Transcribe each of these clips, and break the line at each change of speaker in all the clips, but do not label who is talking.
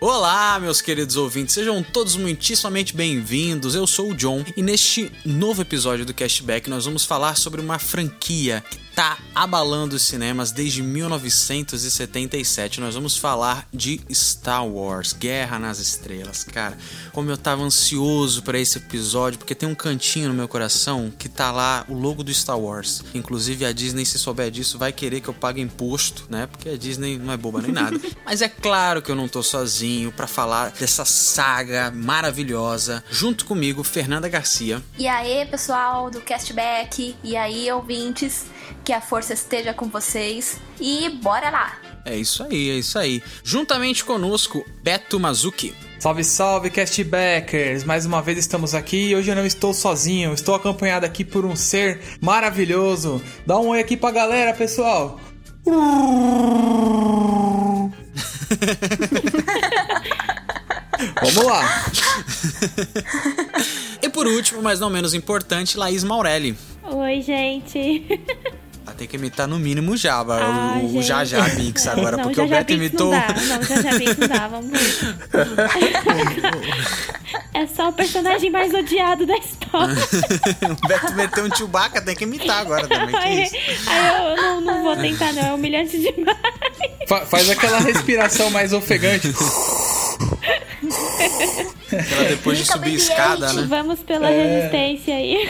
Olá, meus queridos ouvintes, sejam todos muitíssimamente bem-vindos. Eu sou o John e neste novo episódio do Cashback nós vamos falar sobre uma franquia que tá abalando os cinemas desde 1977. Nós vamos falar de Star Wars, Guerra nas Estrelas. Cara, como eu tava ansioso para esse episódio, porque tem um cantinho no meu coração que tá lá o logo do Star Wars. Inclusive a Disney, se souber disso, vai querer que eu pague imposto, né? Porque a Disney não é boba nem nada. Mas é claro que eu não tô sozinho para falar dessa saga maravilhosa. Junto comigo, Fernanda Garcia.
E aí, pessoal do Castback, e aí, ouvintes, que a força esteja com vocês e bora lá!
É isso aí, é isso aí. Juntamente conosco, Beto Mazuki.
Salve, salve, castbackers! Mais uma vez estamos aqui e hoje eu não estou sozinho, estou acompanhado aqui por um ser maravilhoso. Dá um oi aqui pra galera, pessoal! Vamos lá!
E por último, mas não menos importante, Laís Maurelli.
Oi, gente.
Ela tem que imitar no mínimo o Jabba,
Ah,
o, o
gente.
Jajá Binks agora,
não,
porque o
já já
Beto
Binks
imitou.
Não, dá. não, já já Binks não dá, vamos ver. É só o personagem mais odiado da história.
o Beto meteu um Chewbacca, tem que imitar agora também. Que
Aí,
isso?
aí eu não, não vou tentar, não. É humilhante demais.
Fa- faz aquela respiração mais ofegante.
Ela depois de subir
Imita
a
Baby
escada,
Yoda.
né?
Vamos pela
É.
resistência aí.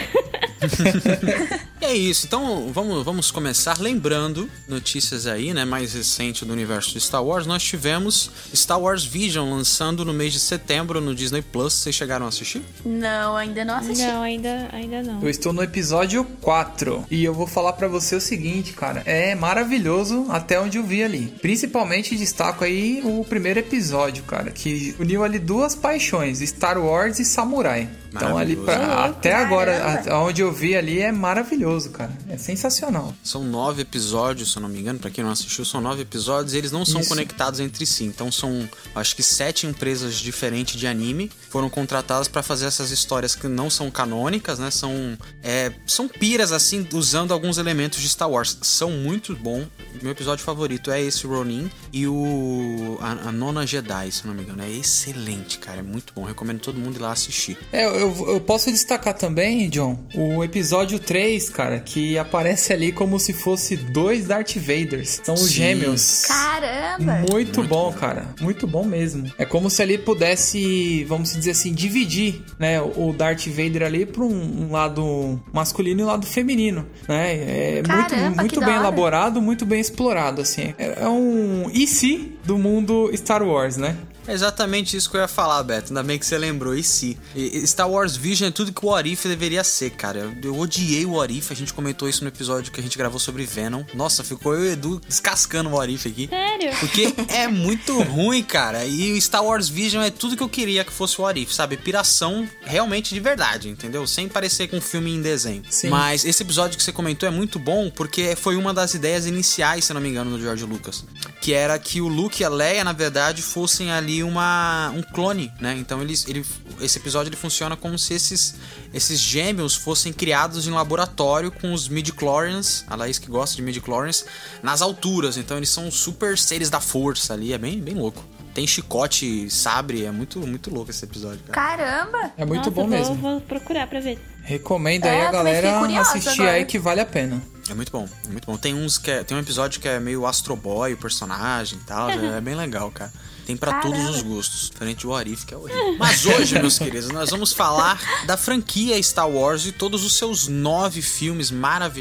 E é isso, então vamos, vamos começar lembrando notícias aí, né, mais recente do universo de Star Wars. Nós tivemos Star Wars Vision lançando no mês de setembro no Disney Plus. Vocês chegaram a assistir?
Não, ainda não assisti.
Não, ainda, ainda não.
Eu estou no episódio 4 e eu vou falar pra você o seguinte, cara. É maravilhoso até onde eu vi ali. Principalmente destaco aí o primeiro episódio, cara, que uniu ali duas paixões, Star Wars e Samurai. Então ali pra-
Maravilhoso.
até agora, a- aonde eu vi ali é maravilhoso, cara. É sensacional.
São nove episódios, se eu não me engano, pra quem não assistiu, são nove episódios e eles não são
Isso.
conectados entre si. Então são, acho que sete empresas diferentes de anime foram contratadas pra fazer essas histórias que não são canônicas, né? São, é, são piras, assim, usando alguns elementos de Star Wars. São muito bom. Meu episódio favorito é esse Ronin e o a, a Nona Jedi, se eu não me engano. É excelente, cara. É muito bom. Recomendo todo mundo ir lá assistir.
É, eu, eu posso destacar também, John, o episódio 3, cara, que aparece ali como se fosse dois Darth Vaders. São os
Sim.
gêmeos.
Caramba!
Muito, bom, cara. Muito bom mesmo. É como se ali pudesse, vamos dizer assim, dividir, né, o Darth Vader ali para um, um lado masculino e um lado feminino, né? É
Caramba,
muito,
que
muito
da
bem
hora.
elaborado, muito bem explorado, assim. É é um e se do mundo Star Wars, né?
É exatamente isso que eu ia falar, Beto. Ainda bem que você lembrou. E se? E- e Star Wars Vision é tudo que o Orif deveria ser, cara. Eu, eu odiei o Orif. A gente comentou isso no episódio que a gente gravou sobre Venom. Nossa, ficou eu e o Edu descascando o Orif aqui.
Sério?
Porque é muito ruim, cara. E o Star Wars Vision é tudo que eu queria que fosse o Orif, sabe? Piração realmente de verdade, entendeu? Sem parecer com um filme em desenho.
Sim.
Mas esse episódio que você comentou é muito bom porque foi uma das ideias iniciais, se não me engano, do George Lucas. Que era que o Luke e a Leia, na verdade, fossem ali uma, um clone, né? Então eles, ele, esse episódio ele funciona como se esses, esses gêmeos fossem criados em laboratório com os midi-chlorians, a Laís que gosta de midi-chlorians, nas alturas. Então eles são super seres da força ali, é bem, bem louco. Tem chicote, sabre, é muito, muito louco esse episódio, cara.
Caramba!
É muito
Nossa,
bom
vou,
mesmo.
Vou procurar pra ver.
Recomendo
É,
aí a
eu também fiquei
galera
curiosa
assistir
agora.
aí que vale a pena.
É muito bom, é muito bom. Tem uns que é, tem um episódio que é meio Astro Boy, o personagem e tal, é é bem legal, cara. Tem pra
Caramba.
todos os gostos, diferente do Arif, que é horrível. Mas hoje, meus queridos, nós vamos falar da franquia Star Wars e todos os seus nove filmes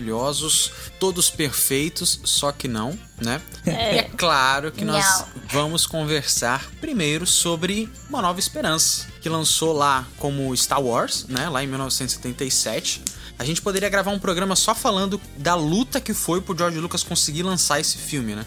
maravilhosos, todos perfeitos, só que não, né? E é claro que nós
Não.
vamos conversar primeiro sobre Uma Nova Esperança, que lançou lá como Star Wars, né? Lá em 1977. A gente poderia gravar um programa só falando da luta que foi pro George Lucas conseguir lançar esse filme, né?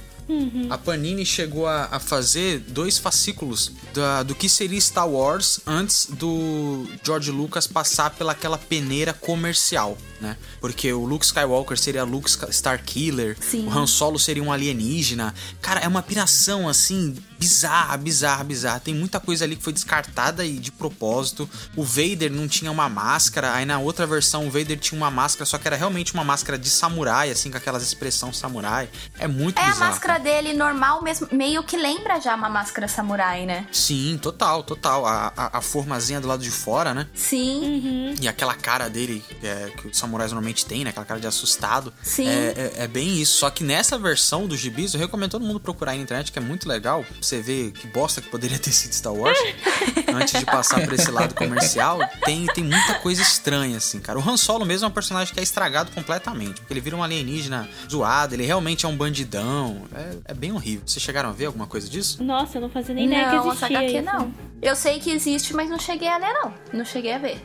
A Panini chegou a, a fazer dois fascículos da- do que seria Star Wars antes do George Lucas passar pelaquela peneira comercial, né? Porque o Luke Skywalker seria Luke Sk- Starkiller,
Sim.
o Han Solo seria um alienígena. Cara, é uma piração assim bizarra, bizarra, bizarra. Tem muita coisa ali que foi descartada e de propósito. O Vader não tinha uma máscara, aí na outra versão o Vader tinha uma máscara, só que era realmente uma máscara de samurai, assim, com aquelas expressão samurai. É muito
É a
bizarro.
máscara dele normal mesmo, meio que lembra já uma máscara samurai, né?
Sim, total, total. A, a, a formazinha do lado de fora, né?
Sim,
Uhum.
E aquela cara dele é, que os samurais normalmente têm, né? Aquela cara de assustado.
Sim.
É, é- é bem isso. Só que nessa versão dos gibis, eu recomendo todo mundo procurar aí na internet, que é muito legal. Pra você ver que bosta que poderia ter sido Star Wars. antes de passar pra esse lado comercial, tem, tem muita coisa estranha, assim, cara. O Han Solo mesmo é um personagem que é estragado completamente. Porque ele vira um alienígena zoado, ele realmente é um bandidão. É, é bem horrível. Vocês chegaram a ver alguma coisa disso?
Nossa, eu não fazia Uhum, nem ideia que
não, essa
existia
HQ
isso.
não. Eu sei que existe, mas não cheguei a ler, não. Não cheguei a ver.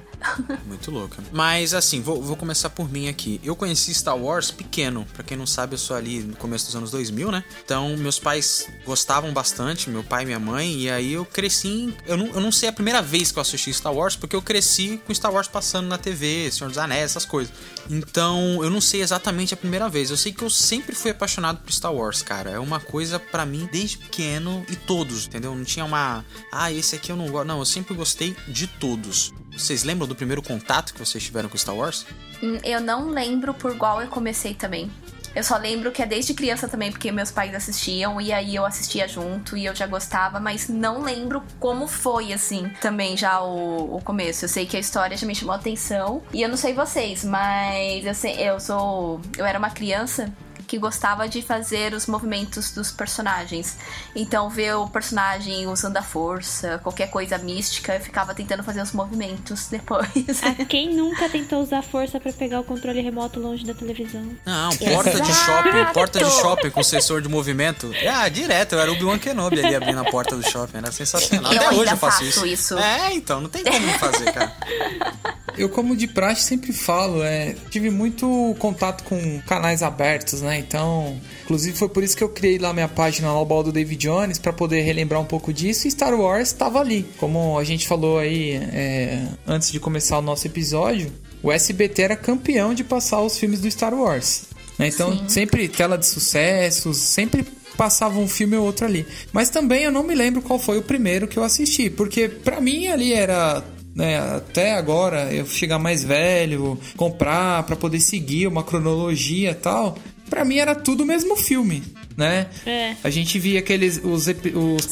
Muito louca. Mas assim, vou, vou começar por mim aqui. Eu conheci Star Wars pequeno. Pra quem não sabe, eu sou ali no começo dos anos 2000, né? Então, meus pais gostavam bastante, meu pai e minha mãe. E aí eu cresci. em- Eu não, eu não sei a primeira vez que eu assisti Star Wars, porque eu cresci com Star Wars passando na TV, Senhor dos Anéis, essas coisas. Então, eu não sei exatamente a primeira vez. Eu sei que eu sempre fui apaixonado por Star Wars, cara. É uma coisa pra mim desde pequeno e todos, entendeu? Não tinha uma. Ah, esse aqui eu não gosto. Não, eu sempre gostei de todos. Vocês lembram do primeiro contato que vocês tiveram com Star Wars?
Hum, Eu não lembro por qual eu comecei também. Eu só lembro que é desde criança também, porque meus pais assistiam e aí eu assistia junto e eu já gostava, mas não lembro como foi, assim, também já o, o começo. Eu sei que a história já me chamou a atenção e eu não sei vocês, mas eu, sei- eu sou. Eu era uma criança que gostava de fazer os movimentos dos personagens. Então, ver o personagem usando a força, qualquer coisa mística, eu ficava tentando fazer os movimentos depois.
Ah, quem nunca tentou usar força pra pegar o controle remoto longe da televisão?
Não, porta de
Exato!
shopping, porta de shopping com sensor de movimento. Ah, direto, eu era o Obi-Wan Kenobi ali abrindo a porta do shopping, era sensacional.
Eu
Até
ainda
hoje eu faço,
faço isso.
É, então, não tem como não fazer, cara.
Eu, como de praxe, sempre falo, é, tive muito contato com canais abertos, né? Então, inclusive foi por isso que eu criei lá minha página lá, o Baldo David Jones, pra poder relembrar um pouco disso. E Star Wars estava ali. Como a gente falou aí é, antes de começar o nosso episódio, o SBT era campeão de passar os filmes do Star Wars. né? Então, sempre tela de sucessos, sempre passava um filme ou outro ali. Mas também eu não me lembro qual foi o primeiro que eu assisti, porque pra mim ali era né, até agora eu chegar mais velho, comprar pra poder seguir uma cronologia e tal. Pra mim era tudo o mesmo filme, né?
É.
A gente via aqueles os, epi- os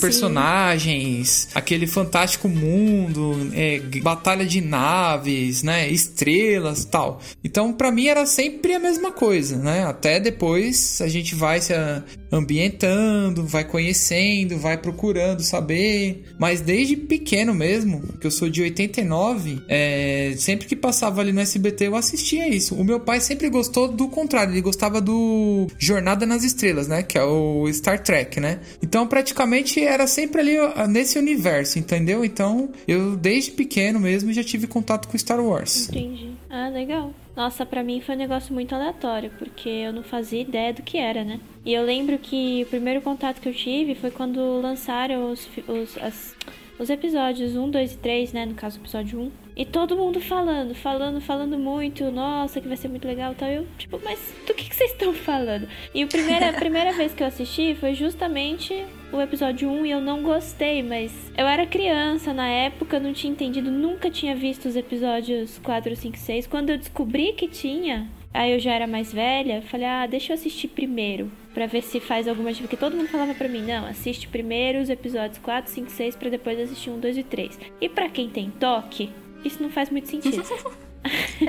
personagens, aquele fantástico mundo, é, g- batalha de naves, né, estrelas, tal. Então, pra mim era sempre a mesma coisa, né? Até depois a gente vai se a- ambientando, vai conhecendo, vai procurando saber. Mas desde pequeno mesmo, que eu sou de 89, é, sempre que passava ali no SBT eu assistia isso. O meu pai sempre gostou do contrário, ele gostava do Jornada nas Estrelas, né? Que é o Star Trek, né? Então praticamente era sempre ali ó, nesse universo, entendeu? Então eu desde pequeno mesmo já tive contato com Star Wars.
Entendi. Ah, legal. Nossa, pra mim foi um negócio muito aleatório, porque eu não fazia ideia do que era, né? E eu lembro que o primeiro contato que eu tive foi quando lançaram os, fi- os, as- os episódios 1, 2 e 3, né? No caso, o episódio 1. E todo mundo falando, falando, falando muito. Nossa, que vai ser muito legal e tal. E Eu, tipo, mas do que, que vocês estão falando? E o primeira, a primeira vez que eu assisti foi justamente o episódio 1 e eu não gostei, mas eu era criança na época, eu não tinha entendido, nunca tinha visto os episódios 4, 5, 6. Quando eu descobri que tinha, aí eu já era mais velha, falei, ah, deixa eu assistir primeiro. Pra ver se faz alguma diferença. Porque todo mundo falava pra mim, não, assiste primeiro os episódios 4, 5, 6, pra depois assistir 1, 2 e 3. E pra quem tem toque, isso não faz muito sentido.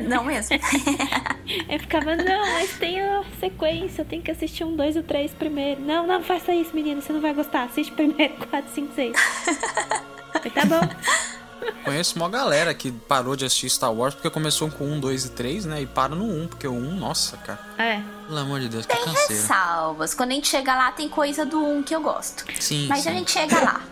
Não mesmo.
Eu ficava, não, mas tem a sequência, eu tenho que assistir um, dois ou três primeiro. Não, não, faça isso, menino, você não vai gostar. Assiste primeiro, quatro, cinco, seis. Eu, tá bom.
Conheço uma galera que um, parou de assistir Star Wars porque começou com 1, 2 e 3, né? E para no 1, porque o 1, nossa, cara.
É,
Pelo amor de Deus, que
Tem
canseiro.
ressalvas. Quando a gente chega lá, tem coisa do 1 que eu gosto.
Sim,
Mas
sim.
a gente chega lá.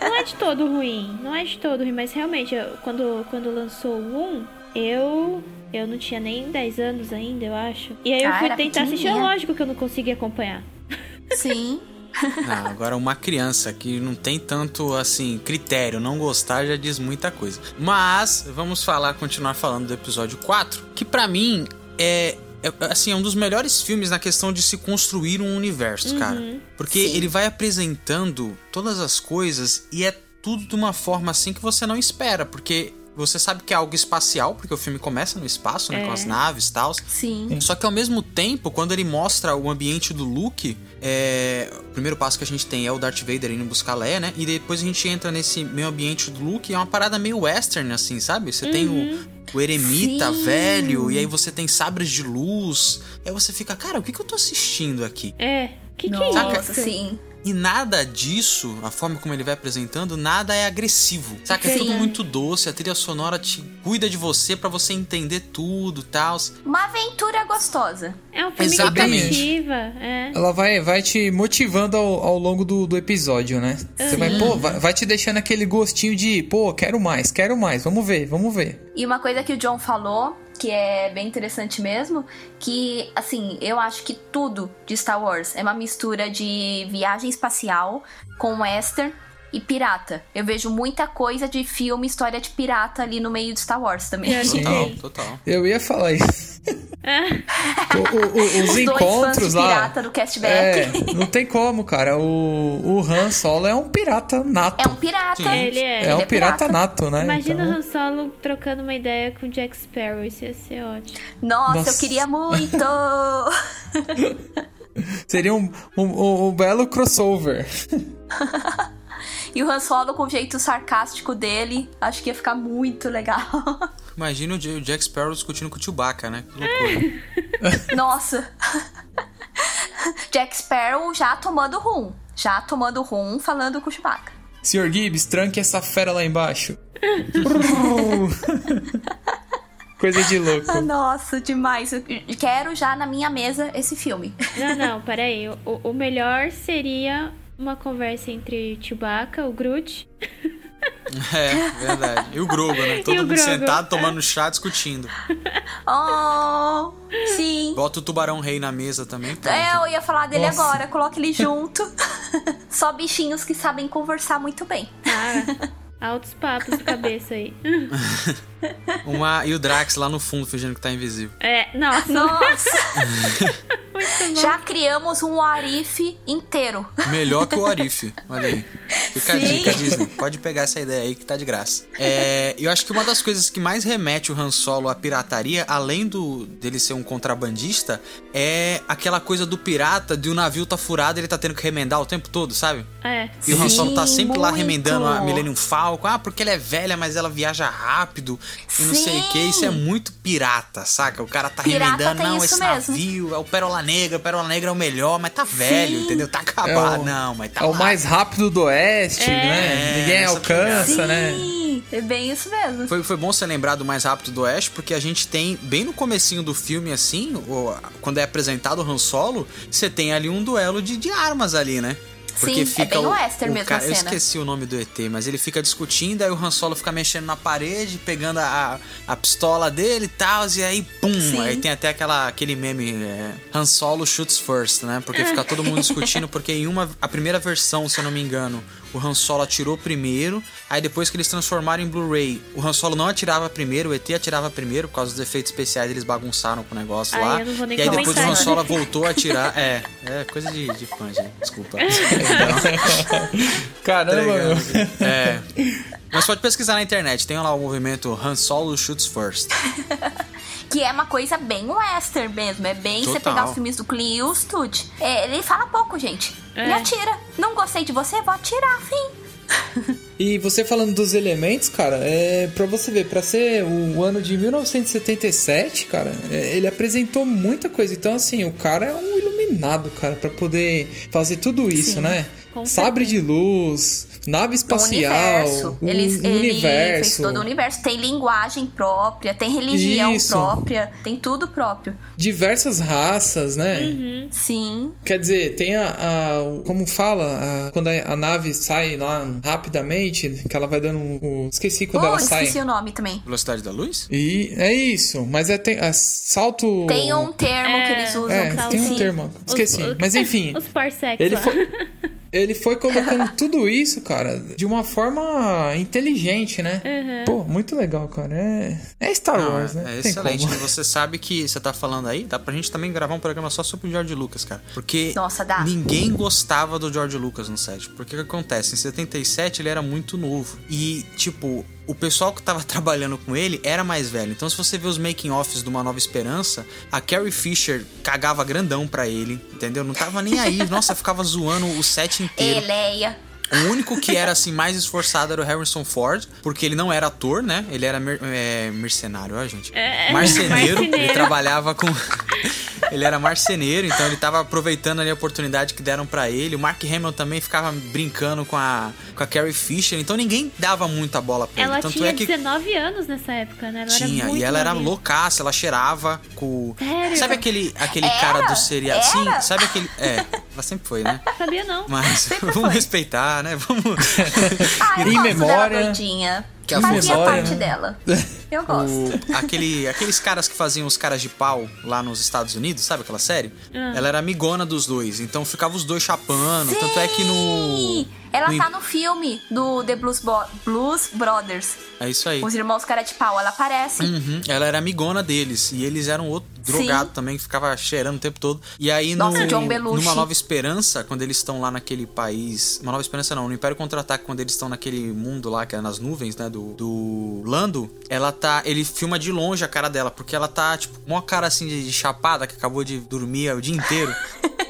Não é de todo ruim, não é de todo ruim, mas realmente, eu- quando, quando lançou o 1, eu. Eu não tinha nem 10 anos ainda, eu acho. E aí eu
Ah,
fui
era
tentar assistir, é
pequenininha.
lógico que eu não consegui acompanhar.
Sim.
Não, Ah, agora uma criança que não tem tanto assim critério, não gostar já diz muita coisa. Mas vamos falar, continuar falando do episódio 4, que pra mim é é, assim, é um dos melhores filmes na questão de se construir um universo, cara. Porque
Sim.
ele vai apresentando todas as coisas e é tudo de uma forma assim que você não espera, porque você sabe que é algo espacial, porque o filme começa no espaço, né, com
É.
as naves e tal.
Sim.
Só que ao mesmo tempo, quando ele mostra o ambiente do Luke, é, o primeiro passo que a gente tem é o Darth Vader indo buscar a Leia, né? E depois a gente entra nesse meio ambiente do Luke, é uma parada meio western, assim, sabe? Você tem o, o eremita
Uhum. Sim.
velho, e aí você tem sabres de luz. Aí você fica, cara, o que, que eu tô assistindo aqui?
É. Que que é
Nossa,
isso?
sim.
E nada disso, a forma como ele vai apresentando, nada é agressivo. Saca? É
Sim.
tudo muito doce, a trilha sonora te cuida de você pra você entender tudo e tal.
Uma aventura gostosa.
É um filme que
Exatamente.
cativa, é.
Ela vai, vai te motivando ao, ao longo do, do episódio, né? Você vai, pô, vai, vai te deixando aquele gostinho de, pô, quero mais, quero mais, vamos ver, vamos ver.
E uma coisa que o John falou, que é bem interessante mesmo, que assim, eu acho que tudo de Star Wars é uma mistura de viagem espacial com western e pirata. Eu vejo muita coisa de filme, história de pirata ali no meio de Star Wars também.
Pior que
Total,
tem.
total.
Eu ia falar isso.
É.
O- o- o- os,
Os dois fãs
encontros
de
lá.
pirata do
É,
castback.
não tem como, cara. O, o Han Solo é um pirata nato.
É, um pirata.
Sim.
Ele é.
É, um pirata nato,
É,
né?
Imagina o
Então-
Han Solo trocando uma ideia com o Jack Sparrow, isso ia ser ótimo.
Nossa,
Nossa.
eu queria muito!
Seria um, um, um- um belo crossover.
e o Han Solo com o jeito sarcástico dele, acho que ia ficar muito legal.
Imagina o J- o Jack Sparrow discutindo com o Chewbacca, né? Que loucura.
Nossa! Jack Sparrow já tomando rum. Já tomando rum, falando com o Chewbacca.
Sr. Gibbs, tranque essa fera lá embaixo. Coisa de louco.
Ah, Nossa, demais. Eu quero já na minha mesa esse filme.
Não, não, peraí. O, o melhor seria uma conversa entre Chewbacca, o Groot.
é, verdade. E o Grogu, né? Todo
E o
mundo
Grogu.
sentado, tomando chá, discutindo.
Oh, sim.
Bota o Tubarão Rei na mesa também. pronto.
É, eu ia falar dele
Nossa.
agora. Coloca ele junto. Só bichinhos que sabem conversar muito bem.
Cara, tá? altos papos de cabeça aí.
Uma... E o Drax lá no fundo, fingindo que tá invisível.
É, nossa,
Nossa,
muito bom.
já criamos um Arife inteiro.
Melhor que o Arif. Olha aí. Fica a
Sim.
dica, Disney. Pode pegar essa ideia aí que tá de graça. É, eu acho que uma das coisas que mais remete o Han Solo à pirataria, além do dele ser um contrabandista, é aquela coisa do pirata, de o navio tá furado ele tá tendo que remendar o tempo todo, sabe?
É.
E o Han
Sim,
Solo tá sempre lá
muito.
remendando a Millennium Falcon. Ah, porque ela é velha, mas ela viaja rápido. E não sei o que. Isso é
Sim.
muito pirata, saca? O cara tá
Pirata
remendando.
tem
Não,
isso
esse
mesmo.
navio é o Pérola Negra. O Pérola Negra é o melhor, mas tá velho, entendeu? Tá acabado. não, mas tá
é o
lá.
mais rápido do oeste,
É.
né? Ninguém
essa
alcança,
Sim,
né?
é bem isso mesmo.
Foi, foi bom você lembrar do Mais Rápido do Oeste, porque a gente tem, bem no comecinho do filme, assim, o- quando é apresentado o Han Solo, você tem ali um duelo de, de armas ali, né?
Sim, é bem western mesmo
cara-
a
Eu
cena.
esqueci o nome do ET, mas ele fica discutindo, aí o Han Solo fica mexendo na parede, pegando a, a pistola dele e tal, e aí pum!
Sim.
Aí tem até aquela, aquele meme, é, Han Solo shoots first, né? Porque fica todo mundo discutindo, porque em uma, a primeira versão, se eu não me engano, o Han Solo atirou primeiro, aí depois que eles transformaram em Blu-ray, o Han Solo não atirava primeiro, o ET atirava primeiro, por causa dos efeitos especiais, eles bagunçaram com o negócio
Ai,
lá.
eu não vou nem
e aí depois o
comentar.
Han Solo voltou a atirar, é, é coisa de, de fã, gente, desculpa.
Então, Caramba, meu.
É. Tá Mas pode pesquisar na internet, tem lá o movimento Han Solo Shoots First.
Que é uma coisa bem western mesmo. É bem você
Total.
pegar os filmes do Clint Eastwood. É, ele fala pouco, gente.
É.
Ele atira. Não gostei de você, vou atirar, fim.
E você falando dos elementos, cara, é para você ver, pra ser o ano de 1977, cara, é, ele apresentou muita coisa. Então assim, o cara é um iluminado, cara, pra poder fazer tudo isso, né?
Com
Sabre de
certeza.
luz, nave espacial,
universo.
o
Eles- ele fez
universo,
todo o universo. Tem linguagem própria, tem religião
Isso.
própria, tem tudo próprio.
diversas raças, né?
Uhum. Sim,
Quer dizer, tem a, a- o- como fala, a- quando a, a nave sai lá rapidamente, que ela vai dando um, o- esqueci quando
Oh,
ela sai.
esqueci o nome também.
Velocidade da luz?
E é isso, mas é, tem, é salto
Tem um termo que eles usam.
É,
que
tem um
sim.
termo.
Os-
Esqueci.
os-
Mas enfim,
Os parsecs.
ele
lá.
foi, ele foi colocando tudo isso, cara, de uma forma inteligente, né?
Uhum.
Pô, muito legal, cara. É, é Star
Não,
Wars, né?
é, é
Tem
excelente.
como.
Você sabe que você tá falando aí, dá pra gente também gravar um programa só sobre o George Lucas, cara. Porque
Nossa, dá.
ninguém gostava do George Lucas no set. Porque o que acontece? Em 77 ele era muito novo. E, tipo, o pessoal que tava trabalhando com ele era mais velho. Então, se você vê os making-offs de Uma Nova Esperança, a Carrie Fisher cagava grandão pra ele, entendeu? Não tava nem aí. Nossa, ficava zoando o set inteiro.
é Eleia.
O único que era assim mais esforçado era o Harrison Ford, porque ele não era ator, né? Ele era mer- é, mercenário, ó, gente.
É, é,
marceneiro, ele
marceneiro.
trabalhava com Ele era marceneiro, então ele tava aproveitando ali a oportunidade que deram pra ele. O Mark Hamill também ficava brincando com a com a Carrie Fisher, então ninguém dava muita bola pra
Ela
ele. Tanto
tinha
é que
19 anos nessa época, né? Ela
tinha,
era muito
e ela era
novinha.
loucaça, ela cheirava com.
Sério?
Sabe aquele, aquele cara do seriado? Sim, sabe aquele. É, ela sempre foi, né?
Sabia não.
Mas vamos respeitar, né? Vamos.
Ah, eu
Em
gosto
memória.
dela doidinha.
Que a
Fazia
memória,
parte
né?
dela. Eu gosto.
O- aquele, aqueles caras que faziam os caras de pau lá nos Estados Unidos, sabe aquela série?
Ah.
Ela era amigona dos dois, então ficava os dois chapando. Tanto é que no.
Sim! Ela
no-
tá no filme do The Blues, Bo- Blues Brothers.
É isso aí.
Os irmãos cara de pau, ela aparece.
Hum.
Uhum, Ela era amigona deles. E eles eram outro drogado também, que ficava cheirando o tempo todo. E aí, no,
Nossa, John Belushi.
numa Nova Esperança, quando eles estão lá naquele país. Uma Nova Esperança não, no Império Contra-Ataque, quando eles estão naquele mundo lá, que é nas nuvens, né? Do, do Lando, ela tá. Ele filma de longe a cara dela, porque ela tá, tipo, uma cara assim de, de chapada que acabou de dormir o dia inteiro.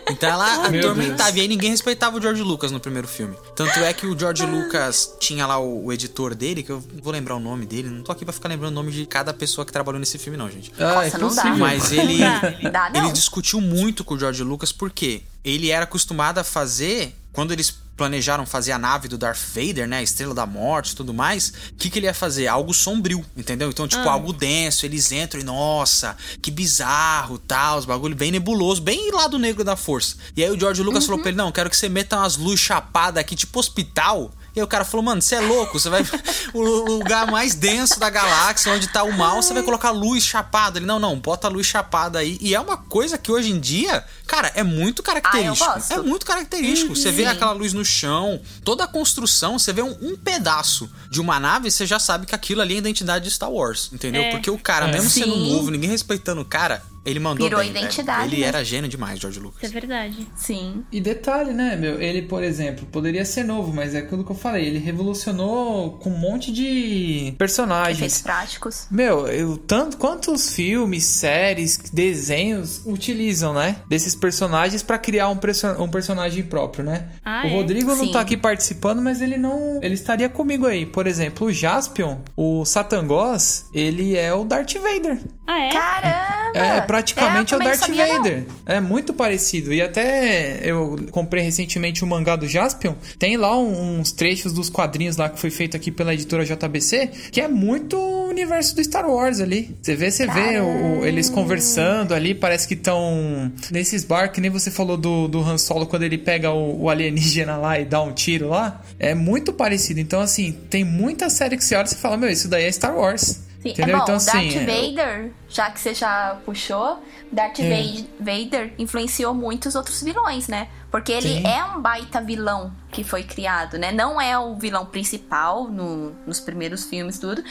Então ela
Meu
atormentava. E aí ninguém respeitava o George Lucas no primeiro filme. Tanto é que o George Lucas tinha lá o, o editor dele, que eu não vou lembrar o nome dele. Não tô aqui pra ficar lembrando o nome de cada pessoa que trabalhou nesse filme, não, gente.
Ah,
Nossa,
é
não dá.
possível.
Mas ele,
Não dá, não.
ele discutiu muito com o George Lucas porque ele era acostumado a fazer quando eles planejaram fazer a nave do Darth Vader, né, a Estrela da Morte, e tudo mais. O que que ele ia fazer? Algo sombrio, entendeu? Então tipo
Ah.
algo denso. Eles entram e nossa, que bizarro, tal, os bagulho bem nebuloso, bem lado negro da força. E aí o George Lucas
Uhum.
falou pra ele não, quero que você meta umas luzes chapadas aqui tipo hospital. E aí o cara falou, mano, você é louco, você vai. o lugar mais denso da galáxia, onde tá o mal, você vai colocar luz chapada. Ele, não, não, bota a luz chapada aí. E é uma coisa que hoje em dia, cara, é muito característico.
Ah, gosto. Uhum.
é muito característico. Você vê aquela luz no chão, toda a construção, você vê um, um pedaço de uma nave, você já sabe que aquilo ali é a identidade de Star Wars, entendeu?
É.
Porque o cara, mesmo sendo
Sim.
novo, ninguém respeitando o cara, ele mandou
Pirou a
bem, velho.
identidade,
Ele
né?
era gênio demais, George
Isso é
Lucas.
verdade.
Sim.
E detalhe, né, meu? Ele, por exemplo, poderia ser novo, mas é aquilo que eu falei. Ele revolucionou com um monte de
Efeitos
personagens.
práticos.
Meu, eu tanto quantos filmes, séries, desenhos utilizam, né? Desses personagens pra criar um, perso- um personagem próprio, né?
Ah,
o
é?
Rodrigo não
Sim.
tá aqui participando, mas ele não. Ele estaria comigo aí. Por exemplo, o Jaspion, o Satangos, ele é o Darth Vader.
Ah, é?
Caramba!
É praticamente
eu
o
também não
Darth
sabia, não.
Vader. É muito parecido. E até eu comprei recentemente o mangá do Jaspion. Tem lá um- uns trechos dos quadrinhos lá que foi feito aqui pela editora JBC, que é muito o universo do Star Wars ali. Você vê, você vê o- o- eles conversando ali, parece que estão nesses bar, que nem você falou do, do Han Solo quando ele pega o, o alienígena lá e dá um tiro lá. É muito parecido. Então, assim, tem muita série que você olha e você fala, meu, isso daí é Star Wars.
Sim,
Entendeu?
É bom,
então,
Darth
assim, é-
Vader, já que você já puxou, Darth
É.
Va- Vader influenciou muitos outros vilões, né? Porque ele
Sim.
é um baita vilão que foi criado, né? Não é o vilão principal no- nos primeiros filmes, tudo,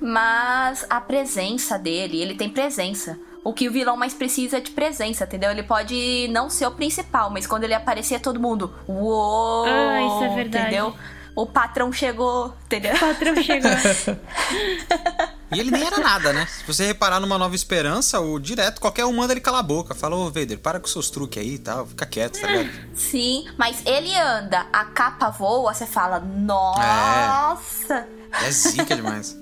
mas a presença dele, ele tem presença. O que o vilão mais precisa é de presença, entendeu? Ele pode não ser o principal, mas quando ele aparecer, todo mundo. Uou!
Ah, isso é verdade.
Entendeu? O patrão chegou, entendeu?
O patrão chegou.
E ele nem era nada, né? Se você reparar numa Nova Esperança, o direto, qualquer um manda ele calar a boca. Fala, ô Vader, para com seus truques aí e tal, fica quieto, tá ligado?
Sim, mas ele anda, a capa voa, você fala, nossa!
É zica demais.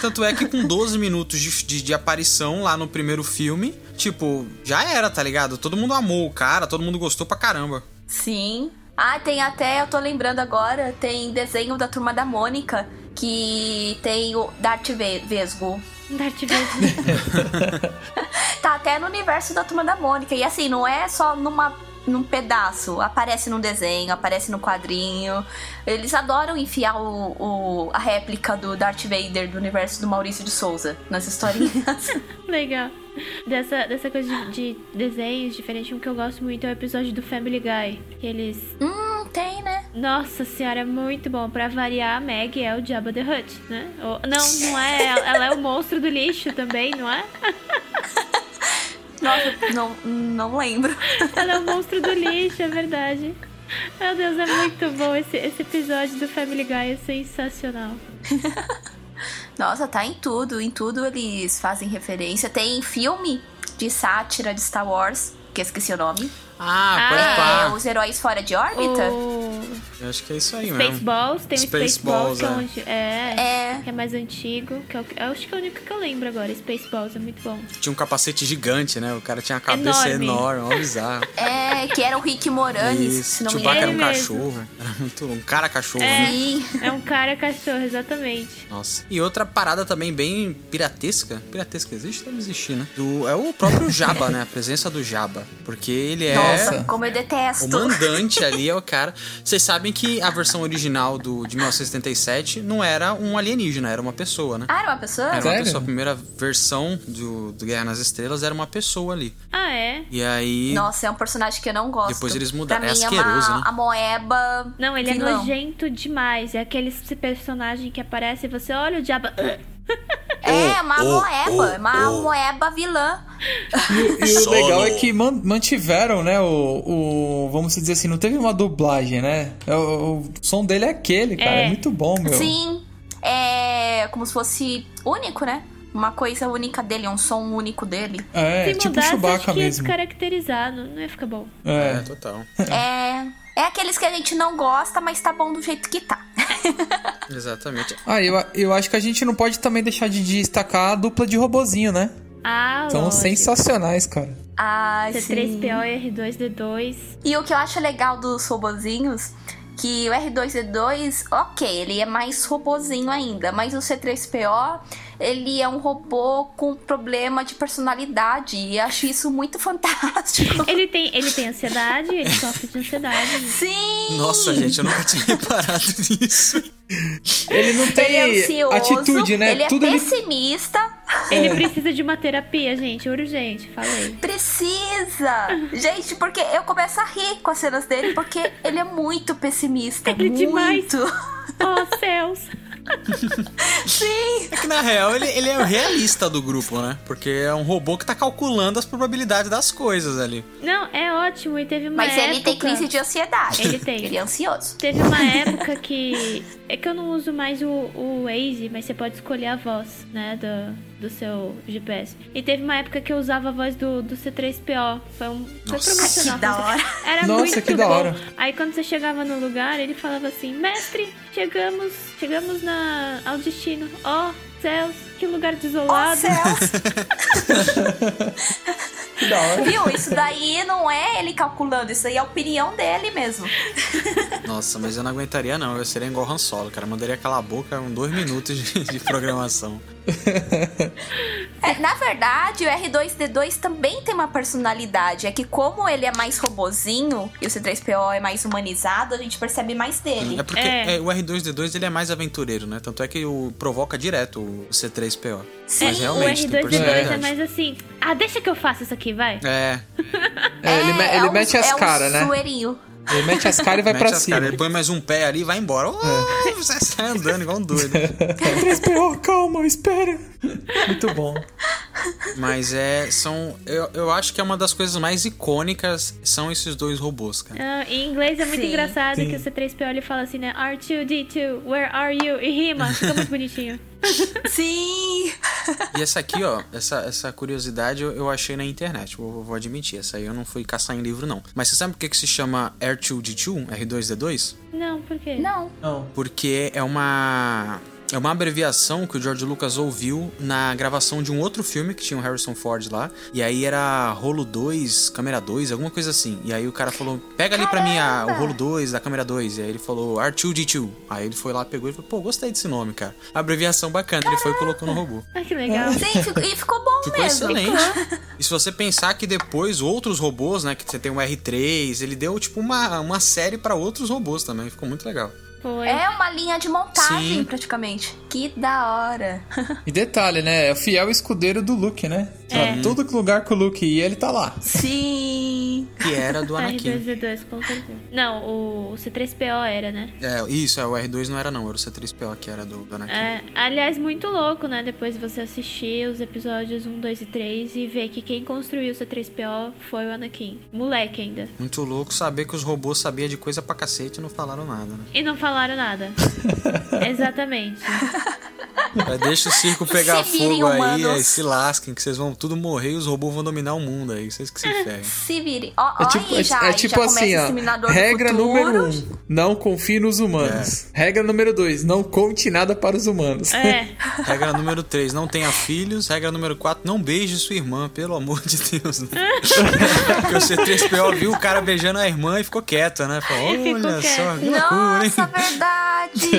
Tanto é que com 12 minutos de, de- de aparição lá no primeiro filme, tipo, já era, tá ligado? Todo mundo amou o cara, todo mundo gostou pra caramba.
Sim. Ah, tem até, eu tô lembrando agora, tem desenho da Turma da Mônica, que tem o Darth Ve- Vesgo.
Um Darth Vader.
Tá até no universo da Turma da Mônica. E assim, não é só numa, num pedaço. Aparece num desenho, aparece no quadrinho. Eles adoram enfiar o, o- a réplica do Darth Vader do universo do Maurício de Souza nas historinhas.
Legal. Dessa, dessa coisa de, de desenhos diferentes, um que eu gosto muito é o episódio do Family Guy. Que eles.
não tem, né?
Nossa senhora, é muito bom. Pra variar, a Maggie é o Jabba the Hutt, né? Ou- não, não é. Ela ela é o monstro do lixo também, não é?
Nossa, não, não lembro.
Ela é o monstro do lixo, é verdade. Meu Deus, é muito bom. Esse, esse episódio do Family Guy é sensacional.
Nossa, tá em tudo. Em tudo eles fazem referência. Tem filme de sátira de Star Wars, que eu esqueci o nome.
Ah, pode
Ah,
pá.
É, Os Heróis Fora de Órbita.
O
Eu acho que é isso aí mesmo.
Spaceballs, tem o
Spaceballs,
Spaceballs, que é
é.
onde. É.
É.
Que é mais antigo. Que é o que- eu acho que é o único que eu lembro agora. Spaceballs é muito bom.
Tinha um capacete gigante, né? O cara tinha a cabeça
Enorme.
enorme, ó, bizarro.
É, que era o Rick Moranis, se
Isso,
não me
Chewbacca
Ele
era
engano.
um
mesmo.
cachorro. Era muito um cara cachorro, né?
Sim.
É um cara cachorro, exatamente.
Nossa. E outra parada também bem piratesca. Piratesca existe? Deve existir, né? Do, é o próprio Jabba, né? A presença do Jabba. Porque ele é.
Nossa.
Como eu
O
detesto.
mandante ali é o cara. Vocês sabem que a versão original do, de 1977 não era um alienígena, era uma pessoa, né?
Ah, era uma pessoa?
Era uma
Sério?
pessoa. A primeira versão do, do Guerra nas Estrelas era uma pessoa ali.
Ah, é?
E aí.
Nossa, é um personagem que eu não gosto.
Depois eles mudaram.
Pra
É
mim
asqueroso,
é uma
né?
a moeba.
Não, ele é
vilão.
nojento demais. É aquele esse personagem que aparece e você olha o diabo.
É, uma
Oh, oh,
moeba.
oh,
uma
oh.
moeba vilã.
E o
Solo.
legal é que man- mantiveram, né? O, o- Vamos dizer assim, não teve uma dublagem, né? É O, o som dele é aquele, cara.
É.
É, muito bom, meu.
Sim. É como se fosse único, né? Uma coisa única dele, um som único dele.
É,
Se
tipo
mudasse, acho
Chewbacca
que ia
mesmo.
descaracterizar. Não, não ia ficar bom.
É,
É.
total.
É. É aqueles que a gente não gosta, mas tá bom do jeito que tá.
Exatamente.
Ah, eu, a- eu acho que a gente não pode também deixar de destacar a dupla de robozinho, né?
Ah,
São
lógico.
sensacionais, cara.
Ai, Ah, sim.
C3PO e R2D2.
E o que eu acho legal dos robozinhos, que o R2D2, ok, ele é mais robozinho ainda, mas o C3PO, ele é um robô com problema de personalidade. E eu acho isso muito fantástico.
Ele tem, ele tem ansiedade, ele sofre de ansiedade.
Sim!
Nossa, gente, eu nunca tinha reparado nisso.
Ele não
Ele
tem
é ansioso,
atitude, né?
ele é
Tudo ele.
pessimista,
É.
Ele precisa de uma terapia, gente, urgente, falei.
precisa! Gente, porque eu começo a rir com as cenas dele, porque ele é muito pessimista.
Ele é
muito.
demais. Oh, céus.
Sim!
É que na real ele, ele é o realista do grupo, né? Porque é um robô que tá calculando as probabilidades das coisas ali.
Não, é ótimo. E teve uma
Mas
época...
ele tem crise de ansiedade.
Ele tem.
Ele é ansioso.
Teve uma época que. É que eu não uso mais o, o Waze, mas você pode escolher a voz, né? Do, do seu GPS. E teve uma época que eu usava a voz do, do C3PO. Foi, um, foi
Nossa.
promocional.
Que da hora.
Era
Nossa,
muito
que da
bom.
hora.
Aí quando você chegava no lugar, ele falava assim: Mestre, chegamos, chegamos na, ao destino. Ó, céus, que lugar
Ó
desolado.
céus!
Que da hora.
Viu? Isso daí não é ele calculando, isso aí é a opinião dele mesmo.
Nossa, mas eu não aguentaria não. Eu seria igual o Han Solo, cara. Eu mandaria calar a boca em dois minutos de, de programação.
É, na verdade, o R2D2 também tem uma personalidade. É que como ele é mais robozinho e o C3PO é mais humanizado, a gente percebe mais dele.
É porque
É.
é, o R2D2 ele é mais aventureiro, né? Tanto é que o provoca direto o C3PO.
Sim,
mas
O
realmente tem
R2D2 é
personalidade.
mais assim. Ah, deixa que eu faça isso aqui, vai.
É,
É, ele me-
um
ele mete as caras, né?
Zoeirinho.
Ele mete as caras e vai
mete
pra
as caras.
cima.
Ele põe mais um pé ali e vai embora. Oh, Você sai andando igual um doido.
Respirou, calma, espera. Muito bom.
Mas é, são... Eu, eu acho que é uma das coisas mais icônicas são esses dois robôs, cara.
Ah, em inglês é muito
Sim.
engraçado
Sim.
que o C3PO ele fala assim, né? R2D2, where are you? E rima, fica muito bonitinho.
Sim!
E essa aqui, ó, essa, essa curiosidade eu, eu achei na internet, vou, vou admitir. Essa aí eu não fui caçar em livro, não. Mas você sabe por que, que se chama R2D2, R2D2?
Não, por quê?
Não.
Não.
Porque é uma. É uma abreviação que o George Lucas ouviu na gravação de um outro filme que tinha o Harrison Ford lá. E aí era rolo 2, câmera 2, alguma coisa assim. E aí o cara falou: pega ali pra mim a- o rolo 2 da câmera 2. E aí ele falou: R2D2. Aí ele foi lá, pegou e falou: pô, gostei desse nome, cara. Abreviação bacana. Ele foi e colocou no robô.
Ah, que legal.
Sim, ficou- e ficou bom
Ficou
mesmo.
excelente. E se você pensar que depois outros robôs, né? Que você tem o R3, ele deu tipo uma, uma série pra outros robôs também. Ficou muito legal.
Foi.
É uma linha de montagem,
Sim.
praticamente. Que da hora.
E detalhe, né? É o fiel escudeiro do Luke, né? Pra
É.
todo lugar com o Luke e ele tá lá.
Sim.
Que era
Tá,
do Anakin.
R2D2, com certeza. Não, o, o C3PO era, né?
É, isso, é, o R2 não era não, era o C3PO que era do, do Anakin.
É, aliás, muito louco, né? Depois você assistir os episódios 1, 2 e 3 e ver que quem construiu o C3PO foi o Anakin. Moleque ainda.
Muito louco saber que os robôs sabiam de coisa pra cacete e não falaram nada, né?
E não falaram nada. Exatamente.
É, Deixa o circo pegar
Se virem,
fogo aí,
humanos.
aí, se lasquem, que vocês vão tudo morrer e os robôs vão dominar o mundo aí, vocês que se ferrem.
Se vire. Ó,
É
ó
tipo,
aí já,
é
aí
tipo
já começa
assim,
esse minador
ó.
do
Regra
futuro.
número um: não confie nos humanos. Regra número dois: não conte nada para os humanos.
É.
Regra número 3, não tenha filhos. Regra número 4, não beije sua irmã, pelo amor de Deus. Né? Porque o C3PO viu o cara beijando a irmã e ficou quieto, né? Falou,
E ficou
olha só,
quieto.
que loucura, hein?
Nossa, verdade!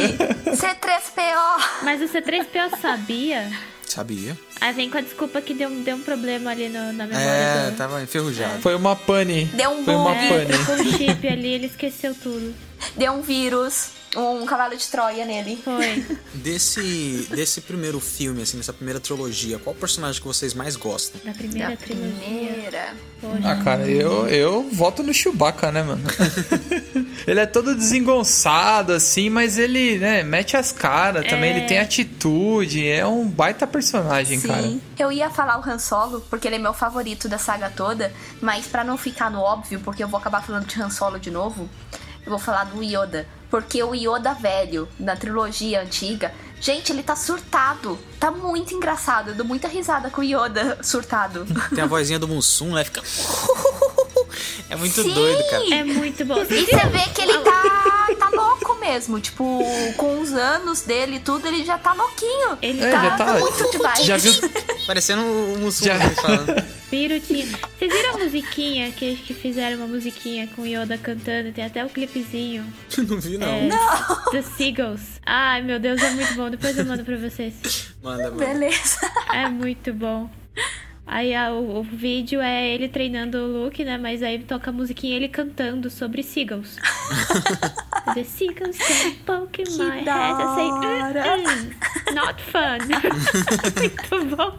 C3PO!
Mas o C3PO sabia.
Sabia.
Aí Ah, vem com a desculpa que deu, deu um problema ali no- na memória.
É,
do...
tava enferrujado.
Foi uma pane.
Deu um
Foi uma
bug.
É,
pane.
ficou um chip ali, ele esqueceu tudo.
Deu um vírus, um cavalo de Troia nele.
Foi.
Desse, desse primeiro filme, assim, dessa primeira trilogia, qual personagem que vocês mais gostam?
Na
Da
primeira trilogia.
primeira.
Ah, cara, eu, eu voto no Chewbacca, né, mano? ele é todo desengonçado, assim, mas ele, né, mete as caras também. Ele tem atitude, é um baita personagem, cara.
É. Sim. Eu ia falar o Han Solo, porque ele é meu favorito da saga toda, mas pra não ficar no óbvio, porque eu vou acabar falando de Han Solo de novo, eu vou falar do Yoda. Porque o Yoda velho, da trilogia antiga, gente, ele tá surtado. Tá muito engraçado. Eu dou muita risada com o Yoda surtado.
Tem a vozinha do Mussum, né? Fica. É muito
Sim!
doido, cara.
É muito bom.
E você vê que ele tá, tá louco mesmo. Tipo, com os anos dele e tudo, ele já tá louquinho.
Ele
É,
tá
já tá.
muito demais.
Já viu,
Parecendo o Mussum
Já-
né, falando.
Pirutinha. Vocês viram a musiquinha que, que fizeram uma musiquinha com o Yoda cantando? Tem até o clipezinho é,
Não vi, não.
É.
dos Seagulls. Ai, meu Deus, é muito bom. Depois eu mando pra vocês.
Manda, manda.
Beleza.
É muito bom. Aí a- o, o vídeo é ele treinando o Luke, né? Mas aí toca a musiquinha ele cando sobre Seagulls. The Seagulls can poke my
da
head. Eu sei, "Mm, mm, not fun. muito bom.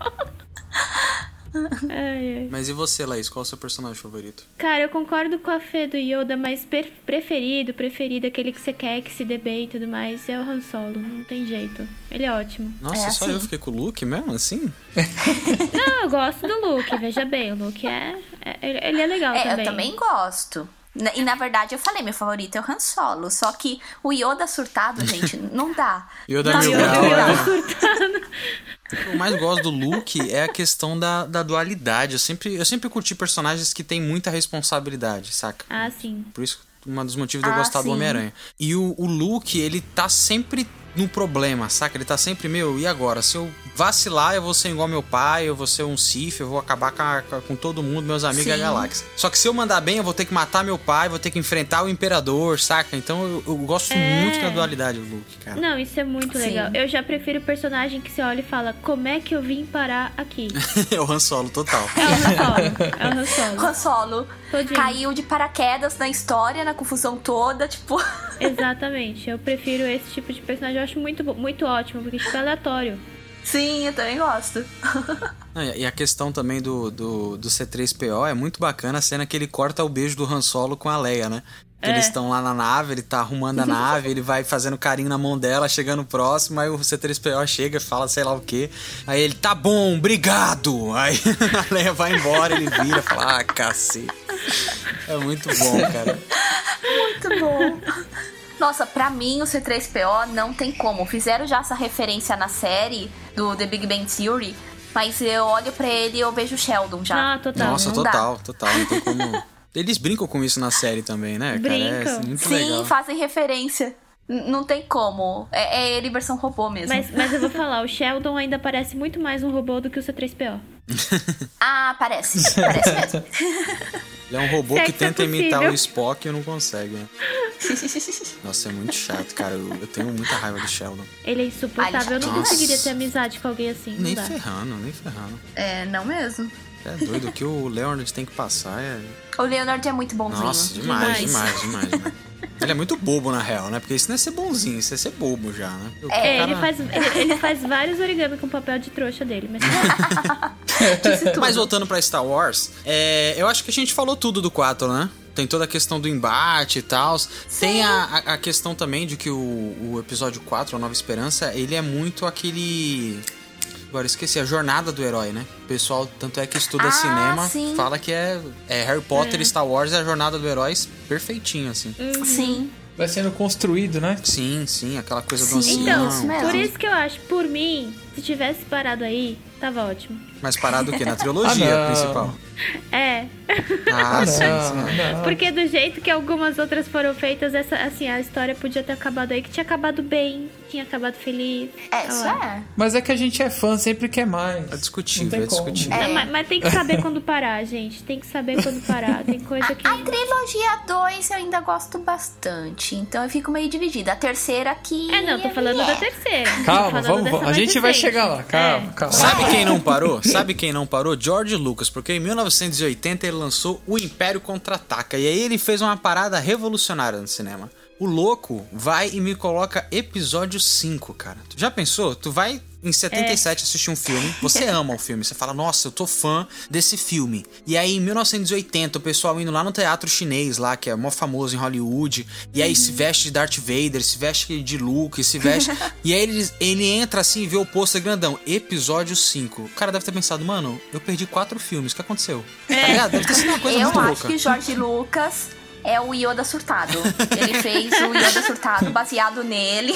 Ai, ai.
Mas e você, Laís? Qual é o seu personagem favorito?
Cara, eu concordo com a Fê do Yoda, mas per- preferido, preferido, aquele que você quer que se dê bem e tudo mais, é o Han Solo. Não tem jeito. Ele é ótimo.
Nossa,
É
só
assim.
eu fiquei com o Luke mesmo, assim?
Não, eu gosto do Luke, veja bem. O Luke é. é- ele- ele é legal
É,
também.
eu também gosto. Na- E na verdade eu falei, meu favorito é o Han Solo. Só que o Yoda surtado, gente, não dá.
Yoda
Não,
mil
Yoda é
grau,
mil
né?
grau.
O que eu mais gosto do Luke é a questão da, da dualidade. Eu sempre, eu sempre curti personagens que têm muita responsabilidade, saca?
Ah, sim.
Por isso, um dos motivos de eu
Ah,
gostar do
sim.
Homem-Aranha. E o, o Luke, ele tá sempre no problema, saca? Ele tá sempre, meu, e agora? Se eu vacilar, eu vou ser igual meu pai, eu vou ser um Sif, eu vou acabar com, a- com- com todo mundo, meus amigos e a
Sim.
galáxia. Só que se eu mandar bem, eu vou ter que matar meu pai, vou ter que enfrentar o Imperador, saca? Então eu, eu gosto
É.
muito da dualidade do Luke, cara.
Não, isso é muito
Sim.
legal. Eu já prefiro personagem que você olha e fala: Como é que eu vim parar aqui?
é o Han Solo total.
É o Han Solo. É o Han
O
Solo.
Han Solo
Todinho.
caiu de paraquedas na história, na confusão toda, tipo.
Exatamente. Eu prefiro esse tipo de personagem. Eu acho muito, bo- muito ótimo, porque tipo, é aleatório.
Sim, eu também gosto.
Não, E e a questão também do, do, do C3PO é muito bacana a cena que ele corta o beijo do Han Solo com a Leia, né? Que eles estão lá na nave, ele tá arrumando a nave, ele vai fazendo carinho na mão dela, chegando próximo, aí o C3PO chega, fala sei lá o quê. Aí ele, tá bom, obrigado! Aí a Leia vai embora, ele vira, fala, ah, cacete. É muito bom, cara.
Muito bom. Nossa, pra mim o C3PO não tem como. Fizeram já essa referência na série do The Big Bang Theory, mas eu olho pra ele e eu vejo o Sheldon já.
Ah, total.
Nossa,
não dá.
total, total. Não tem como. Eles brincam com isso na série também, né, cara? É
Brincam.
muito
Sim,
legal.
fazem referência. N- Não tem como. É, é ele versão robô mesmo.
Mas, mas eu vou falar, o Sheldon ainda parece muito mais um robô do que o C3PO.
Ah, parece. Parece mesmo.
Ele é um robô
Se é
que
que isso é
tenta imitar
possível.
o Spock e não consegue, né? Nossa, é muito chato, cara. Eu, eu tenho muita raiva do Sheldon.
Ele é insuportável, eu não
Nossa.
conseguiria ter amizade com alguém assim, não
Nem
dá.
ferrando, nem ferrando.
é, não mesmo.
É doido, o que o Leonard tem que passar é...
O Leonard é muito bonzinho.
Nossa, demais, demais,
Demais.
demais, né? Ele é muito bobo, na real, né? Porque isso não é ser bonzinho, isso é ser bobo já, né? O
É,
tá
cara-
ele faz, ele, ele faz vários origami com papel de trouxa dele, mas
Disse tudo.
Mas voltando pra Star Wars, é, eu acho que a gente falou tudo do 4, né? Tem toda a questão do embate e tal. Tem a, a- a questão também de que o, o episódio 4, A Nova Esperança, ele é muito aquele. Agora eu esqueci, a jornada do herói, né? O pessoal, tanto é que estuda
Ah,
cinema,
sim.
fala que é, é Harry Potter e Star Wars é a jornada do herói perfeitinho, assim.
Sim.
Vai sendo construído, né?
Sim, sim, aquela coisa do
Sim.
ancião.
Então,
isso mesmo.
por isso que eu acho, por mim, se tivesse parado aí, tava ótimo.
Mas parado o quê? Na trilogia
Ah, não.
principal.
É,
Ah,
Ah,
sim,
não,
sim.
não.
porque do jeito que algumas outras foram feitas, essa, assim, a história podia ter acabado aí, que tinha acabado bem, tinha acabado feliz.
É, isso
Olha lá.
é.
Mas é que a gente é fã, sempre quer mais.
É discutível,
Não tem
é
como.
discutível.
Não, mas, mas tem que saber quando parar, gente. Tem que saber quando parar. Tem coisa que.
A trilogia 2 eu ainda gosto bastante, então eu fico meio dividida. A terceira que.
É, não, tô falando
é.
da terceira. Tô
Calma,
falando
vamos,
dessa
vamos. A
mais
gente vai
recente. É.
chegar lá, calma, calma.
Sabe quem não parou? Sabe quem não parou? George Lucas, porque em 1980 ele lançou O Império Contra-Ataca e aí ele fez uma parada revolucionária no cinema. O louco vai e me coloca episódio 5, cara. Tu já pensou? Tu vai em 77 assistir um filme, você ama o filme, você fala, nossa, eu tô fã desse filme. E aí em 1980 o pessoal indo lá no teatro chinês lá, que é mó famoso em Hollywood, e aí se veste de Darth Vader, se veste de Luke, se veste... e aí ele, ele entra assim e vê o pôster grandão, episódio 5. O cara deve ter pensado, mano, eu perdi quatro filmes, o que aconteceu? Tá ligado? Deve ter sido uma coisa
É. eu
muito
acho
louca.
que Jorge Lucas é o Yoda surtado. Ele fez o Yoda surtado baseado nele.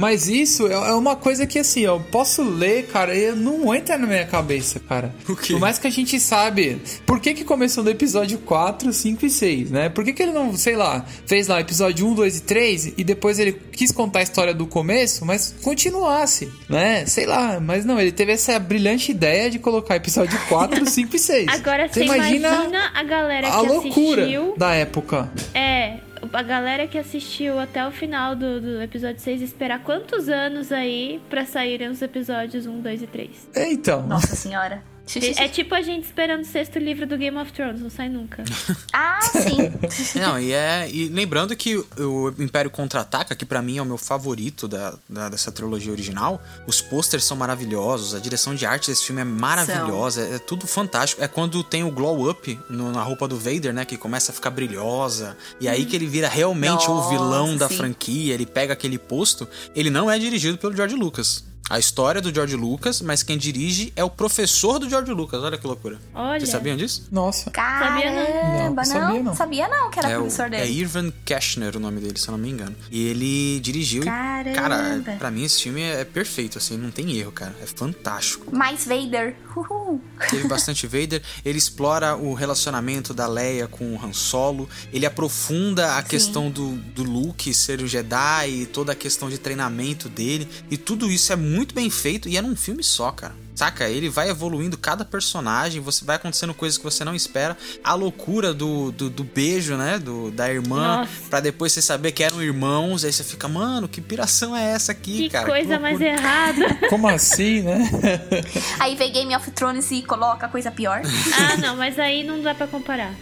Mas isso é é uma coisa que, assim, eu posso ler, cara, e não entra na minha cabeça, cara.
O quê?
Por mais que a gente sabe por que que começou do episódio 4, 5 e 6, né? Por que que ele não, sei lá, fez lá episódio 1, 2 e 3 e depois ele quis contar a história do começo, mas continuasse, né? Sei lá, mas não, ele teve essa brilhante ideia de colocar episódio 4, 5 e 6.
Agora você imagina,
um, né?
a galera que
a loucura
assistiu.
da época.
É, a galera que assistiu até o final do, do episódio 6 esperar quantos anos aí pra saírem os episódios 1, 2 e 3.
É, Então,
Nossa senhora.
É tipo a gente esperando o sexto livro do Game of Thrones, não sai nunca.
Ah, sim.
Não, e é. E lembrando que o Império Contra-Ataca, que pra mim é o meu favorito da, da- dessa trilogia original, os posters são maravilhosos, a direção de arte desse filme é maravilhosa, é, tudo fantástico. É quando tem o glow up no- na roupa do Vader, né? Que começa a ficar brilhosa. E aí que ele vira realmente o
Nossa,
vilão da
sim.
franquia, ele pega aquele posto. Ele não é dirigido pelo George Lucas. A história é do George Lucas, mas quem dirige é o professor do George Lucas. Olha que loucura.
Olha.
Vocês sabiam disso?
nossa.
Caramba,
não. Não, sabia não.
Sabia não que era
o-
professor
é
dele.
Irvan Kashner o nome dele, se eu não me engano. E ele dirigiu. e,
Caramba.
cara, pra mim esse filme é perfeito, assim, não tem erro, cara. É fantástico.
Mais Vader. Uhul.
Teve bastante Vader, ele explora o relacionamento da Leia com o Han Solo, ele aprofunda a questão do, do Luke ser o Jedi e toda a questão de treinamento dele. E tudo isso é muito bem feito e é num filme só, cara. Saca? Ele vai evoluindo cada personagem, você vai acontecendo coisas que você não espera. A loucura do, do, do beijo, né? Do, da irmã,
Nossa.
pra depois você saber que eram irmãos. Aí você fica, mano, que piração é essa aqui,
que
cara?
coisa
loucura."
mais errada.
Como assim, né?
Aí vem Game of Thrones e coloca coisa pior.
ah, não, mas aí não dá pra comparar.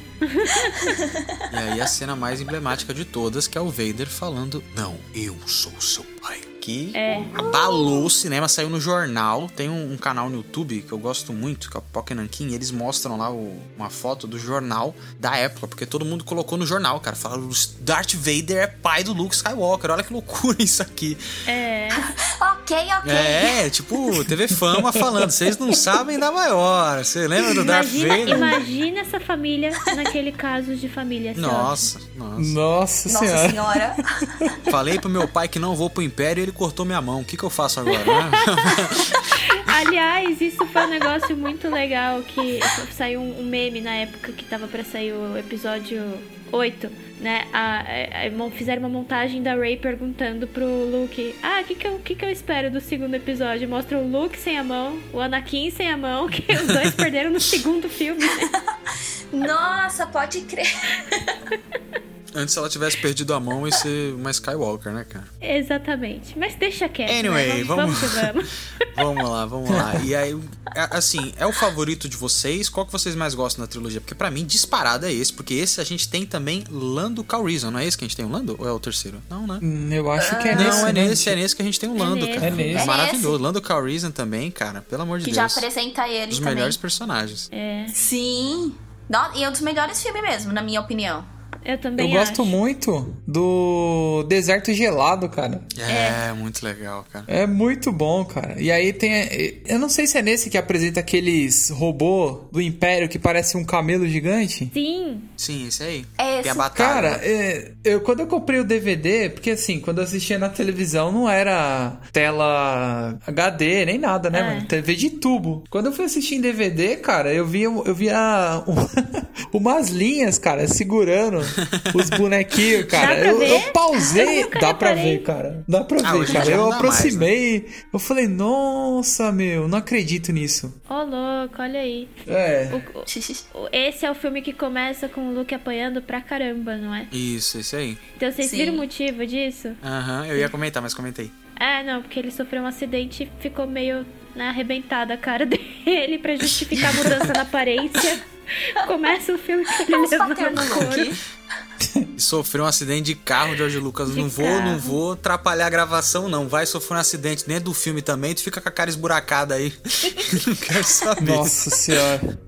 E aí a cena mais emblemática de todas, que é o Vader falando: Não, eu sou seu pai. Que abalou o cinema, saiu no jornal. Tem um, um canal no YouTube que eu gosto muito, que é o Pokenankin. Eles mostram lá o- uma foto do jornal da época, porque todo mundo colocou no jornal, cara. Falaram: Darth Vader é pai do Luke Skywalker. Olha que loucura isso aqui.
É,
ok, ok.
É, tipo, TV Fama falando: Vocês não sabem da maior. Você lembra do Darth
imagina,
Vader?
imagina essa família naquele caso de família. assim, sei lá.
Nossa, nossa.
Nossa,
Nossa senhora.
Falei pro meu pai que não vou pro Império e ele cortou minha mão. O que, que eu faço agora? né?
Aliás, isso foi um negócio muito legal que saiu um meme na época que tava pra sair o episódio 8, né? A, a- a- mon- fizeram uma montagem da Ray perguntando pro Luke: Ah, o que que, eu- que que eu espero do segundo episódio? Mostra o Luke sem a mão, o Anakin sem a mão, que os dois perderam no segundo filme.
Nossa, pode crer.
Antes ela tivesse perdido a mão e ser uma Skywalker, né, cara?
Exatamente. Mas deixa quieto. né?
Anyway, vamos-
vamos que vamos.
Vamos lá, vamos lá. E aí, a- assim, é o favorito de vocês? Qual que vocês mais gostam da trilogia? Porque pra mim, disparado é esse, porque esse a gente tem também Lando Calrissian, não é esse que a gente tem o Lando? Ou é o terceiro? Não, né?
Hum, Eu acho que é nesse.
não, é
né?
nesse, é nesse que a gente tem o Lando,
nesse.
cara.
É nesse.
É
maravilhoso. Lando Calrissian também, cara, pelo amor de
Que já
Deus.
apresenta ele
Um dos
também.
melhores personagens.
Sim. No- E é um dos melhores filmes mesmo, na minha opinião.
Eu também
Eu gosto
acho.
muito do Deserto Gelado, cara.
É, muito legal, cara.
É muito bom, cara. E aí tem. Eu não sei se é nesse que apresenta aqueles robô do Império que parece um camelo gigante.
Sim,
Sim, esse aí.
É
Tem a
esse.
batalha.
Cara, é, eu quando eu comprei o DVD, porque assim, quando eu assistia na televisão não era tela HD nem nada, né,
É.
mano? TV de tubo. Quando eu fui assistir em DVD, cara, eu via, eu via um- umas linhas, cara, segurando os bonequinhos, cara.
Dá pra
eu,
ver?
eu pausei.
Eu nunca
dá pra
reparei.
ver, cara. Dá pra
Ah,
ver,
hoje em
cara.
dia
Eu
não dá mais,
aproximei, eu falei, nossa, meu, não acredito nisso.
ô louco, olha aí.
É.
O- o- esse é o filme que começa com o Luke apanhando pra caramba, não é?
Isso, esse aí.
Então vocês
Sim.
viram o motivo disso?
Aham, eu ia comentar, mas comentei.
Ah, não, porque ele sofreu um acidente e ficou meio né, arrebentada a cara dele pra justificar a mudança na aparência. Começa o filme que ele
Vamos
levanta
bater no
no couro.
Luke.
E sofreu um acidente de carro, George Lucas.
De
não vou,
carro.
não vou atrapalhar a gravação, não. Vai sofrer um acidente dentro do filme também, tu fica com a cara esburacada aí. não quero saber.
Nossa senhora.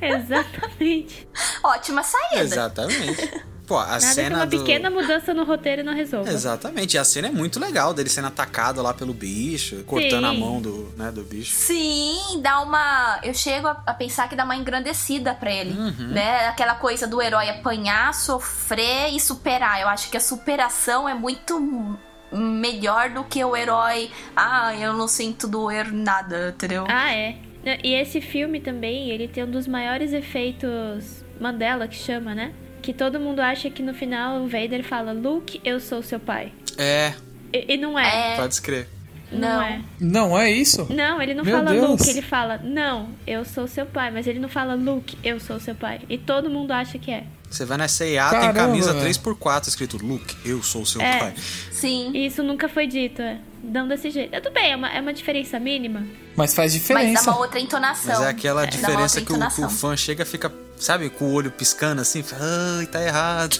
Exatamente.
Ótima saída.
Exatamente. Pô, a
Nada que
cena
uma
do.
pequena mudança no roteiro não resolva.
Exatamente, e a cena é muito legal dele sendo atacado lá pelo bicho, cortando a
Sim.
mão do, né, do bicho.
Sim, dá uma. Eu chego a, a pensar que dá uma engrandecida pra ele.
Uhum.
Né? Aquela coisa do herói apanhar, sofrer e superar. Eu acho que a superação é muito m- melhor do que o herói. Ah, eu não sinto doer nada, entendeu?
Ah, é. E esse filme também, ele tem um dos maiores efeitos Mandela, que chama, né? Que todo mundo acha que no final o Vader fala, Luke, eu sou seu pai.
É,
E, e não é.
É.
pode escrever.
Não,
Não.
é.
Não é isso?
Não, ele não
Meu
fala
Deus.
Luke, ele fala, não, eu sou seu pai. Mas ele não fala Luke, eu sou seu pai. E todo mundo acha que é.
Você vai na CIA, tem
Caramba,
camisa
velho.
3x4 escrito Luke, eu sou seu
É.
pai.
Sim.
E isso nunca foi dito, é. Não desse jeito. É, Tudo bem, é uma, é uma diferença mínima.
Mas faz
Mas
diferença.
dá uma outra entonação.
Mas é aquela
Então, Dá uma
diferença
outra
que o, que o
entonação.
fã chega e fica, sabe, com o olho piscando assim, fala, ai, tá errado.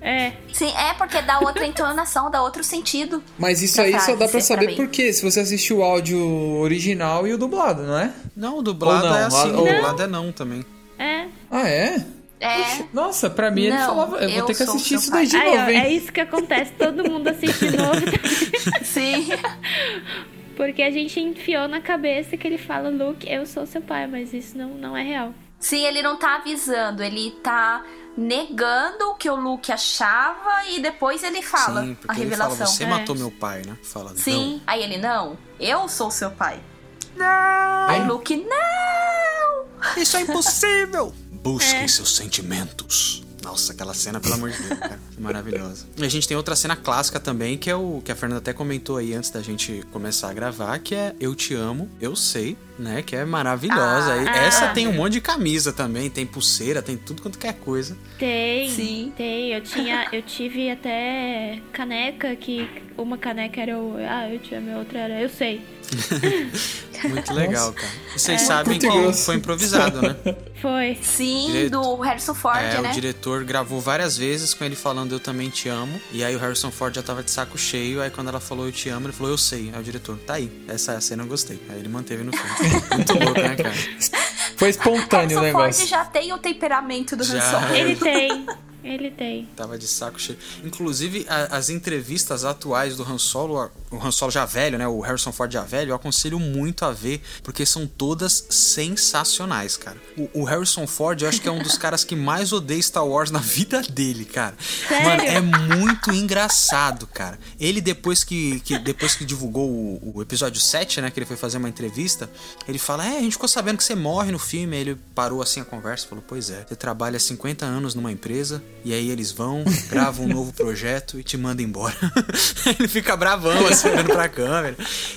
É, é.
Sim, é porque dá outra entonação, dá outro sentido.
Mas isso
Dá
aí
pra
só dá pra
dizer pra
saber
mim.
por quê, se você assistiu o áudio original e o dublado, não é?
Não, o dublado
Ou não,
é assim,
ou-
o dublado é não também.
É,
Ah, é?
É.
Nossa, pra mim ele
Não,
falava. Eu, vou
eu
ter que
sou
assistir
seu
isso daí de
Aí, ó,
novo,
é
hein?
isso que acontece. Todo mundo assiste de novo.
Sim.
Porque a gente enfiou na cabeça que ele fala, Luke, eu sou seu pai, mas isso não, não é real.
Sim, ele não tá avisando, ele tá negando o que o Luke achava e depois ele fala
Sim,
a
porque ele fala,
revelação.
você
É.
matou meu pai, né? Fala, não.
Sim, aí ele não, eu sou seu pai. Não! Aí Luke, não!
Isso é impossível!
É.
Busquem seus sentimentos. Nossa, aquela cena, pelo amor de Deus, cara. é Maravilhosa. E a gente tem outra cena clássica também, que é o que a Fernanda até comentou aí antes da gente começar a gravar, que é Eu Te Amo, Eu Sei, né? Que é maravilhosa.
Ah,
E Essa tem um monte de camisa também, tem pulseira, tem tudo quanto que é coisa.
Tem.
Sim.
Tem. Eu tinha. Eu tive até caneca que. Uma caneca era o. Ah, eu tinha minha outra era. Eu sei.
Muito legal, cara. E vocês sabem
É. Muito
que
grosso.
foi improvisado, né?
Foi.
Sim,
Direito.
do Harrison Ford,
É,
né?
o diretor gravou várias vezes com ele falando eu também te amo. E aí o Harrison Ford já tava de saco cheio. Aí quando ela falou eu te amo, ele falou eu sei. Aí o diretor, tá aí, essa cena eu gostei. Aí ele manteve no filme. Muito louco, né, cara?
Foi espontâneo o
Harrison Ford
negócio.
já tem o temperamento do
Já. é,
Hanson.
Ele tem. Ele tem.
Tava de saco cheio. Inclusive, a- as entrevistas atuais do Han Solo, a- o Han Solo já velho, né? O Harrison Ford já velho, eu aconselho muito a ver, porque são todas sensacionais, cara. O, o Harrison Ford, eu acho que é um dos caras que mais odeia Star Wars na vida dele, cara.
Sério?
Mano, é muito engraçado, cara. Ele, depois que, que- depois que divulgou o, o episódio 7, né? Que ele foi fazer uma entrevista, ele fala: É, a gente ficou sabendo que você morre no filme. Aí ele parou assim a conversa e falou: Pois é, você trabalha 50 anos numa empresa, e aí eles vão, gravam um novo projeto e te mandam embora. ele fica bravão, assim, olhando pra câmera.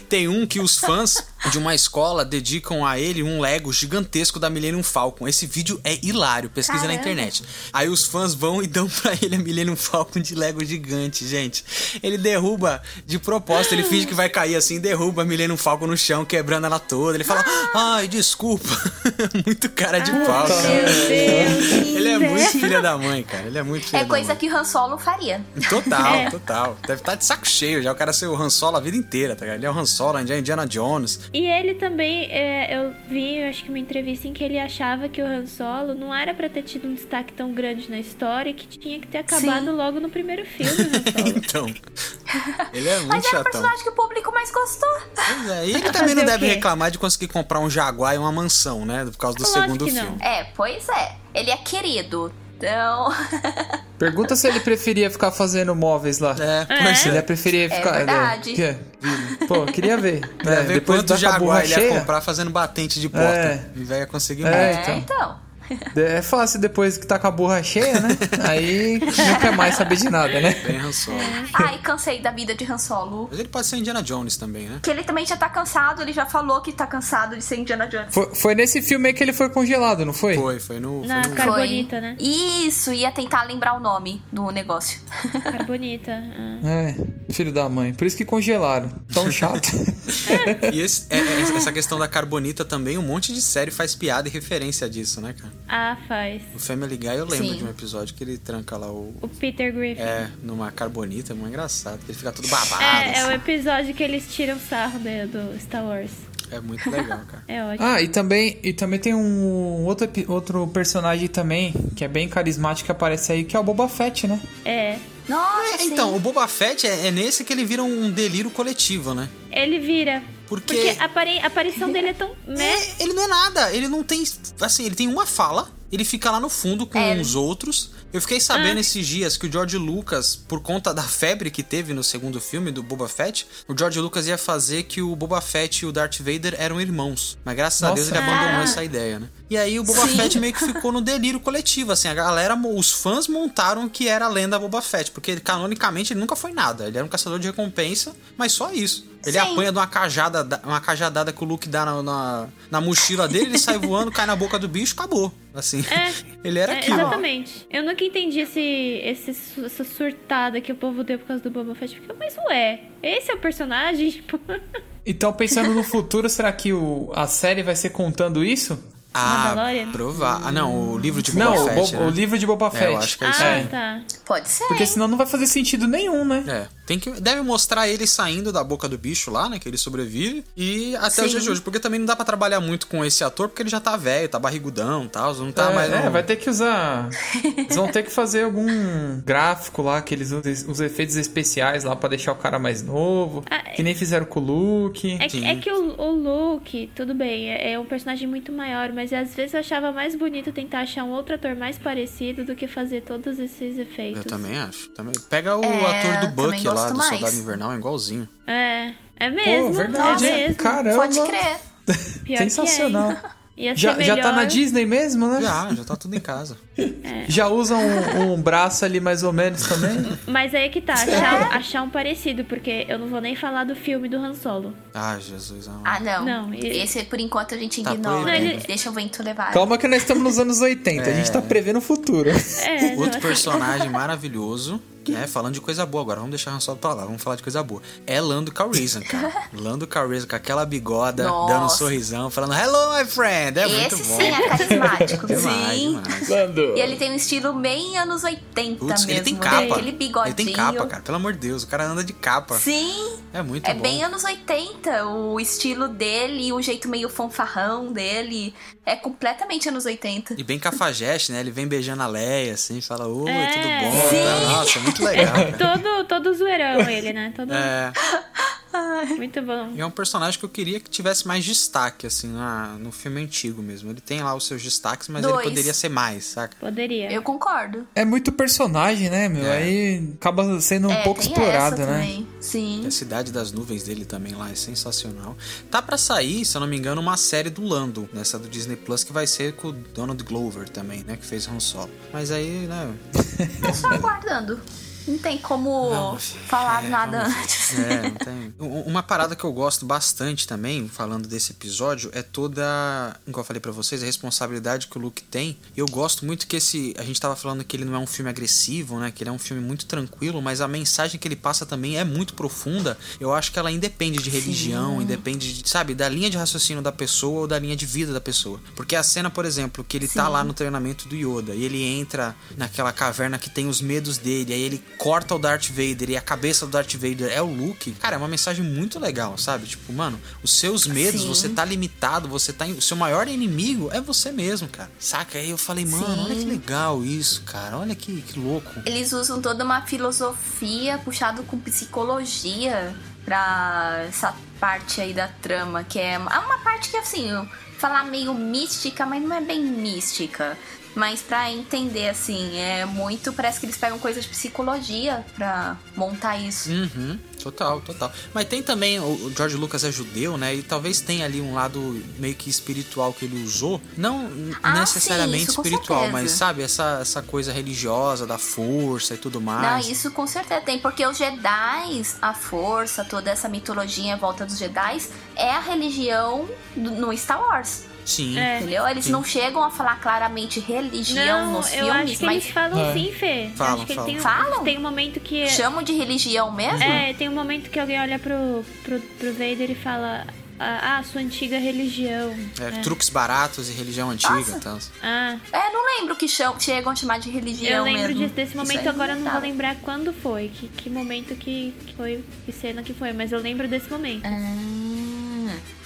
Tem um que os fãs de uma escola dedicam a ele um Lego gigantesco da Millennium Falcon. Esse vídeo é hilário, pesquisa na
Caramba.
internet internet. Aí os fãs vão e dão pra ele a Millennium Falcon de Lego gigante, gente. Ele derruba de propósito, ele finge que vai cair assim, e derruba a Millennium Falcon no chão, quebrando ela toda. Ele fala, "Ah, ai, desculpa. Muito cara de pau,
Meu
cara.
Deus.
Ele é muito filha da mãe, cara. Ele é muito filha
É
da
coisa
mãe.
que Han Solo faria.
Total,
É.
total. Deve estar de saco cheio já. O cara ser o Han Solo a vida inteira, tá ligado? Ele é o Han Solo, ele é Indiana Jones.
E ele também, é, eu vi, eu acho que uma entrevista em que ele achava que o Han Solo não era pra ter tido um destaque tão grande na história e que tinha que ter acabado
Sim.
logo no primeiro filme. né, o Han Solo.
Então, ele é muito
um
Mas era
chatão.
o personagem que o público mais gostou.
Pois é, e ele também não
Fazer o
deve
quê?
reclamar de conseguir comprar um Jaguar e uma mansão, né? Por causa do
Lógico
segundo
que não.
filme.
É, pois é. Ele é querido. Então,
Pergunta se ele preferia ficar fazendo móveis lá.
É, pois
Se ele
é.
preferia ficar.
verdade.
que- Pô, queria ver.
Pra
É,
ver
depois
quanto
da
Jaguar
jaguar
ele ia
cheia.
comprar fazendo batente de porta.
É.
E vai conseguir
é,
É,
muito.
então.
então.
É fácil depois que tá com a burra cheia, né? Aí não quer mais saber de nada, né?
Bem Han Solo.
então. Ai, cansei da vida de Han Solo.
Mas ele pode ser o Indiana Jones também, né?
Que ele também já tá cansado, ele já falou que tá cansado de ser Indiana Jones.
Foi, foi nesse filme aí que ele foi congelado, não foi?
Foi, foi no. Foi
Na
no...
cara- Carbonita, né?
Isso, ia tentar lembrar o nome do negócio.
Carbonita. ah.
É, filho da mãe. Por isso que congelaram. Tão chato.
E esse- é- é- essa questão da carbonita também, um monte de série faz piada e referência disso, né, cara?
Ah, faz.
No Family Guy eu lembro
Sim.
de um episódio que ele tranca lá o.
O Peter Griffin.
É, numa carbonita, é muito engraçado. Ele fica tudo babado.
É, é o
assim.
episódio que eles tiram sarro né, do Star Wars.
é muito legal, cara.
É ótimo.
ah, e também, e também tem um outro, epi- outro personagem também, que é bem carismático que aparece aí, que é o Boba Fett, né?
É.
Nossa,
É,
sim.
então, o Boba Fett é, é nesse que ele vira um delírio coletivo, né?
Ele vira.
Porque,
Porque a, apari- a aparição dele é tão. Né?
é, ele não é nada, ele não tem. Assim, ele tem uma fala, ele fica lá no fundo com
É.
os outros. Eu fiquei sabendo esses dias que o George Lucas, por conta da febre que teve no segundo filme do Boba Fett, o George Lucas ia fazer que o Boba Fett e o Darth Vader eram irmãos. Mas graças a
Nossa.
Deus ele abandonou
Ah.
essa ideia, né? E aí o Boba
Sim.
Fett meio que ficou no delírio coletivo, assim, a galera, os fãs montaram que era a lenda Boba Fett, porque ele, canonicamente ele nunca foi nada, ele era um caçador de recompensa, mas só isso. Ele
Sim.
apanha de uma cajada, da- uma cajadada que o Luke dá na, na, na mochila dele, ele sai voando, cai na boca do bicho, acabou. Assim,
É.
ele era
É,
aquilo.
exatamente. Eu nunca entendi esse, esse, su- essa surtada que o povo deu por causa do Boba Fett. Porque, mas ué, esse é o personagem? Tipo,
Então, pensando no futuro, será que o- a série vai ser contando isso?
Ah,
Mandalorian?
provar. Ah, não, o livro de Boba
não, o
Fett.
Bo- o,
né?
livro de Boba Fett.
acho que é isso
ah,
aí.
tá.
Pode ser.
Porque senão não vai fazer sentido nenhum, né?
É, tem que, deve mostrar ele saindo da boca do bicho lá, né? Que ele sobrevive. E até o
Sim.
dia de hoje. Porque também não dá pra trabalhar muito com esse ator, porque ele já tá velho, tá barrigudão e tal. Não tá
é,
mais.
é,
um-
vai ter que usar. Eles vão ter que fazer algum gráfico lá, que eles usam os efeitos especiais lá pra deixar o cara mais novo.
Ah,
que nem fizeram com o Luke.
É, que- é que o, o Luke, tudo bem, é, é um personagem muito maior, mas às vezes eu achava mais bonito tentar achar um outro ator mais parecido do que fazer todos esses efeitos.
Eu também acho. Também. Pega o
É,
ator do
eu
Buck
também
lá,
gosto
do
mais.
Soldado Invernal, é igualzinho.
É, é mesmo.
Pô, verdade.
é
hein?
mesmo.
Caramba.
Pode crer.
Pior
Sensacional.
Que é, hein? Ia ser
Já, já
melhor.
tá na Disney mesmo, né?
Já, já tá tudo em casa.
Já usa um, um braço ali mais ou menos também.
Mas aí que tá, achar, achar um parecido, porque eu não vou nem falar do filme do Han Solo.
Ah, Jesus. amado.
Ah, não.
Não, e-
Esse, por enquanto, a gente
Tá
ignora.
proibido.
Deixa o vento levar.
Calma que nós estamos nos anos 80, a gente tá prevendo o futuro.
né?
É, não,
Outro
assim,
personagem maravilhoso,
aqui.
É, falando de coisa boa agora, vamos deixar Han Solo pra lá, vamos falar de coisa boa. É Lando Calrissian, cara. Lando Calrissian com aquela bigoda,
Nossa.
dando um sorrisão, falando Hello, my friend! É
Esse
muito bom.
sim é carismático.
Demais,
sim.
demais.
E ele tem um estilo bem anos 80
Putz,
mesmo.
ele tem
né?
capa.
Aquele bigodinho.
Ele tem capa, cara. Pelo amor de Deus, o cara anda de capa.
Sim,
É muito
é
bom.
bem anos 80 o estilo dele, o jeito meio fanfarrão dele. É completamente anos 80.
E bem cafajeste, né? Ele vem beijando a Leia, assim, fala, oi,
É.
tudo bom?
Sim.
Tá, Nossa, muito legal, cara.
Todo, todo zoeirão ele, né? Todo...
É,
Muito bom.
e é um personagem que eu queria que tivesse mais destaque, assim, na, no filme antigo mesmo. Ele tem lá os seus destaques, mas
Dois.
ele poderia ser mais, saca?
Poderia.
Eu concordo.
É muito personagem, né, meu?
É.
Aí acaba sendo um
é,
pouco
tem
explorado,
essa
né?
também. Sim.
A Cidade das Nuvens dele também lá é sensacional. Tá pra sair, se eu não me engano, uma série do Lando, nessa do Disney Plus, que vai ser com o Donald Glover também, né? Que fez Han Solo. Mas aí, né?
Só aguardando. Não tem como
Vamos.
falar
É,
nada
vamos.
antes.
É, não tem. U- Uma parada que eu gosto bastante também, falando desse episódio, é toda, como eu falei pra vocês, a responsabilidade que o Luke tem. Eu gosto muito que esse, a gente tava falando que ele não é um filme agressivo, né? Que ele é um filme muito tranquilo, mas a mensagem que ele passa também é muito profunda. Eu acho que ela independe de religião, independe, de, sabe, da linha de raciocínio da pessoa ou da linha de vida da pessoa. Porque a cena, por exemplo, que ele tá lá no treinamento do Yoda e ele entra naquela caverna que tem os medos dele, aí ele corta o Darth Vader e a cabeça do Darth Vader é o Luke. Cara, é uma mensagem muito legal, sabe? Tipo, mano, os seus medos,
Sim.
você tá limitado, você tá. em- O seu maior inimigo é você mesmo, cara. Saca? Aí eu falei, mano,
Sim.
olha que legal isso, cara. Olha que, que louco.
Eles usam toda uma filosofia puxado com psicologia pra essa parte aí da trama, que é é uma parte que assim, eu falar meio mística, mas não é bem mística. Mas pra entender assim, é muito, parece que eles pegam coisas de psicologia pra montar isso.
Uhum, total, total. Mas tem também, o o George Lucas é judeu, né? E talvez tenha ali um lado meio que espiritual que ele usou. Não n-
Ah,
necessariamente
sim, isso, com
espiritual,
certeza.
mas sabe, essa, essa coisa religiosa da força e tudo
Não,
mais.
isso com certeza tem, porque os Jedi, a força, toda essa mitologia em volta dos Jedi é a religião do- no Star Wars.
Sim.
É.
Entendeu? Eles
Sim.
não chegam a falar claramente religião
Não, eu
nos
acho
filmes,
que
mas
eles falam
É.
sim, Fê. Eu
Falam,
acho que ele
falam.
Tem, um,
Falam?
tem um momento que.
chamam de religião mesmo?
É, tem um momento que alguém olha pro, pro, pro Vader e fala. Ah, ah, sua antiga religião.
É, Truques baratos e religião antiga. Tá.
Ah,
É, não lembro que cham- chegam a chamar de
eu
religião
lembro
mesmo.
disso- desse
Isso é
momento,
aí
agora eu não vou
tava.
lembrar quando foi, que, que momento que, que foi, que cena que foi, mas eu lembro desse momento.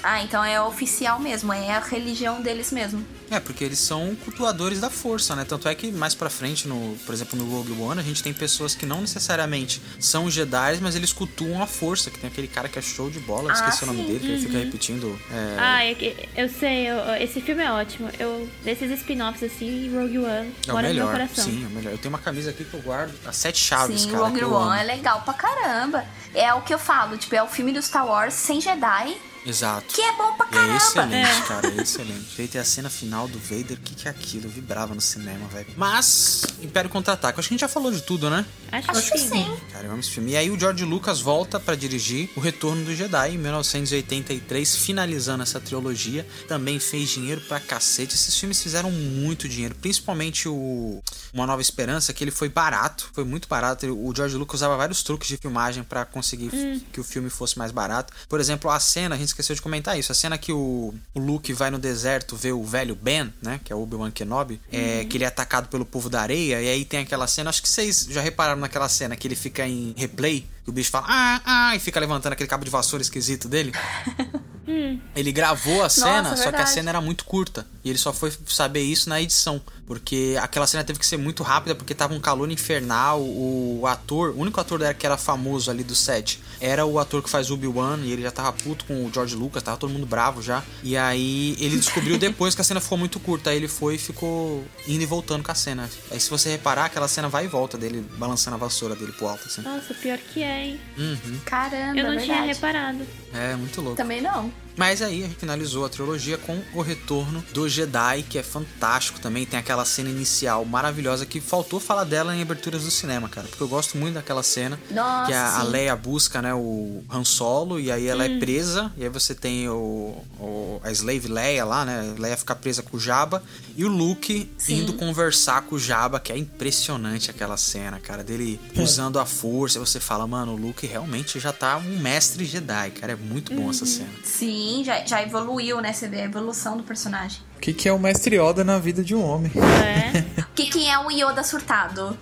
Ah, então é oficial mesmo, é a religião deles mesmo.
É, porque eles são cultuadores da força, né? Tanto é que mais pra frente, no, por exemplo, no Rogue One, a gente tem pessoas que não necessariamente são Jedi, mas eles cultuam a força. Que tem aquele cara que é show de bola, eu
Ah,
esqueci o nome
sim.
dele, que ele fica repetindo. é,
Ah, é que- eu, sei, eu- esse filme é ótimo. Eu, desses spin-offs assim, Rogue One,
É o
mora no meu
melhor,
coração.
sim, é o melhor. Eu tenho uma camisa aqui que eu guardo, as sete chaves,
Sim,
cara.
Rogue
que eu
One é
amo.
legal pra caramba. É o que eu falo, tipo, é o filme do Star Wars sem Jedi,
Exato.
que é bom pra caramba.
É excelente, cara, é excelente. Feito é a cena final do Vader, o que, que é aquilo? Eu vibrava no cinema, velho. Mas, Império Contra-Ataque, acho que a gente já falou de tudo, né?
Acho,
Acho que sim.
Cara, eu amo esse filme. E aí o George Lucas volta pra dirigir O Retorno do Jedi em 1983, finalizando essa trilogia. Também fez dinheiro pra cacete. Esses filmes fizeram muito dinheiro, principalmente o Uma Nova Esperança, que ele foi barato, foi muito barato. O George Lucas usava vários truques de filmagem pra conseguir que o filme fosse mais barato. Por exemplo, a cena, a gente esqueceu de comentar isso, a cena que o, o Luke vai no deserto ver o velho Ben, né, que é o Obi-Wan Kenobi, é, que ele é atacado pelo povo da areia, e aí tem aquela cena, acho que vocês já repararam naquela cena que ele fica em replay, que o bicho fala, ah, ah, e fica levantando aquele cabo de vassoura esquisito dele. Ele gravou a cena, só que a
verdade.
cena era muito curta. E ele só foi saber isso na edição. Porque aquela cena teve que ser muito rápida, porque tava um calor infernal. O ator, o único ator da- que era famoso ali do set, era o ator que faz o Obi-Wan. E ele já tava puto com o George Lucas, tava todo mundo bravo já. E aí ele descobriu depois que a cena ficou muito curta. Aí ele foi e ficou indo e voltando com a cena. Aí se você reparar, aquela cena vai e volta dele, balançando a vassoura dele pro alto, assim.
Nossa, pior que é, hein?
Uhum.
Caramba,
Eu não
é
tinha
verdade.
reparado.
É, muito louco.
Também não.
Mas aí a gente finalizou a trilogia com O Retorno do Jedi, que é fantástico também. Tem aquela cena inicial maravilhosa que faltou falar dela em aberturas do cinema, cara. Porque eu gosto muito daquela cena.
Nossa,
que a, a
sim. Uhum.
Leia busca, né, o Han Solo, e aí ela é presa, e aí você tem o, o- a Slave Leia lá, né, Leia fica presa com o Jabba, e o Luke
Sim.
indo conversar com o Jabba, que é impressionante aquela cena, cara, dele usando a força, e você fala, mano, o Luke realmente já tá um mestre Jedi, cara, é muito bom
Uhum.
essa cena.
Sim, já, já evoluiu, né? Você vê a evolução do personagem.
O que, que é o mestre Yoda na vida de um homem?
É.
O que, que é um Yoda surtado?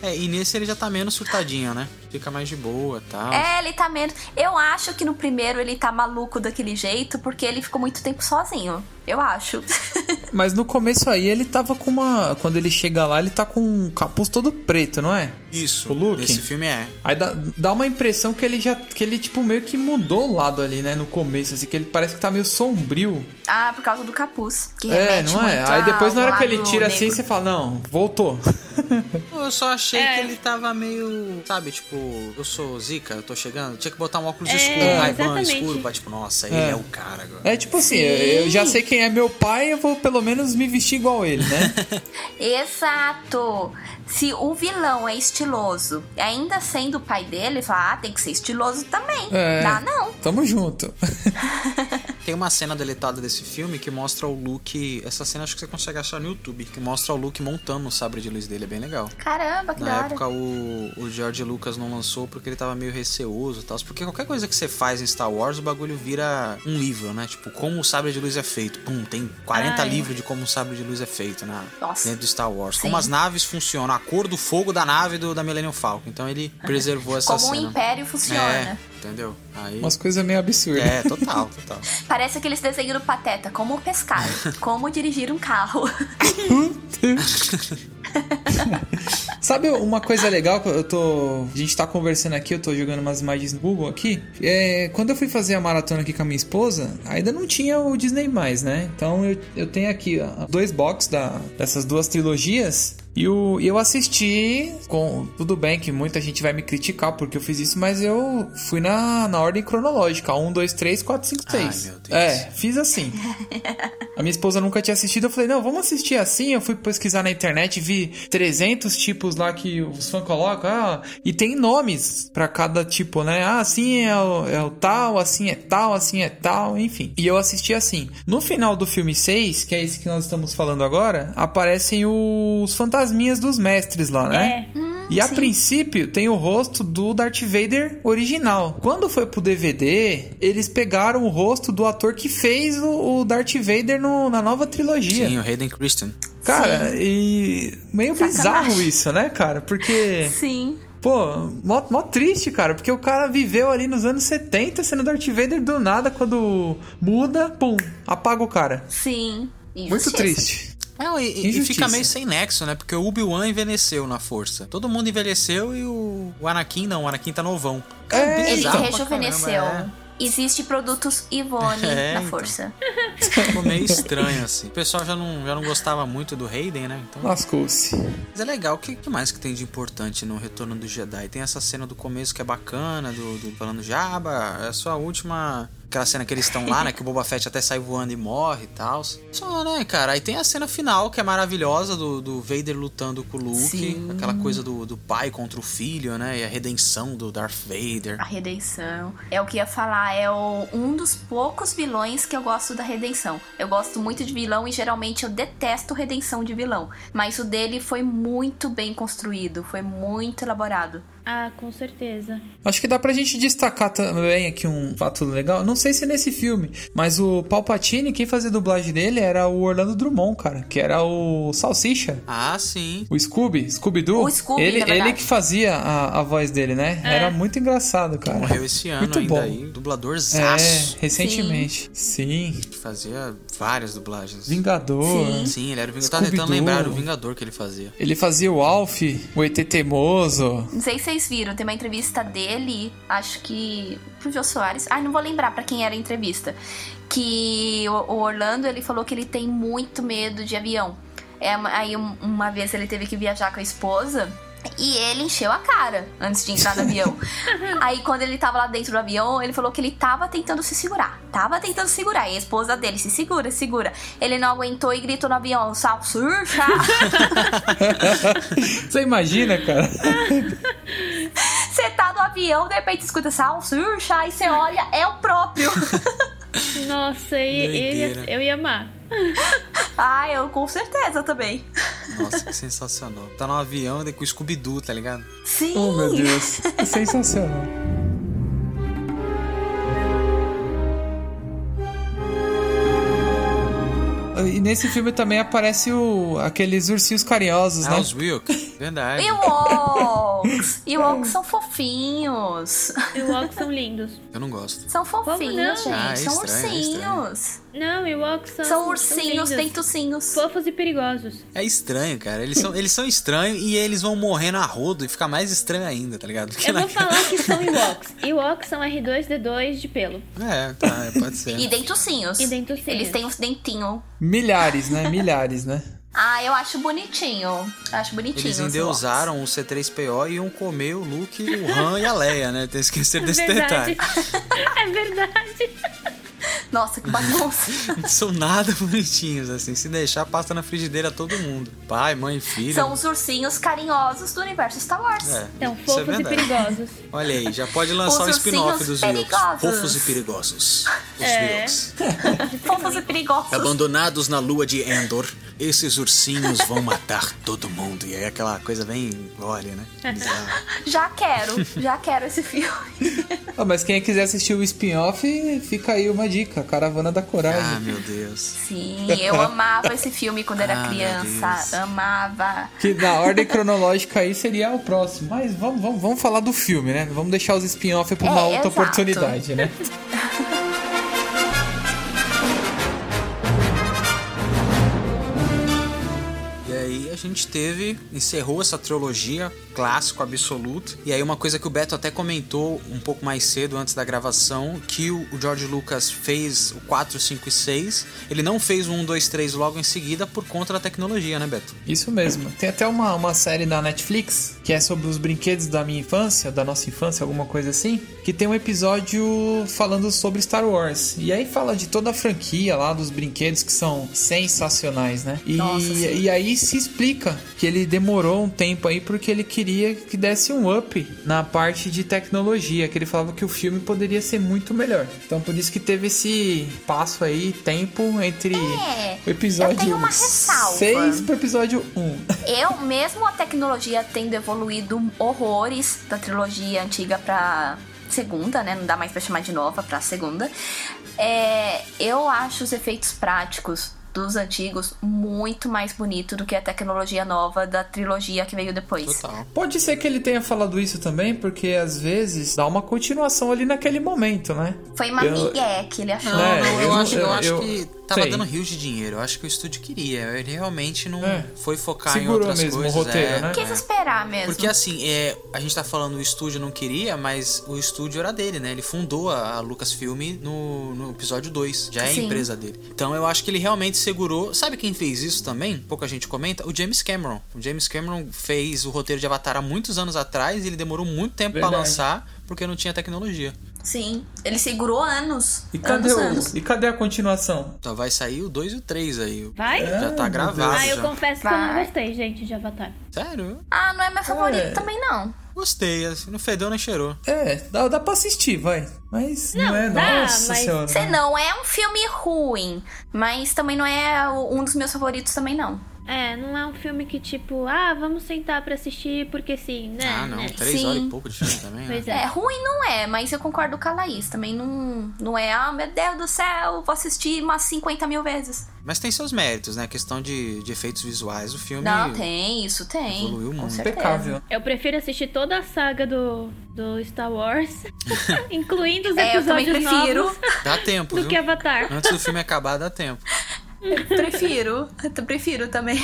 É, e nesse ele já tá menos surtadinho, né, fica mais de boa e tal.
É, ele tá menos. Eu acho que no primeiro ele tá maluco daquele jeito, porque ele ficou muito tempo sozinho. Eu acho.
Mas no começo aí ele tava com uma. Quando ele chega lá, ele tá com um capuz todo preto, não é?
Isso,
O Luke?
nesse filme é.
Aí dá, dá uma impressão que ele já. que ele, tipo, meio que mudou o lado ali, né? No começo, assim, que ele parece que tá meio sombrio.
ah, por causa do capuz. Que
É,
remete
não é?
muito
Aí depois, na
ao
hora que ele
lado
tira
negro.
assim, você fala, não, voltou.
Eu só achei
É.
que ele tava meio, sabe, tipo, eu sou Zika, eu tô chegando, tinha que botar um óculos
É,
escuro, um Ray-Ban
exatamente.
escuro, pra, tipo, nossa, ele é o cara agora.
É tipo assim, eu, eu já sei quem é meu pai, eu vou pelo menos me vestir igual ele, né?
Exato! Se o vilão é estiloso, ainda sendo o pai dele, fala, ah, tem que ser estiloso também.
É.
Dá não.
Tamo junto.
Tem uma cena deletada desse filme que mostra o Luke, essa cena acho que você consegue achar no YouTube, que mostra o Luke montando o sabre de luz dele, é bem legal.
Caramba, que da
Na
hora.
época o, o George Lucas não lançou porque ele tava meio receoso e tal. Porque qualquer coisa que você faz em Star Wars, o bagulho vira um livro, né? Tipo, como o sabre de luz é feito. Pum, tem 40
Ai.
livros de como o sabre de luz é feito na,
Nossa.
dentro do Star Wars.
Sim.
Como as naves funcionam, a cor do fogo da nave do, da Millennium Falcon. Então ele preservou essa
Como o
cena.
império né?
é,
funciona.
entendeu? Aí.
Umas coisas meio absurdas.
É, total, total.
Parece aqueles desenhos do Pateta, como pescar, como dirigir um carro.
Sabe uma coisa legal que eu tô. A gente tá conversando aqui, eu tô jogando umas imagens no Google aqui. É, quando eu fui fazer a maratona aqui com a minha esposa, ainda não tinha o Disney mais, né? Então eu, eu tenho aqui ó, dois boxes da, dessas duas trilogias. E o- e eu assisti com. Tudo bem que muita gente vai me criticar porque eu fiz isso, mas eu fui na, na ordem cronológica: 1, 2, 3, 4, 5,
Ai,
6.
meu Deus.
É, fiz assim. A minha esposa nunca tinha assistido, eu falei, não, vamos assistir assim. Eu fui pesquisar na internet, vi 300 tipos lá que os fãs colocam, ah, e tem nomes pra cada tipo, né? Ah, assim é o, é o tal, assim é tal, assim é tal, enfim. E eu assisti assim. No final do filme 6, que é esse que nós estamos falando agora, aparecem os fantasminhas dos mestres lá, né?
É.
E a princípio tem o rosto do Darth Vader original. Quando foi pro DVD, eles pegaram o rosto do ator que fez o, o Darth Vader no- na nova trilogia.
Sim, o Hayden Christian.
cara, e meio
Sacanagem.
bizarro isso, né, cara? Porque,
Sim.
pô, mó, mó triste, cara. Porque o cara viveu ali nos anos 70 sendo Darth Vader do nada, quando muda, pum, apaga o cara.
Sim.
Muito
Injustiça.
triste.
É, e- e, e
Injustiça.
fica meio sem nexo, né? Porque o Obi-Wan envelheceu na força. Todo mundo envelheceu e o, o Anakin não. O Anakin tá novão.
É,
bem
Ele
bizarro pra
rejuvenesceu.
caramba,
Existe produtos Ivone
É,
na
então.
força.
é. Ficou meio estranho, assim. O pessoal já não, já não gostava muito do Hayden, né? Então,
Lascou-se.
mas é legal. O que, que mais que tem de importante no Retorno do Jedi? Tem essa cena do começo que é bacana, do, do falando Jabba. É só a última... Aquela cena que eles estão lá, né? Que o Boba Fett até sai voando e morre e tal. Só, né, cara? Aí tem a cena final, que é maravilhosa, do, do Vader lutando com o Luke.
Sim.
Aquela coisa do, do pai contra o filho, né? E a redenção do Darth Vader.
A redenção. É o que eu ia falar. É o- um dos poucos vilões que eu gosto da redenção. Eu gosto muito de vilão e geralmente eu detesto redenção de vilão. Mas o dele foi muito bem construído. Foi muito elaborado.
Ah, com certeza.
Acho que dá pra gente destacar também aqui um fato legal. Não sei se é nesse filme, mas o Palpatine, quem fazia a dublagem dele era o Orlando Drummond, cara, que era o Salsicha.
Ah, sim.
O Scooby, Scooby-Doo.
O Scooby,
ele,
na verdade. É.
ele que fazia a, a voz dele, né? Era muito engraçado, cara.
Morreu esse ano
Muito
ainda
bom.
aí. Dublador
É,
Zaço.
recentemente. Sim.
Fazia várias dublagens.
Vingador.
Sim.
Sim, ele era o Vingador. Eu tava tentando
Uhum. Scooby-Doo.
lembrar o Vingador que ele fazia.
Ele fazia o Alf, o ET Teimoso.
Não sei se vocês viram, tem uma entrevista dele, acho que pro Jô Soares. Ai, não vou lembrar pra quem era a entrevista. Que o, o Orlando, ele falou que ele tem muito medo de avião. É, uma- aí um- uma vez ele teve que viajar com a esposa e ele encheu a cara antes de entrar no avião. Aí quando ele tava lá dentro do avião, ele falou que ele tava tentando se segurar. Tava tentando segurar. E a esposa dele se segura, segura. Ele não aguentou e gritou no avião: sal, surcha!
Você imagina, cara?
Você tá no avião, de repente escuta sal, surcha, e você olha, é o próprio.
Nossa, e- ele, é
Doideira.
eu ia amar.
ah, eu com certeza também.
Nossa, que sensacional. Tá no avião daí com o Scooby-Doo, tá ligado?
Né?
Sim!
Oh, meu Deus. É sensacional. E nesse filme também aparece o, aqueles ursinhos carinhosos,
Ah,
né?
os Wilk. Verdade.
Ewoks! Ewoks são fofinhos.
E Ewoks são lindos.
Eu não gosto.
São
não?
fofinhos, gente.
Ah, é
são
estranho, é
ursinhos.
Não, Ewoks são.
são ursinhos,
lindos.
tem tucinhos.
Fofos e perigosos.
É estranho, cara. Eles são, eles são estranhos e eles vão morrendo a rodo e fica mais estranho ainda, tá ligado? Porque
Eu vou
na-
falar que são Ewoks. Ewoks são R2D2 de pelo.
É, tá, é, pode ser.
E dentucinhos.
E dentucinhos.
Eles têm os dentinhos.
Milhares, né? Milhares, né?
Ah, eu acho bonitinho. Eu acho bonitinho.
Eles
os
endeusaram o C3PO e iam comer o Luke, o Han e a Leia, né? Tem esquecido desse
verdade.
detalhe.
é verdade.
Ewoks. Nossa, que bagunça.
Não são nada bonitinhos, assim. Se deixar, passa na frigideira todo mundo. Pai, mãe, filho.
são os ursinhos carinhosos do universo Star Wars.
É,
Então,
isso é
fofos e
verdade.
perigosos.
Olha aí, já pode lançar o
Os
spin-off
ursinhos
dos Wilks.
perigosos.
Fofos e perigosos. Os
É.
Wilks.
Fofos e perigosos.
Abandonados na lua de Endor, esses ursinhos vão matar todo mundo. E é aquela coisa bem glória, né? Bizarro.
Já quero, já quero esse filme.
Ah, mas quem quiser assistir o spin-off, fica aí uma dica: Caravana da
Ah,
Coragem.
meu Deus.
Sim, eu amava esse filme quando era
Ah, meu Deus.
criança. Amava.
Que na ordem cronológica aí seria o próximo. Mas vamos, vamos, vamos falar do filme, né? Vamos deixar os spin-off pra uma
É,
outra
exato.
oportunidade, né?
E aí a gente teve, encerrou essa trilogia, clássico absoluto. E aí uma coisa que o Beto até comentou um pouco mais cedo antes da gravação, que o o George Lucas fez o 4, 5 e 6. Ele não fez o 1, 2, 3 logo em seguida por conta da tecnologia, né, Beto?
Isso mesmo. Tem até uma, uma série da Netflix que é sobre os brinquedos da minha infância, da nossa infância, alguma coisa assim, que tem um episódio falando sobre Star Wars. E aí fala de toda a franquia lá, dos brinquedos que são sensacionais, né? E,
Nossa, sim.
e aí se explica que ele demorou um tempo aí porque ele queria que desse um up na parte de tecnologia, que ele falava que o filme poderia ser muito melhor. Então por isso que teve esse passo aí, tempo entre
É,
o episódio
eu tenho uma ressalva.
6 pro episódio 1.
Eu, mesmo a tecnologia tendo evoluído horrores da trilogia antiga pra segunda, né? Não dá mais pra chamar de nova, pra segunda. É, eu acho os efeitos práticos dos antigos muito mais bonito do que a tecnologia nova da trilogia que veio depois.
Total.
Pode ser que ele tenha falado isso também, porque às vezes dá uma continuação ali naquele momento, né?
Foi uma
Eu-
migué que ele achou.
Não,
É,
eu,
eu não-
acho, eu,
eu-
acho
eu-
que tava
sei.
dando rios de dinheiro. Eu acho que o estúdio queria. Ele realmente não
É.
foi focar em
Segurou
outras
mesmo o
coisas.
roteiro,
é.
né?
Quis esperar mesmo.
Porque assim, é, a gente tá falando o estúdio não queria, mas o estúdio era dele, né? Ele fundou a a Lucasfilm no, no episódio 2. Já é a
Sim.
empresa dele. Então eu acho que ele realmente segurou. Sabe quem fez isso também? Pouca gente comenta. O James Cameron. O James Cameron fez o roteiro de Avatar há muitos anos atrás e ele demorou muito tempo pra
Verdade.
lançar porque não tinha tecnologia.
Sim, ele segurou anos.
E cadê,
anos,
o-
anos.
e cadê a continuação?
Então vai sair o 2 e o 3 aí.
Vai?
Já tá
meu
gravado.
Ah, eu
já.
confesso que eu não
Vai.
gostei, gente, de Avatar.
Sério? eu
Ah, não é meu favorito
É.
também, não.
Gostei. Assim, não fedeu nem cheirou.
É, dá, dá pra assistir, vai. Mas não,
Não,
é,
dá,
nossa
mas-
senhora.
Sei não, é um filme ruim, mas também não é o- um dos meus favoritos também não.
É, não é um filme que tipo, ah, vamos sentar pra assistir porque sim, né?
ah, não.
né?
Três
Sim.
horas e pouco de filme também, né?
Pois
É,
é.
ruim não é, mas eu concordo com a Laís, também não, não é, ah, meu Deus do céu, vou assistir umas 50 mil vezes.
Mas tem seus méritos, né? A questão de, de efeitos visuais, o filme.
Não, tem, isso tem.
evoluiu
com
muito.
certeza.
Impecável.
Eu prefiro assistir toda a saga do, do Star Wars, incluindo os
É, eu também
episódios
prefiro.
novos,
Dá tempo,
do
viu?
que Avatar.
Antes do filme acabar, dá tempo.
Prefiro, eu prefiro também.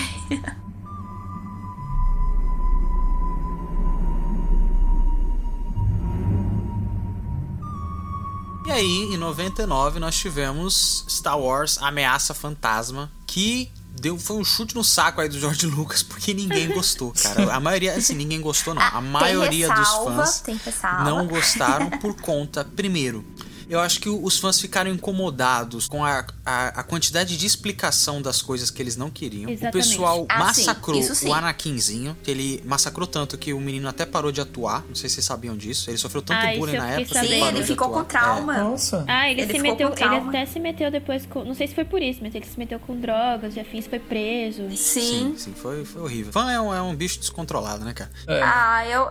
E aí, em 99, nós tivemos Star Wars Ameaça Fantasma, que deu, foi um chute no saco aí do George Lucas, porque ninguém gostou, cara. A maioria, assim, ninguém gostou, não.
Ah,
A maioria
tem
dos
ressalva,
fãs
tem ressalva.
não gostaram por conta, primeiro. Eu acho que os fãs ficaram incomodados com a, a, a quantidade de explicação das coisas que eles não queriam. O
Exatamente.
pessoal
Ah, sim,
massacrou
isso sim.
o Anakinzinho, que ele massacrou tanto que o menino até parou de atuar. Não sei se vocês sabiam disso. Ele sofreu tanto
Ah, isso
bullying
eu
na
fiquei
época. que
Sim,
sabendo.
parou
ele
de
ficou com
atuar. É.
trauma.
Nossa.
Ah, ele,
Ele
se
ficou
meteu,
com
ele
trauma.
até se meteu depois com, não sei se foi por isso, mas ele se meteu com drogas, de afins foi preso.
Sim.
Sim, sim, foi, foi horrível. Fã é um, é um bicho descontrolado, né, cara?
É.
Ah, eu, eu,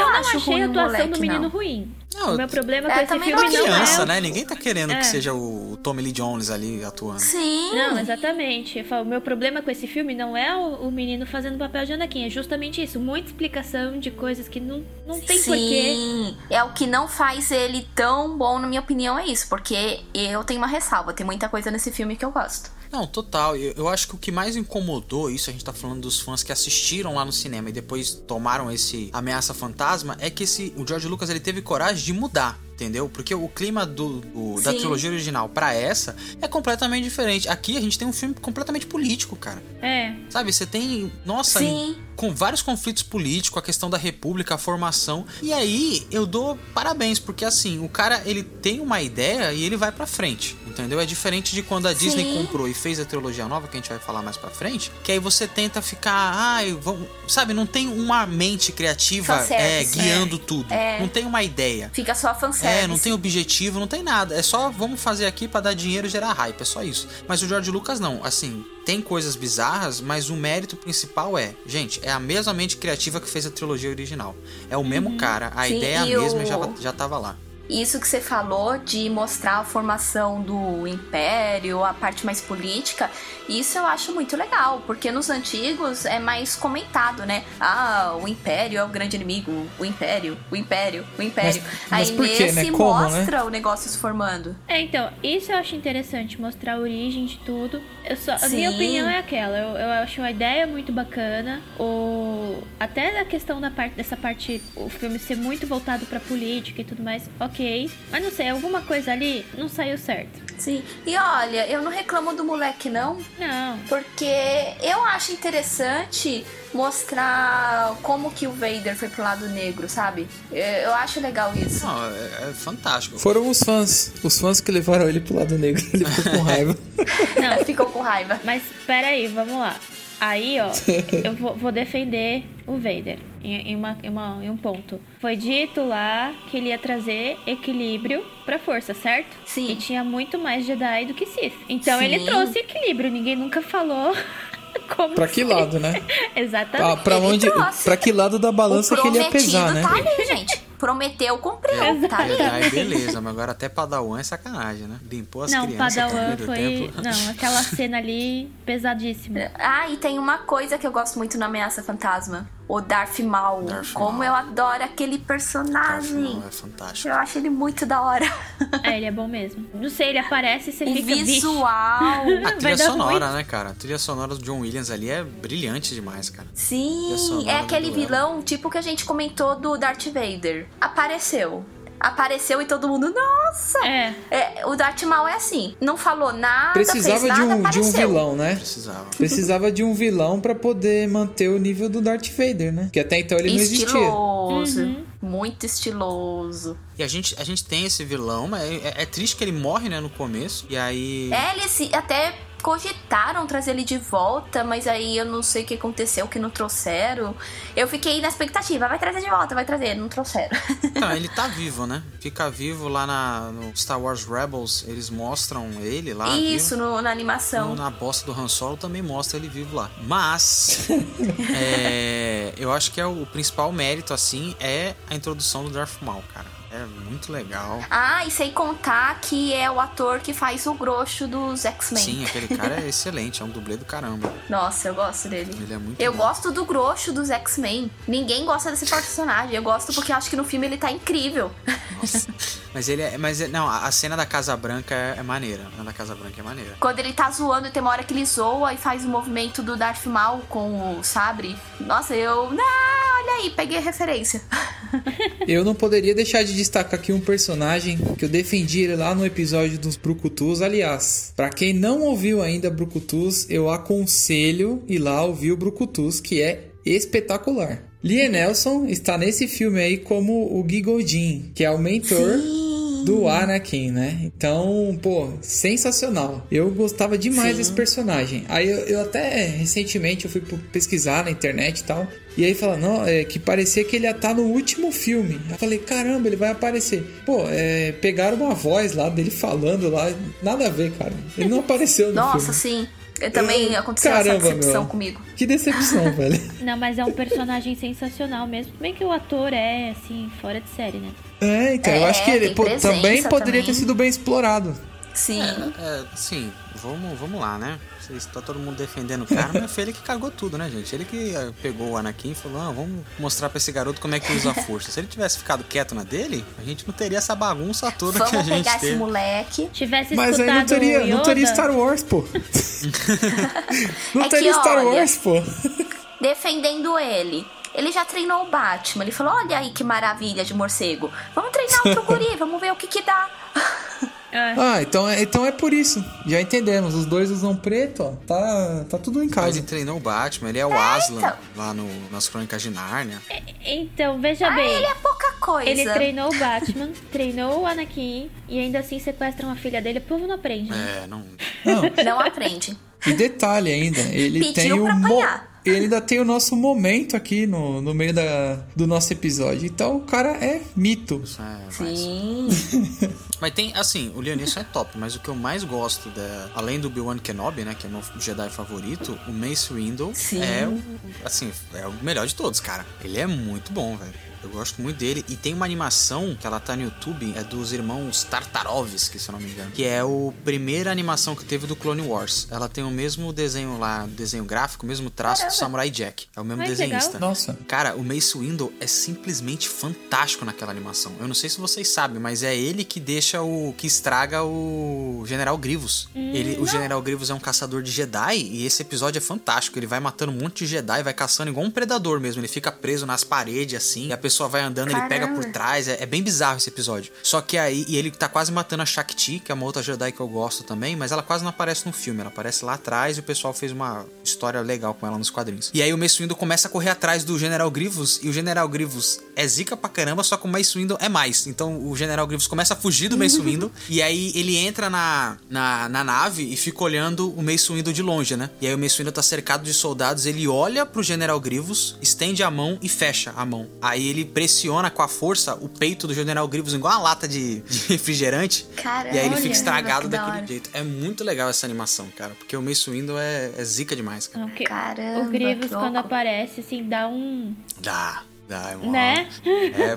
Eu não
acho
achei
ruim
a
o
atuação
moleque,
do menino
não.
ruim.
Não,
o meu problema
é,
com esse
também
filme
não
não
criança,
é. o-
né? Ninguém tá querendo
É.
que seja o Tommy Lee Jones ali atuando.
Sim.
Não, exatamente. Eu falo, O meu problema com esse filme não é o, o menino fazendo papel de Anakin, é justamente isso. Muita explicação de coisas que não, não tem porquê.
Sim, é o que não faz ele tão bom, na minha opinião, é isso. Porque eu tenho uma ressalva, tem muita coisa nesse filme que eu gosto.
Não, total. Eu, eu acho que o que mais incomodou isso, a gente tá falando dos fãs que assistiram lá no cinema e depois tomaram esse ameaça fantasma, é que esse, o George Lucas ele teve coragem de mudar. Entendeu? Porque o clima do, do- da
Sim.
trilogia original pra essa é completamente diferente. Aqui a gente tem um filme completamente político, cara.
É.
Sabe, você tem, nossa,
Sim.
em- com vários conflitos políticos, a questão da república, a formação. E aí eu dou parabéns, porque assim, o cara ele tem uma ideia e ele vai pra frente, entendeu? É diferente de quando a Disney
Sim.
comprou e fez a trilogia nova, que a gente vai falar mais pra frente, que aí você tenta ficar, ai, vamos, sabe, não tem uma mente
Tá
criativa é,
Fanservice,
guiando tudo.
É.
Não tem uma ideia.
Fica só fanservice.
É, não tem objetivo, não tem nada. É só vamos fazer aqui pra dar dinheiro e gerar hype, é só isso. Mas o George Lucas não, assim, tem coisas bizarras, mas o mérito principal é, gente, é a mesma mente criativa que fez a trilogia original. É o
Uhum.
mesmo cara, a
Sim,
ideia é a
e o-
mesma e já, já tava lá.
Isso que você falou de mostrar a formação do império, a parte mais política, isso eu acho muito legal, porque nos antigos é mais comentado, né? Ah, o império é o grande inimigo, o império, o império, o império.
mas
Aí
por quê, né?
nesse
Como, né?
mostra o negócio se formando.
É, então, isso eu acho interessante, mostrar a origem de tudo. Eu só, a
Sim.
minha opinião é aquela, eu, eu acho a ideia muito bacana, o, até a questão da parte, dessa parte, o filme ser muito voltado pra política e tudo mais, ok. Mas não sei, alguma coisa ali não saiu certo.
Sim. E olha, eu não reclamo do moleque, não,
Não,
Porque eu acho interessante mostrar como que o Vader foi pro lado negro, sabe? Eu eu acho legal isso.
Não, é, é fantástico.
Foram os fãs. Os fãs que levaram ele pro lado negro. Ele ficou com raiva.
não,
Ficou com raiva.
Mas peraí, vamos lá. Aí, ó, eu vou, vou defender o Vader em, em uma- em uma- em um ponto. Foi dito lá que ele ia trazer equilíbrio pra força, certo?
Sim.
E tinha muito mais Jedi do que Sith. Então ele
Sim.
trouxe equilíbrio, ninguém nunca falou como.
Pra que
se-
lado, né? Pra,
Exatamente.
pra
Ele
onde.
trouxe.
Pra que lado da balança
o
que ele ia pesar, né?
tá ali, gente. Prometeu, cumpriu. Tá ali.
É, aí beleza, mas agora até Padawan é sacanagem, né? Limpou as
Não,
crianças no
Padawan
primeiro
foi.
tempo.
Não, é aquela cena ali pesadíssima.
Ah, e tem uma coisa que eu gosto muito na Ameaça Fantasma. O Darth Maul.
Darth
Como
Maul.
eu adoro aquele
Acho,
personagem.
não, é fantástico.
Eu acho ele muito da hora.
É, ele é bom mesmo. Não sei, ele aparece e você
O
fica. "Vixe,
visual.
A
vai
trilha
dar ruim."
sonora, né, cara? A trilha sonora do John Williams ali é brilhante demais, cara. Trilha
Sim,
sonora
é
do
aquele
duelo.
vilão tipo que a gente comentou do Darth Vader. Apareceu. Apareceu e todo mundo, nossa!
É.
É, o Darth Maul é assim, não falou nada,
Precisava
fez
de
nada,
um, de
apareceu.
um vilão, né?
Precisava.
Precisava de um vilão pra poder manter o nível do Darth Vader, né? Que até então ele não existia.
Estiloso. Muito estiloso.
E a gente, a gente tem esse vilão, mas é, é triste que ele morre, né, no começo. E aí.
É, eles se- até cogitaram trazer ele de volta, mas aí eu não sei o que aconteceu, que não trouxeram. Eu fiquei na expectativa, vai trazer de volta, vai trazer, não trouxeram.
Então, ele tá vivo, né? Fica vivo lá na, no Star Wars Rebels, eles mostram ele
Ah,
lá. vivo.
Isso, então. no- na animação.
Na bosta do Han Solo também mostra ele vivo lá. Mas é, eu acho que é o, o principal mérito, assim, é a introdução do Darth Maul, cara. É muito legal.
Ah, e sem contar que é o ator que faz o grosso dos X-Men.
Sim, aquele cara é excelente, é um dublê do caramba.
Nossa, eu gosto dele.
Ele é muito
Eu
bom.
gosto do grosso dos X-Men. Ninguém gosta desse personagem. Eu gosto porque eu acho que no filme ele tá incrível.
Nossa. Mas ele é. Mas é- não, a a cena da Casa Branca é, é maneira. A cena da Casa Branca é maneira.
Quando ele tá zoando, tem uma hora que ele zoa e faz o movimento do Darth Maul com o sabre. Nossa, eu... Ah, olha aí, peguei a referência.
Eu não poderia deixar de destacar aqui um personagem que eu defendi ele lá no episódio dos Brucutus. Aliás, para quem não ouviu ainda Brucutus, eu aconselho ir lá ouvir o Brucutus, que é espetacular. Lie Nelson está nesse filme aí como o Gigodin, que é o mentor do Anakin, né? Então, pô, sensacional. Eu gostava demais desse personagem. Aí eu, eu até recentemente eu fui pu- pesquisar na internet e tal. E aí fala, não, é que parecia que ele ia estar no último filme. Eu falei, caramba, ele vai aparecer. Pô, é, pegaram uma voz lá dele falando lá, nada a ver, cara. Ele não apareceu no
Nossa,
filme.
sim. Eu também aconteceu essa
Caramba,
decepção
meu.
comigo.
Que decepção, velho.
Não, mas é um personagem sensacional mesmo. Bem que o ator é, assim, fora de série, né?
É, então, eu
É,
acho que ele
tem
pô,
presença
também poderia
também.
ter sido bem explorado.
Sim.
É, assim, vamos, vamos lá, né? Vocês tá todo mundo defendendo o cara, mas foi ele que cagou tudo, né, gente? Ele que eh, pegou o Anakin e falou, ah, vamos mostrar pra esse garoto como é que usa a força. Se ele tivesse ficado quieto na dele, a gente não teria essa bagunça toda que a
Vamos
gente
pegar esse
teve.
moleque.
Tivesse
Mas aí
escutado
não teria,
o Yoda,
não teria Star Wars, pô. não
É que,
teria Star
olha,
Wars, pô.
defendendo ele. Ele já treinou o Batman. Ele falou: Olha aí que maravilha de morcego. Vamos treinar outro guri, vamos ver o que que dá.
Ah,
Ah, então é, então é por isso. Já entendemos. Os dois usam preto, ó. Tá, tá tudo em
Mas
casa.
ele treinou o Batman, ele é o Aslan
então.
lá no, nas Crônicas de Nárnia.
então, veja
Ah,
bem.
ele é pouca coisa.
Ele treinou o Batman, treinou o Anakin e ainda assim sequestram a filha dele. O povo não aprende. né?
É, não.
Não,
Não aprende.
e detalhe ainda, ele
Pediu
tem o
pra
mo-
apanhar.
ele ainda tem o nosso momento aqui no, no meio da, do nosso episódio. Então o cara é mito.
isso é, vai,
Sim.
Mas tem, assim, o Leonisson é top, mas o que eu mais gosto, da, além do Obi-Wan Kenobi, né, que é o meu Jedi favorito, o Mace Windu
Sim.
é, o- assim, é o melhor de todos, cara. Ele é muito bom, velho. Eu gosto muito dele. E tem uma animação que ela tá no YouTube, é dos irmãos Tartarovs, que se eu não me engano. Que é a primeira animação que teve do Clone Wars. Ela tem o mesmo desenho lá, desenho gráfico, o mesmo traço do Samurai Jack. É o mesmo
Ai, que
desenhista.
legal.
Nossa.
Cara, o Mace Windu é simplesmente fantástico naquela animação. Eu não sei se vocês sabem, mas é ele que deixa o. que estraga o General Grievous. ele, o General Grievous é um caçador de Jedi e esse episódio é fantástico. Ele vai matando um monte de Jedi, vai caçando igual um predador mesmo. Ele fica preso nas paredes assim, e a pessoa vai andando, ele pega
Caramba.
por trás. É, é bem bizarro esse episódio. Só que aí. E ele tá quase matando a Shakti, que é uma outra Jedi que eu gosto também, mas ela quase não aparece no filme. Ela aparece lá atrás e o pessoal fez uma história legal com ela nos quadrinhos. E aí o Mace Windu começa a correr atrás do General Grievous e o General Grievous é zica pra caramba, só que o Mace Windu é mais. Então o General Grievous começa a fugir do Mace Windu e aí ele entra na, na, na nave e fica olhando o Mace Windu de longe, né? E aí o Mace Windu tá cercado de soldados, ele olha pro General Grievous, estende a mão e fecha a mão. Aí ele pressiona com a força o peito do General Grievous igual uma lata de, de refrigerante.
Caramba,
e aí ele
que
fica estragado
da
daquele
hora.
jeito. É muito legal essa animação, cara, porque o Mace Windu é, é zica demais, cara.
O que-
Caramba,
o Grievous,
que louco.
quando aparece, assim, dá um.
Dá, dá, é uma...
Né?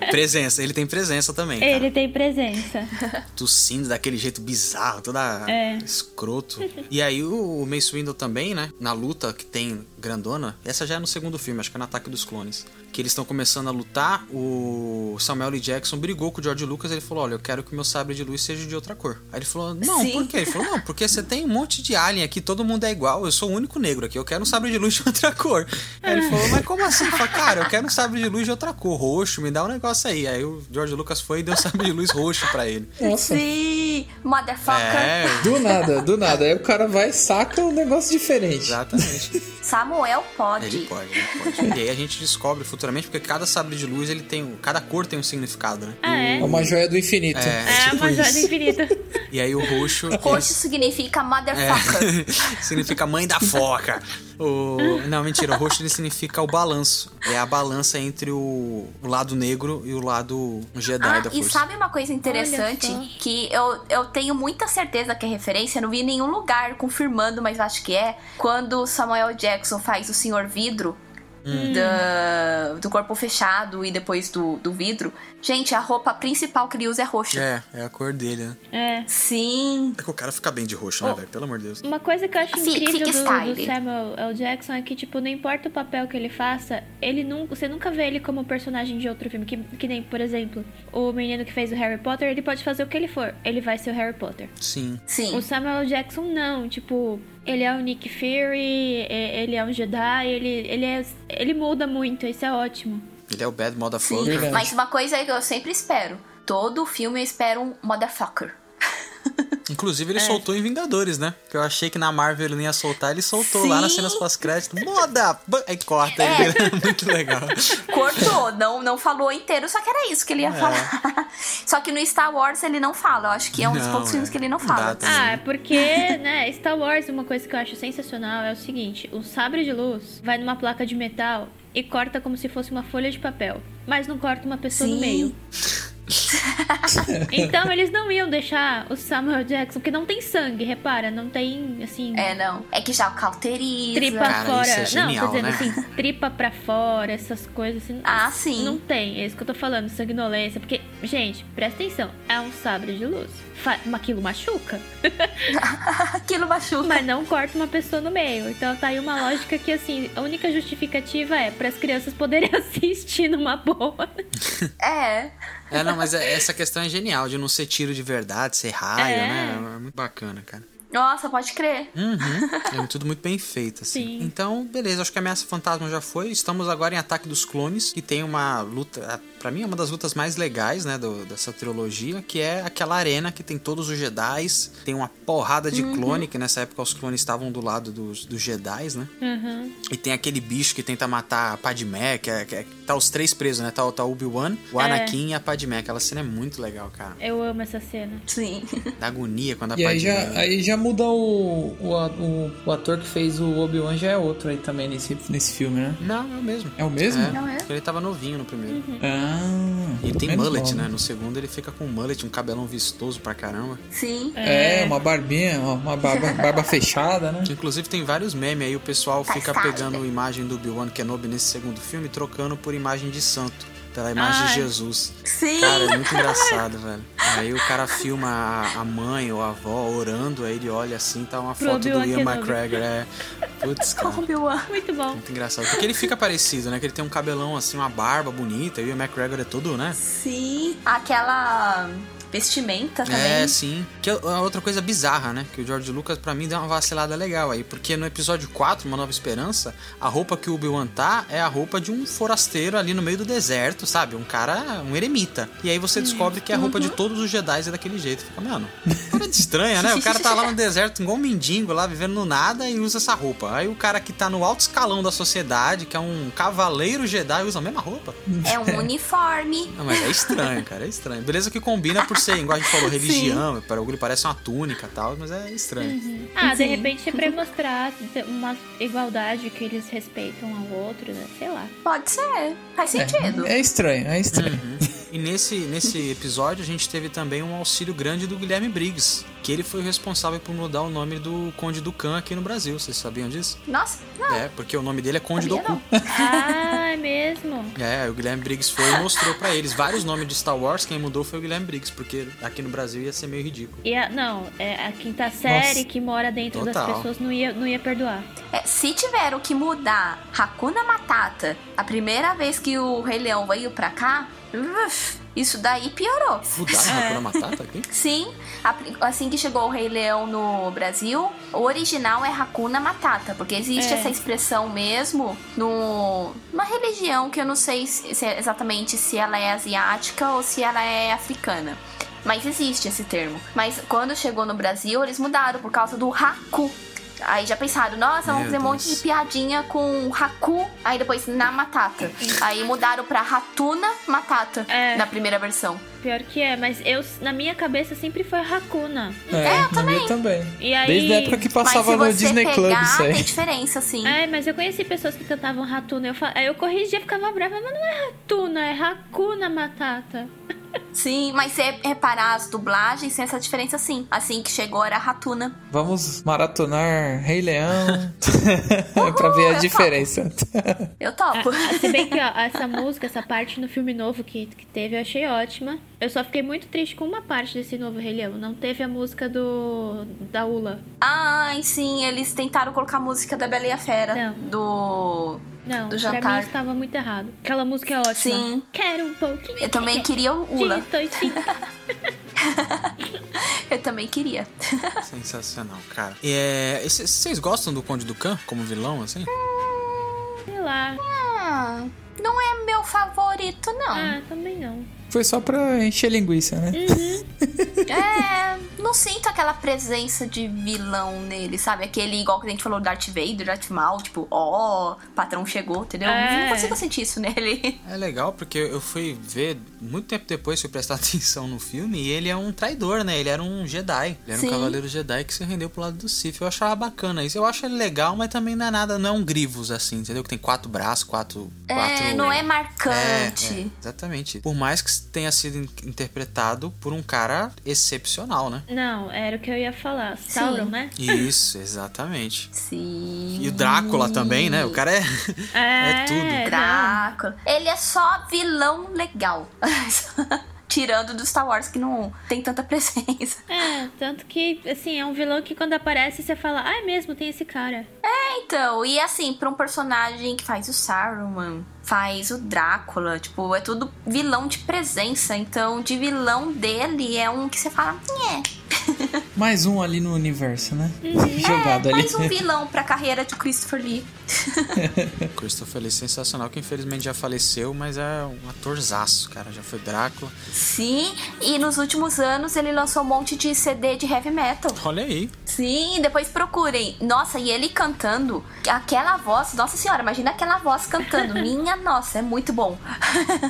É presença, ele tem presença também, cara.
Ele tem presença.
tossindo daquele jeito bizarro, toda
É.
escroto. E aí o Mace Windu também, né? Na luta que tem grandona, essa já é no segundo filme, acho que é no Ataque dos Clones. Que eles estão começando a lutar, o Samuel L. Jackson brigou com o George Lucas, ele falou, olha, eu quero que o meu sabre de luz seja de outra cor. Aí ele falou, não,
Sim.
por quê? Ele falou, não, porque você tem um monte de alien aqui, todo mundo é igual, eu sou o único negro aqui, eu quero um sabre de luz de outra cor. Aí ele falou, mas como assim? Ele falou, cara, eu quero um sabre de luz de outra cor, roxo, me dá um negócio aí. Aí o George Lucas foi e deu um sabre de luz roxo pra ele.
Nossa.
Sim. Motherfucker.
É,
Do nada, do nada. Aí o cara vai e saca um negócio diferente.
exatamente.
Samuel pode.
Ele pode, ele pode. E aí a gente descobre futuramente, porque cada sabre de luz, ele tem. um- Cada cor tem um significado, né?
Ah, é?
É uma joia do infinito.
É uma joia infinita.
E aí o roxo.
Roxo significa motherfucker.
É, significa mãe da foca. O- Não, mentira, o roxo ele significa o balanço. É a balança entre o, o lado negro e o lado Jedi
Ah,
da
e
força.
sabe uma coisa interessante?
Olha
Que eu, eu tenho muita certeza que é referência, não vi em nenhum lugar confirmando, mas acho que é. Quando Samuel Jackson faz o Senhor Vidro.
Hum.
da- do corpo fechado e depois do, do vidro. Gente, a roupa principal que ele usa é roxa.
É, é a cor dele, né?
É.
Sim.
É que o cara fica bem de roxo, né, velho? Pelo amor de Deus.
Uma coisa que eu acho
Fica-
incrível
fica
do, do
style.
Samuel L. Jackson é que, tipo, não importa o papel que ele faça, ele nunca, você nunca vê ele como personagem de outro filme. Que, que nem, por exemplo, o menino que fez o Harry Potter, ele pode fazer o que ele for, ele vai ser o Harry Potter.
Sim.
Sim.
O Samuel L. Jackson não, tipo, ele é o Nick Fury, e- ele é um Jedi, ele, ele, é, ele muda muito, isso é ótimo.
Ele é o bad
Sim,
motherfucker.
Verdade.
mas uma coisa é que eu sempre espero. Todo filme eu espero um motherfucker.
Inclusive,
É.
ele soltou em Vingadores, né? Que eu achei que na Marvel ele não ia soltar, ele soltou lá nas
Sim.
cenas pós-crédito. Moda! bu- Aí corta
É.
ele. né? Muito legal.
Cortou, não, não falou inteiro, só que era isso que ele
É.
ia falar. Só que no Star Wars ele não fala. Eu acho que é um dos
Não,
poucos
é.
filmes que ele não
Não
fala.
dá.
Ah, é porque, né, Star Wars, uma coisa que eu acho sensacional é o seguinte: o sabre de luz vai numa placa de metal e corta como se fosse uma folha de papel, mas não corta uma pessoa no
Sim.
meio. então eles não iam deixar o Samuel Jackson, porque não tem sangue, repara, não tem assim.
É, não. É que já cauteriza.
Tripa
Cara, isso
fora.
é genial,
não, tô
né?
dizendo assim, tripa pra fora, essas coisas assim.
Ah, sim.
Não tem, é isso que eu tô falando, sanguinolência. Porque, gente, presta atenção, é um sabre de luz. Fa aquilo machuca.
Aquilo machuca.
Mas não corta uma pessoa no meio. Então tá aí uma lógica que, assim, a única justificativa é para as crianças poderem assistir numa boa.
É.
É, não, mas é- essa questão é genial, de não ser tiro de verdade, ser raio,
É.
né? É muito bacana, cara.
Nossa, pode crer.
Uhum. É tudo muito bem feito, assim.
Sim.
Então, beleza, acho que a ameaça fantasma já foi. Estamos agora em Ataque dos Clones, que tem uma luta. a- Pra mim, é uma das lutas mais legais, né, do- dessa trilogia, que é aquela arena que tem todos os Jedi, tem uma porrada
Uhum.
de clone, que nessa época os clones estavam do lado dos, dos Jedi, né?
Uhum.
E tem aquele bicho que tenta matar a Padmé, que, é, que é- tá os três presos, né? Tá, o- tá o Obi-Wan, o
É.
Anakin e a Padmé. Aquela cena é muito legal, cara.
Eu amo essa cena.
Sim.
Dá agonia quando a
E
Padmé...
aí já, aí já muda o, o, a- o, o ator que fez o Obi-Wan já é outro aí também nesse, nesse filme, né?
Não, é o mesmo.
É o mesmo?
Não é?
Ele tava novinho no primeiro.
Ah.
Ele tem
menos
mullet,
mal.
né? No segundo ele fica com mullet, um cabelão vistoso pra caramba.
Sim.
né?
É, uma barbinha, ó, uma barba, barba fechada, né?
Inclusive tem vários memes aí, o pessoal
Tá
fica
sábio.
pegando imagem do Obi-Wan Kenobi nesse segundo filme e trocando por imagem de santo. Pela imagem de
Ai.
Jesus.
Sim.
Cara, é muito engraçado, velho. Aí o cara filma a- a mãe ou a avó orando, aí ele olha assim, tá uma
Pro
foto do
Obi-Wan
Ian
Kenobi.
McGregor. É. Putz, cara.
Como eu amo.
Muito bom.
Muito engraçado. Porque ele fica parecido, né? Que ele tem um cabelão assim, uma barba bonita, e o Ian McGregor é todo, né?
Sim. Aquela vestimenta também.
É, sim. Que é outra coisa bizarra, né? Que o George Lucas, pra mim, deu uma vacilada legal aí. Porque no episódio 4, Uma Nova Esperança, a roupa que o Obi-Wan tá é a roupa de um forasteiro ali no meio do deserto, sabe? Um cara, um eremita. E aí você descobre que a roupa de todos os Jedi é daquele jeito. Fica, mano, coisa de estranha, né? O cara tá lá no deserto, igual um mendigo, lá vivendo no nada e usa essa roupa. Aí o cara que tá no alto escalão da sociedade, que é um cavaleiro Jedi, usa a mesma roupa.
É um uniforme.
Não, mas é estranho, cara, é estranho. Beleza que combina por ser, igual a gente falou, religião, para ele parece uma túnica e tal, mas é estranho.
Uhum.
Ah, de
Sim.
repente é pra mostrar uma igualdade que eles respeitam ao outro, né? Sei lá.
Pode ser. Faz sentido.
É estranho, é estranho.
E nesse, nesse episódio a gente teve também um auxílio grande do Guilherme Briggs, que ele foi o responsável por mudar o nome do Conde do Khan aqui no Brasil, vocês sabiam disso?
Nossa, não.
É, porque o nome dele é Conde do
Ah. sabia
Cu.
não.
Ah, é mesmo.
É, o Guilherme Briggs foi e mostrou pra eles vários nomes de Star Wars, quem mudou foi o Guilherme Briggs, porque aqui no Brasil ia ser meio ridículo.
E a, não, é a quinta série que mora dentro
Total.
das pessoas não ia, não ia perdoar.
É, se tiveram que mudar Hakuna Matata a primeira vez que o Rei Leão veio pra cá, uf, isso daí piorou.
Mudaram a Hakuna Matata tá aqui?
Sim, a pri- assim que chegou o Rei Leão no Brasil, o original é Hakuna Matata, porque existe
É.
essa expressão mesmo no numa religião que eu não sei se- se é exatamente se ela é asiática ou se ela é africana. Mas existe esse termo. Mas quando chegou no Brasil, eles mudaram por causa do Haku. Aí já pensaram, nossa,
Meu
vamos fazer um monte de
Deus.
piadinha com Haku, aí depois na Matata. Aí mudaram pra Ratuna Matata
É.
na primeira versão.
Pior que é, mas eu na minha cabeça sempre foi Hakuna.
Uhum.
É, eu também. também.
E aí.
Desde a época que passava no
Mas se você
Disney
pegar,
Club isso
tem
aí.
diferença, sim.
É, mas eu conheci pessoas que cantavam Ratuna. Eu, fa- aí eu corrigia, ficava brava, mas não é Ratuna, é Hakuna Matata.
Sim, mas se reparar as dublagens, tem essa diferença, sim. Assim que chegou era a Ratuna.
Vamos maratonar Rei Leão pra ver a diferença.
Eu topo.
Ah, É, Se bem que ó, essa música, essa parte no filme novo que, que teve, eu achei ótima. Eu só fiquei muito triste com uma parte desse novo Rei Leão. Não teve a música do. da Ula.
Ai, sim, eles tentaram colocar a música da Bela e a Fera. Do.
Não,
Do
pra mim
jantar.
estava muito errado. Aquela música é ótima.
Sim.
Quero um pouquinho.
Eu também queria o
de
Ula.
toitinho.
Eu também queria.
Sensacional, cara. É, e c- Vocês gostam do Conde do Khan como vilão, assim?
Sei lá.
Ah, Não é meu favorito, não.
Ah, também não.
Foi só pra encher linguiça, né?
Uhum. É, não sinto aquela presença de vilão nele, sabe? Aquele igual que a gente falou, Darth Vader, Darth Maul, tipo, ó, patrão chegou, entendeu?
É.
Não consigo sentir isso nele.
É legal porque eu fui ver muito tempo depois, fui prestar atenção no filme, e ele é um traidor, né? Ele era um Jedi. Ele era
Sim.
um cavaleiro Jedi que se rendeu pro lado do Sith. Eu achava bacana isso. Eu acho ele legal, mas também não é nada, não é um Grivos assim, entendeu? Que tem quatro braços, quatro.
É,
quatro...
não é
É,
marcante.
é, exatamente. Por mais que tenha sido in- interpretado por um cara excepcional, né?
Não, era o que eu ia falar. Sauron,
Sim.
né?
Isso, exatamente.
Sim.
E o Drácula também, né? O cara é. É tudo.
não.
Drácula. Ele é só vilão legal. Tirando do Star Wars, que não tem tanta presença.
É, tanto que, assim, é um vilão que quando aparece você fala, ah, é mesmo, tem esse cara.
Então, e assim, pra um personagem que faz o Saruman, faz o Drácula, tipo, é tudo vilão de presença. Então, de vilão dele é um que você fala, "Nhé".
Mais um ali no universo, né? Jogado
é,
ali.
mais um vilão pra carreira de Christopher Lee.
Christopher Lee é sensacional, que infelizmente já faleceu, mas é um atorzaço, cara. Já foi Drácula.
Sim, e nos últimos anos ele lançou um monte de CD de heavy metal.
Olha aí.
Sim, depois procurem. Nossa, e ele cantando, aquela voz, nossa senhora, imagina aquela voz cantando. Minha nossa, é muito bom.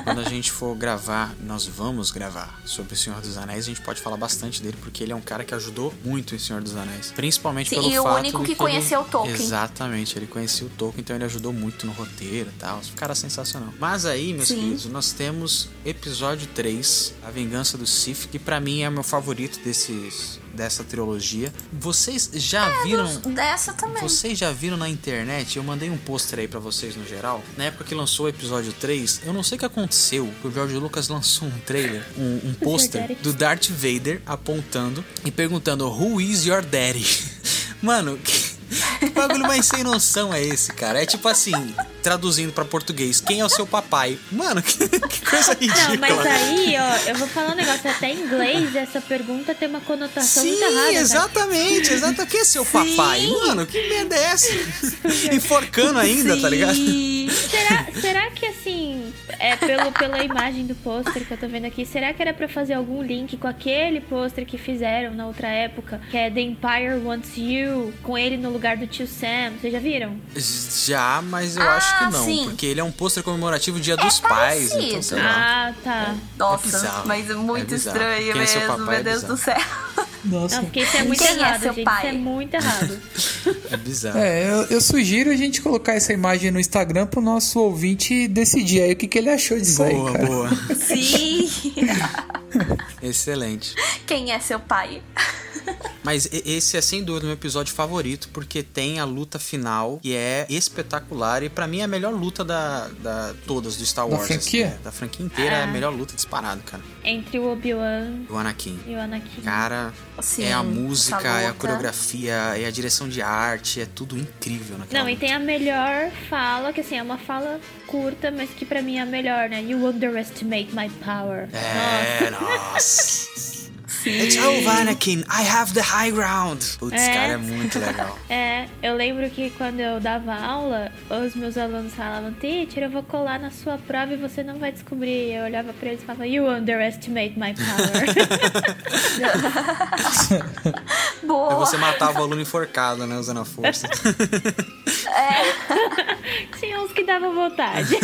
Quando a gente for gravar, nós vamos gravar sobre o Senhor dos Anéis, a gente pode falar bastante dele, porque ele é um cara que ajudou muito em Senhor dos Anéis. Principalmente
Sim,
pelo
e o
fato
único
de
que conheceu o Tolkien.
Exatamente, ele conhecia o Tolkien, então ele ajudou muito no roteiro e tal. Um cara sensacional. Mas aí, meus
Sim.
queridos, nós temos episódio 3, A Vingança do Sif, que pra mim é o meu favorito desses, dessa trilogia. Vocês já
É,
viram...
Dessa também.
Vocês já viram na internet, eu mandei um pôster aí pra vocês no geral. Na época que lançou o episódio 3, eu não sei o que aconteceu, que o George Lucas lançou um trailer, um, um pôster
Daddy.
do Darth Vader apontando e perguntando: Who is your daddy? Mano, que, que bagulho mais sem noção é esse, cara? É tipo assim, traduzindo pra português: Quem é o seu papai? Mano, que, que coisa ridícula.
Não, mas é, aí, ó, eu vou falar um negócio, até em inglês essa pergunta tem uma conotação muito errada.
Sim,
cara.
exatamente, exatamente. Quem é seu papai? Mano, que merda é essa? Enforcando ainda, tá ligado?
Será, será que assim, é pelo, pela imagem do pôster que eu tô vendo aqui, será que era pra fazer algum link com aquele pôster que fizeram na outra época, que é The Empire Wants You, com ele no lugar do tio Sam? Vocês já viram?
Já, mas eu
Ah,
acho que não,
sim.
porque ele é um pôster comemorativo do Dia
É
dos Pais,
parecido.
então sei lá.
Ah, tá.
Nossa,
bizarro,
mas é muito
é bizarro.
estranho
Quem é seu
mesmo,
papai é
meu Deus
bizarro.
do céu.
Nossa.
Não, porque isso é muito
Quem é
errado,
seu
gente.
pai?
Isso é muito errado.
É bizarro.
É, eu, eu sugiro a gente colocar essa imagem no Instagram pro nosso ouvinte decidir aí o que, que ele achou disso
Boa,
aí, cara.
boa.
Sim.
Excelente.
Quem é seu pai?
Mas e- esse é sem dúvida o meu episódio favorito, porque tem a luta final, que é espetacular, e pra mim é a melhor luta da, da todas do Star
Da
Wars.
franquia?
né? Da franquia inteira é a
Ah.
melhor luta disparado, cara.
Entre o Obi-Wan
Do Anakin.
e o Anakin.
Cara,
Sim,
é a
essa
música, é a
luta.
coreografia, é a direção de arte, é tudo incrível naquela
Não, e
luta.
tem a melhor fala, que assim, é uma fala curta, mas que pra mim é a melhor, né? You underestimate my power.
É, nossa. It's over, Anakin. I have the high ground. Putz,
É.
cara, é muito legal.
É, eu lembro que quando eu dava aula, os meus alunos falavam, teacher, eu vou colar na sua prova e você não vai descobrir. Eu olhava pra eles e falava, you underestimate my power.
Boa.
Aí É você matava o aluno enforcado, né? Usando a força.
Tinha uns que davam vontade.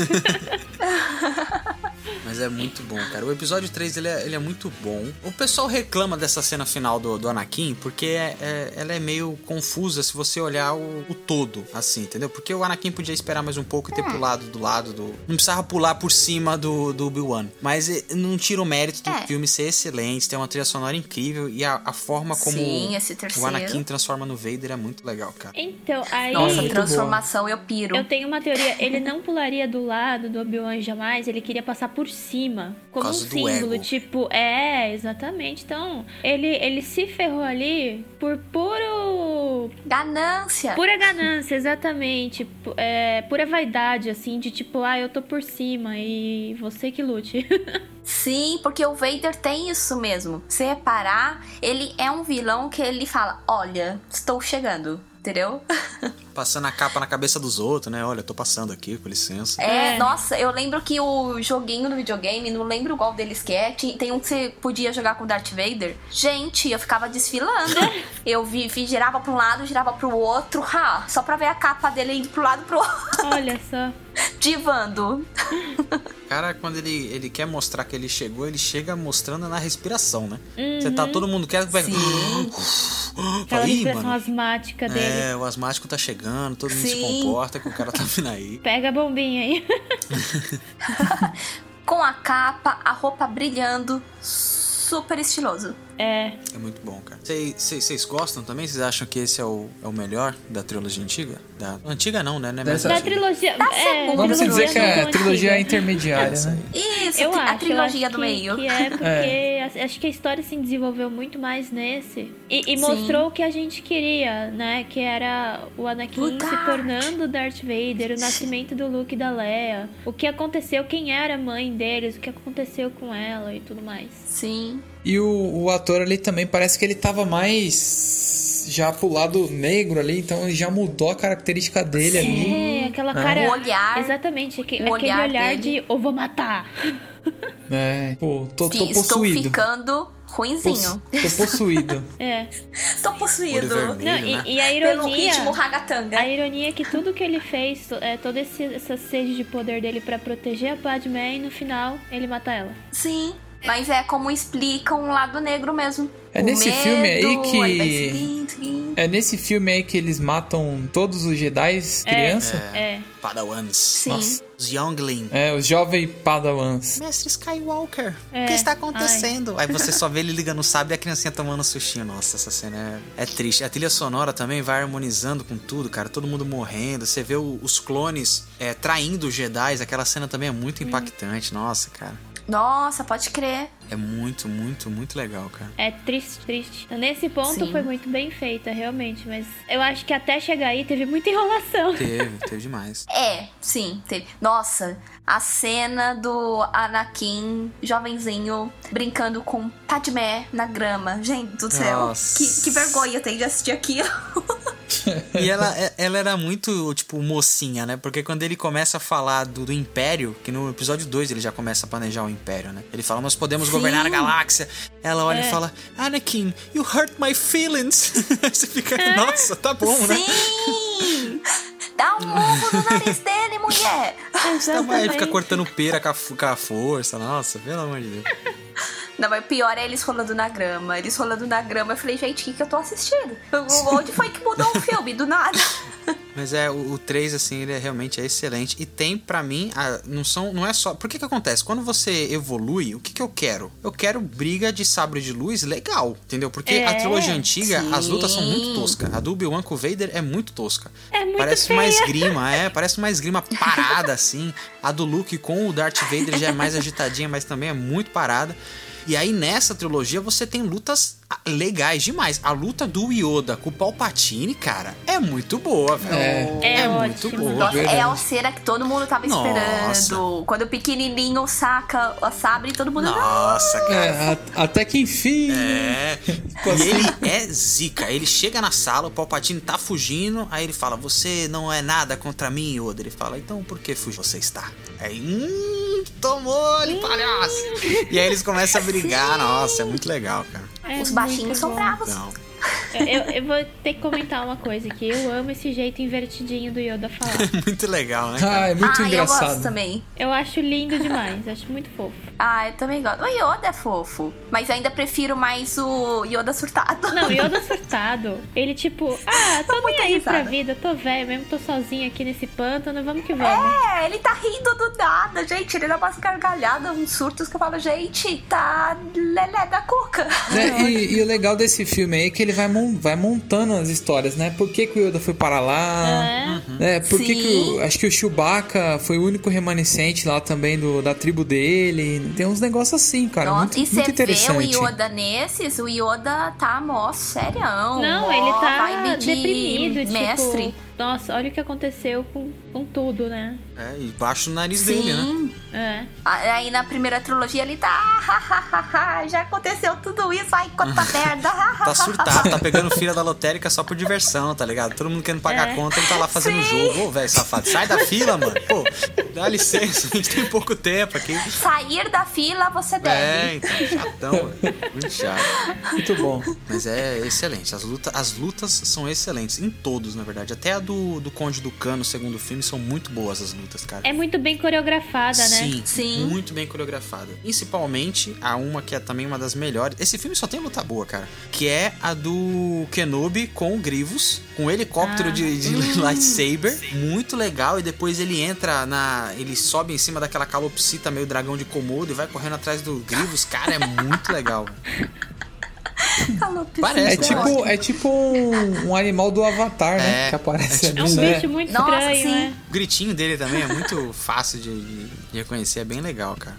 Mas é muito bom, cara. O episódio 3, ele é, ele é muito bom. O pessoal reclama dessa cena final do, do Anakin, porque é- é- ela é meio confusa se você olhar o, o todo, assim, entendeu? Porque o Anakin podia esperar mais um pouco e ter pulado do lado do... Não precisava pular por cima do, do Obi-Wan. Mas eh, não tira o mérito do
É.
filme ser excelente, tem uma trilha sonora incrível e a, a forma como
Sim, esse
o
terceiro.
Anakin transforma no Vader é muito legal, cara.
Então, aí...
Nossa,
Muito
transformação, eu piro.
Eu tenho uma teoria, ele não pularia do lado do Obi-Wan jamais, ele queria passar por cima, como um
causa do
símbolo,
ego.
tipo, é, exatamente. Então, ele, ele se ferrou ali por puro
Ganância.
Pura ganância, exatamente. Pu- é, pura vaidade, assim, de tipo, ah, eu tô por cima e você que lute.
Sim, porque o Vader tem isso mesmo. Se reparar, ele é um vilão que ele fala: Olha, estou chegando. entendeu?
Passando a capa na cabeça dos outros, né? Olha, eu tô passando aqui, com licença.
É,
É.
nossa, eu lembro que o joguinho no videogame, não lembro qual deles que é, ti- tem um que você podia jogar com o Darth Vader. Gente, eu ficava desfilando. eu vi, vi- girava pra um lado, girava pro outro, ha, só pra ver a capa dele indo pro lado pro outro,
Olha só.
divando.
O cara, quando ele, ele quer mostrar que ele chegou, ele chega mostrando na respiração, né? Você tá todo mundo quer. Vai...
Sim.
Aquela
Fala, "Ih,
respiração assim.
mano.
asmática dele.
É, o asmático tá chegando, todo mundo se
Sim.
comporta que o cara tá vindo aí.
Pega a bombinha aí.
Com a capa, a roupa brilhando, super estiloso.
É,
É muito bom, cara. Vocês gostam também? Vocês acham que esse é o, é o melhor da trilogia antiga? Da... Antiga não, né? Não é mais
Dessa-
da
Tá Sim.
antiga.
trilogia. é,
segunda.
Vamos
trilogia
dizer que
não
é
tão
trilogia
antiga.
intermediária,
Essa
né?
aí.
Isso,
Eu
a
acho,
trilogia
eu acho
do
que,
meio.
Que é porque a- acho que a história se desenvolveu muito mais nesse. E, e
Sim.
mostrou o que a gente queria, né? Que era o Anakin
O Darth.
se tornando Darth Vader, o nascimento do Luke e da Leia, o que aconteceu, quem era a mãe deles, o que aconteceu com ela e tudo mais.
Sim.
E o, o ator ali também parece que ele tava mais já pro lado negro ali, então ele já mudou a característica dele ali.
É, aquela
Ah.
cara.
O olhar.
Exatamente, aque-
O
aquele
olhar
olhar,
dele.
de eu vou matar.
É, pô, tô, tô
Sim, estou
possuído.
ficando assim,
Poss-
ruinzinho.
tô possuído.
É,
Estou
Olho
possuído.
vermelho,
não,
né?
e, e a ironia.
Pelo ritmo ragatanga.
A ironia é que tudo que ele fez, to- é, toda esse- essa sede de poder dele pra proteger a Padmé e no final ele mata ela.
Sim, mas é como explica um lado negro mesmo.
É
O
nesse filme aí
medo,
que-
vai seguindo, seguindo.
É nesse filme aí que eles matam todos os Jedi, criança?
É.
Padawans.
Sim.
Nossa.
Os Youngling.
É, os jovens Padawans.
Mestre Skywalker,
É,
o que está acontecendo? Aí você só vê ele ligando o sábio e a criancinha tomando sustinho. Nossa, essa cena é, é triste. A trilha sonora também vai harmonizando com tudo, cara. Todo mundo morrendo. Você vê o- os clones é, traindo os Jedi. Aquela cena também é muito impactante. Nossa, cara.
Nossa, pode crer.
É muito, muito, muito legal, cara.
É triste, triste. Então, Nesse ponto
Sim.
foi muito bem feita, realmente. Mas eu acho que até chegar aí teve muita enrolação.
Teve, teve demais.
É, sim, teve. Nossa, a cena do Anakin, jovenzinho, brincando com Padmé na grama. Gente do céu,
Nossa.
que, que vergonha tem de assistir aquilo.
E ela, é- ela era muito, tipo, mocinha, né? Porque quando ele começa a falar do, do Império, que no episódio 2 ele já começa a planejar o Império, né? Ele fala, nós podemos governar a galáxia. Ela olha e fala, Anakin, you hurt my feelings. Aí Você fica, nossa, tá bom, né?
Sim! Dá um murro no nariz dele, mulher!
Tá bom. Aí ele fica cortando pera com a, fo- com a força, nossa, pelo amor de Deus.
Não, mas pior é eles rolando na grama. Eles rolando na grama. Eu falei, gente, o que, que eu tô assistindo? Onde foi que mudou o filme? Do nada.
Mas é, o, o 3, assim, ele é, realmente é excelente. E tem, pra mim, a- não são. Não é só. Por que que acontece? Quando você evolui, o que que eu quero? Eu quero briga de sabre de luz legal, entendeu? Porque a
É,
trilogia antiga,
sim.
as lutas são muito toscas. A do Obi-Wan com o Vader é muito tosca.
É muito
Parece
feia.
uma esgrima, é. Parece uma esgrima parada, assim. A do Luke com o Darth Vader já é mais agitadinha, mas também é muito parada. E aí, nessa trilogia, você tem lutas ah, legais demais. A luta do Yoda com o Palpatine, cara, é muito boa, velho.
É.
É
muito
ótimo.
boa.
Nossa, é
verdade.
a cena que todo mundo tava esperando. Quando o pequenininho saca a sabre, todo mundo...
Nossa,
É,
cara.
a- até que enfim.
É. E ele é zica. Ele chega na sala, o Palpatine tá fugindo. Aí ele fala: Você não é nada contra mim, Yoda. Ele fala: Então por que fugir? Você está. Aí, hum, tomou-lhe, palhaço. E aí eles começam a brigar. Nossa, é muito legal, cara.
É
"Ah, Os baixinhos
muito
são
bom.
bravos. Ah,
Não.
Eu, eu vou ter que comentar uma coisa aqui. Eu amo esse jeito invertidinho do Yoda falar.
Muito legal, né?
Ah, é muito
ah, eu
engraçado.
gosto também.
Eu acho lindo demais, acho muito fofo.
Ah, eu também gosto. O Yoda é fofo. Mas ainda prefiro mais o Yoda surtado.
Não, Yoda surtado. Ele tipo, ah, tô nem
muita
aí pra
risada.
vida, tô velho mesmo, tô sozinho aqui nesse pântano, vamos que vamos.
É, ele tá rindo do nada, gente. Ele dá umas gargalhadas, uns surtos que eu falo, gente, tá lelé da cuca.
Né? E, e o legal desse filme aí é que ele vai, mon- vai montando as histórias, né? Por que, que o Yoda foi para lá?
É.
Né? Por que, que
Sim.
o, acho que o Chewbacca foi o único remanescente lá também do, da tribo dele. Tem uns negócios assim, cara.
Nossa,
muito,
e
muito
você vê o
interessante.
Yoda nesses, o Yoda tá mó serião.
Não,
mó
ele tá
oh, vibe de
deprimido, tipo,
mestre.
nossa, olha o que aconteceu com, com tudo, né?
É, e baixa o nariz dele, né?
Sim.
É.
Aí na primeira trilogia ele tá. "Ah, já aconteceu tudo isso, ai, quanta merda.
Tá surtado, tá pegando filha da lotérica só por diversão, tá ligado? Todo mundo querendo pagar
É.
conta, ele tá lá fazendo jogo. Ô, velho, safado, sai da fila, mano. Pô, dá licença, a gente tem pouco tempo aqui.
Sair da fila você deve.
É, então, chatão, velho. Muito chato.
Muito bom.
Mas é excelente. As, luta, as lutas são excelentes. Em todos, na verdade. Até a do, do Conde do Cano, segundo filme, são muito boas as lutas, cara.
É muito bem coreografada, né?
Sim,
Sim.
muito bem coreografada. Principalmente a uma que é também uma das melhores. Esse filme só tem luta boa, cara. Que é a do Kenobi com o Grievous, com um helicóptero
Ah.
de, de lightsaber. Muito legal. E depois ele entra na. Ele sobe em cima daquela calopsita meio dragão de Komodo e vai correndo atrás do Grievous. Cara, é muito legal.
Falou, piscina.
Parece,
É
Essa eu
tipo, é tipo um, um animal do Avatar, né?
É,
que aparece
é
ali,
É um
né?
bicho muito
Nossa,
estranho,
sim.
né?
O gritinho dele também é muito fácil de, de- de reconhecer, é bem legal, cara.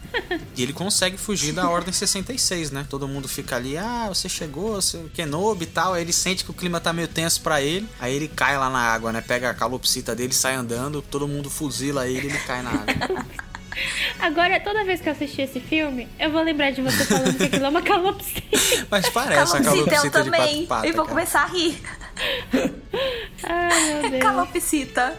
E ele consegue fugir da Ordem 66, né? Todo mundo fica ali, ah, você chegou, seu Kenobi e tal. Aí ele sente que o clima tá meio tenso pra ele, aí ele cai lá na água, né? Pega a calopsita dele, sai andando, todo mundo fuzila ele, ele cai na água.
Agora, toda vez que eu assistir esse filme, eu vou lembrar de você falando que aquilo é uma calopsita.
Mas parece a
Calopsita eu
calopsita de
também.
quatro patas.
e vou
cara.
começar a rir.
Ai, meu Deus.
Calopsita.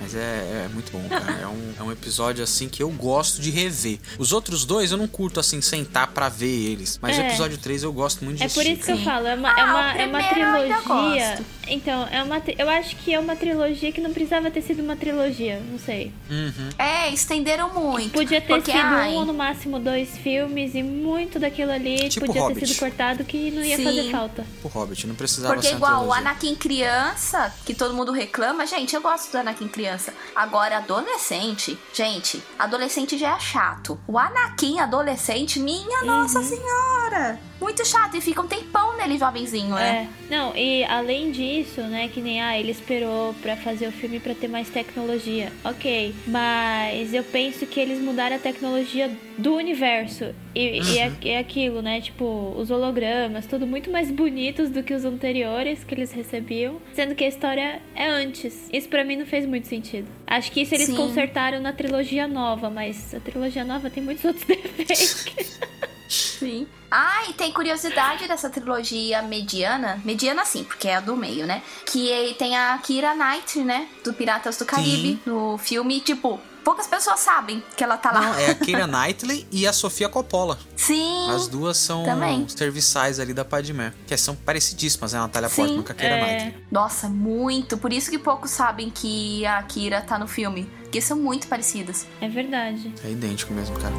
Mas é, é muito bom, cara. É um, é um episódio assim que eu gosto de rever. Os outros dois eu não curto assim sentar pra ver eles. Mas o
É.
episódio 3 eu gosto muito de
É por isso que eu
Sim.
falo, é uma,
Ah,
é
o
uma, é uma
primeiro eu ainda
trilogia.
gosto.
Então, é uma, tri- eu acho que é uma trilogia que não precisava ter sido uma trilogia, não sei.
Uhum.
É, estenderam muito.
Podia ter
porque,
sido
ai,
um ou no máximo dois filmes e muito daquilo ali
Tipo
podia
Hobbit.
ter sido cortado que não ia
Sim.
fazer falta.
O Hobbit, não precisava
Porque
ser
igual o
antologia.
Anakin criança, que todo mundo reclama, gente, eu gosto do Anakin criança. Agora, adolescente, gente, adolescente já é chato. O Anakin adolescente, minha nossa senhora! Muito chato, e fica um tempão nele, jovenzinho, né?
É. Não, e além disso, né, que nem ah, ele esperou pra fazer o filme pra ter mais tecnologia. OK, mas eu penso que eles mudaram a tecnologia do universo. E,
Uhum.
e é, é aquilo, né? Tipo, os hologramas, tudo muito mais bonitos do que os anteriores que eles recebiam, sendo que a história é antes. Isso pra mim não fez muito sentido. Acho que isso eles
Sim.
consertaram na trilogia nova, mas a trilogia nova tem muitos outros defeitos.
Sim. Ah, e tem curiosidade dessa trilogia mediana. Mediana sim, porque é a do meio, né? Que tem a Kira Knightley, né? Do Piratas do Caribe,
Sim.
no filme. Tipo, poucas pessoas sabem que ela tá lá.
Não, é a Keira Knightley e a Sofia Coppola.
Sim.
As duas são
Também.
serviçais ali da Padmé. Que é são parecidíssimas, né? A Natália
Sim,
Portman com a Keira
é.
Knightley.
Nossa, muito. Por isso que poucos sabem que a Kira tá no filme. Porque são muito parecidas.
É verdade.
É idêntico mesmo, cara.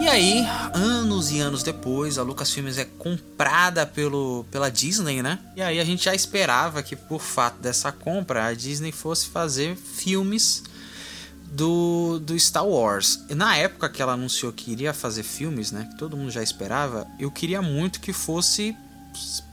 E aí, anos e anos depois, a Lucasfilmes é comprada pelo, pela Disney, né? E aí a gente já esperava que, por fato dessa compra, a Disney fosse fazer filmes do, do Star Wars. E na época que ela anunciou que iria fazer filmes, né? Que todo mundo já esperava, eu queria muito que fosse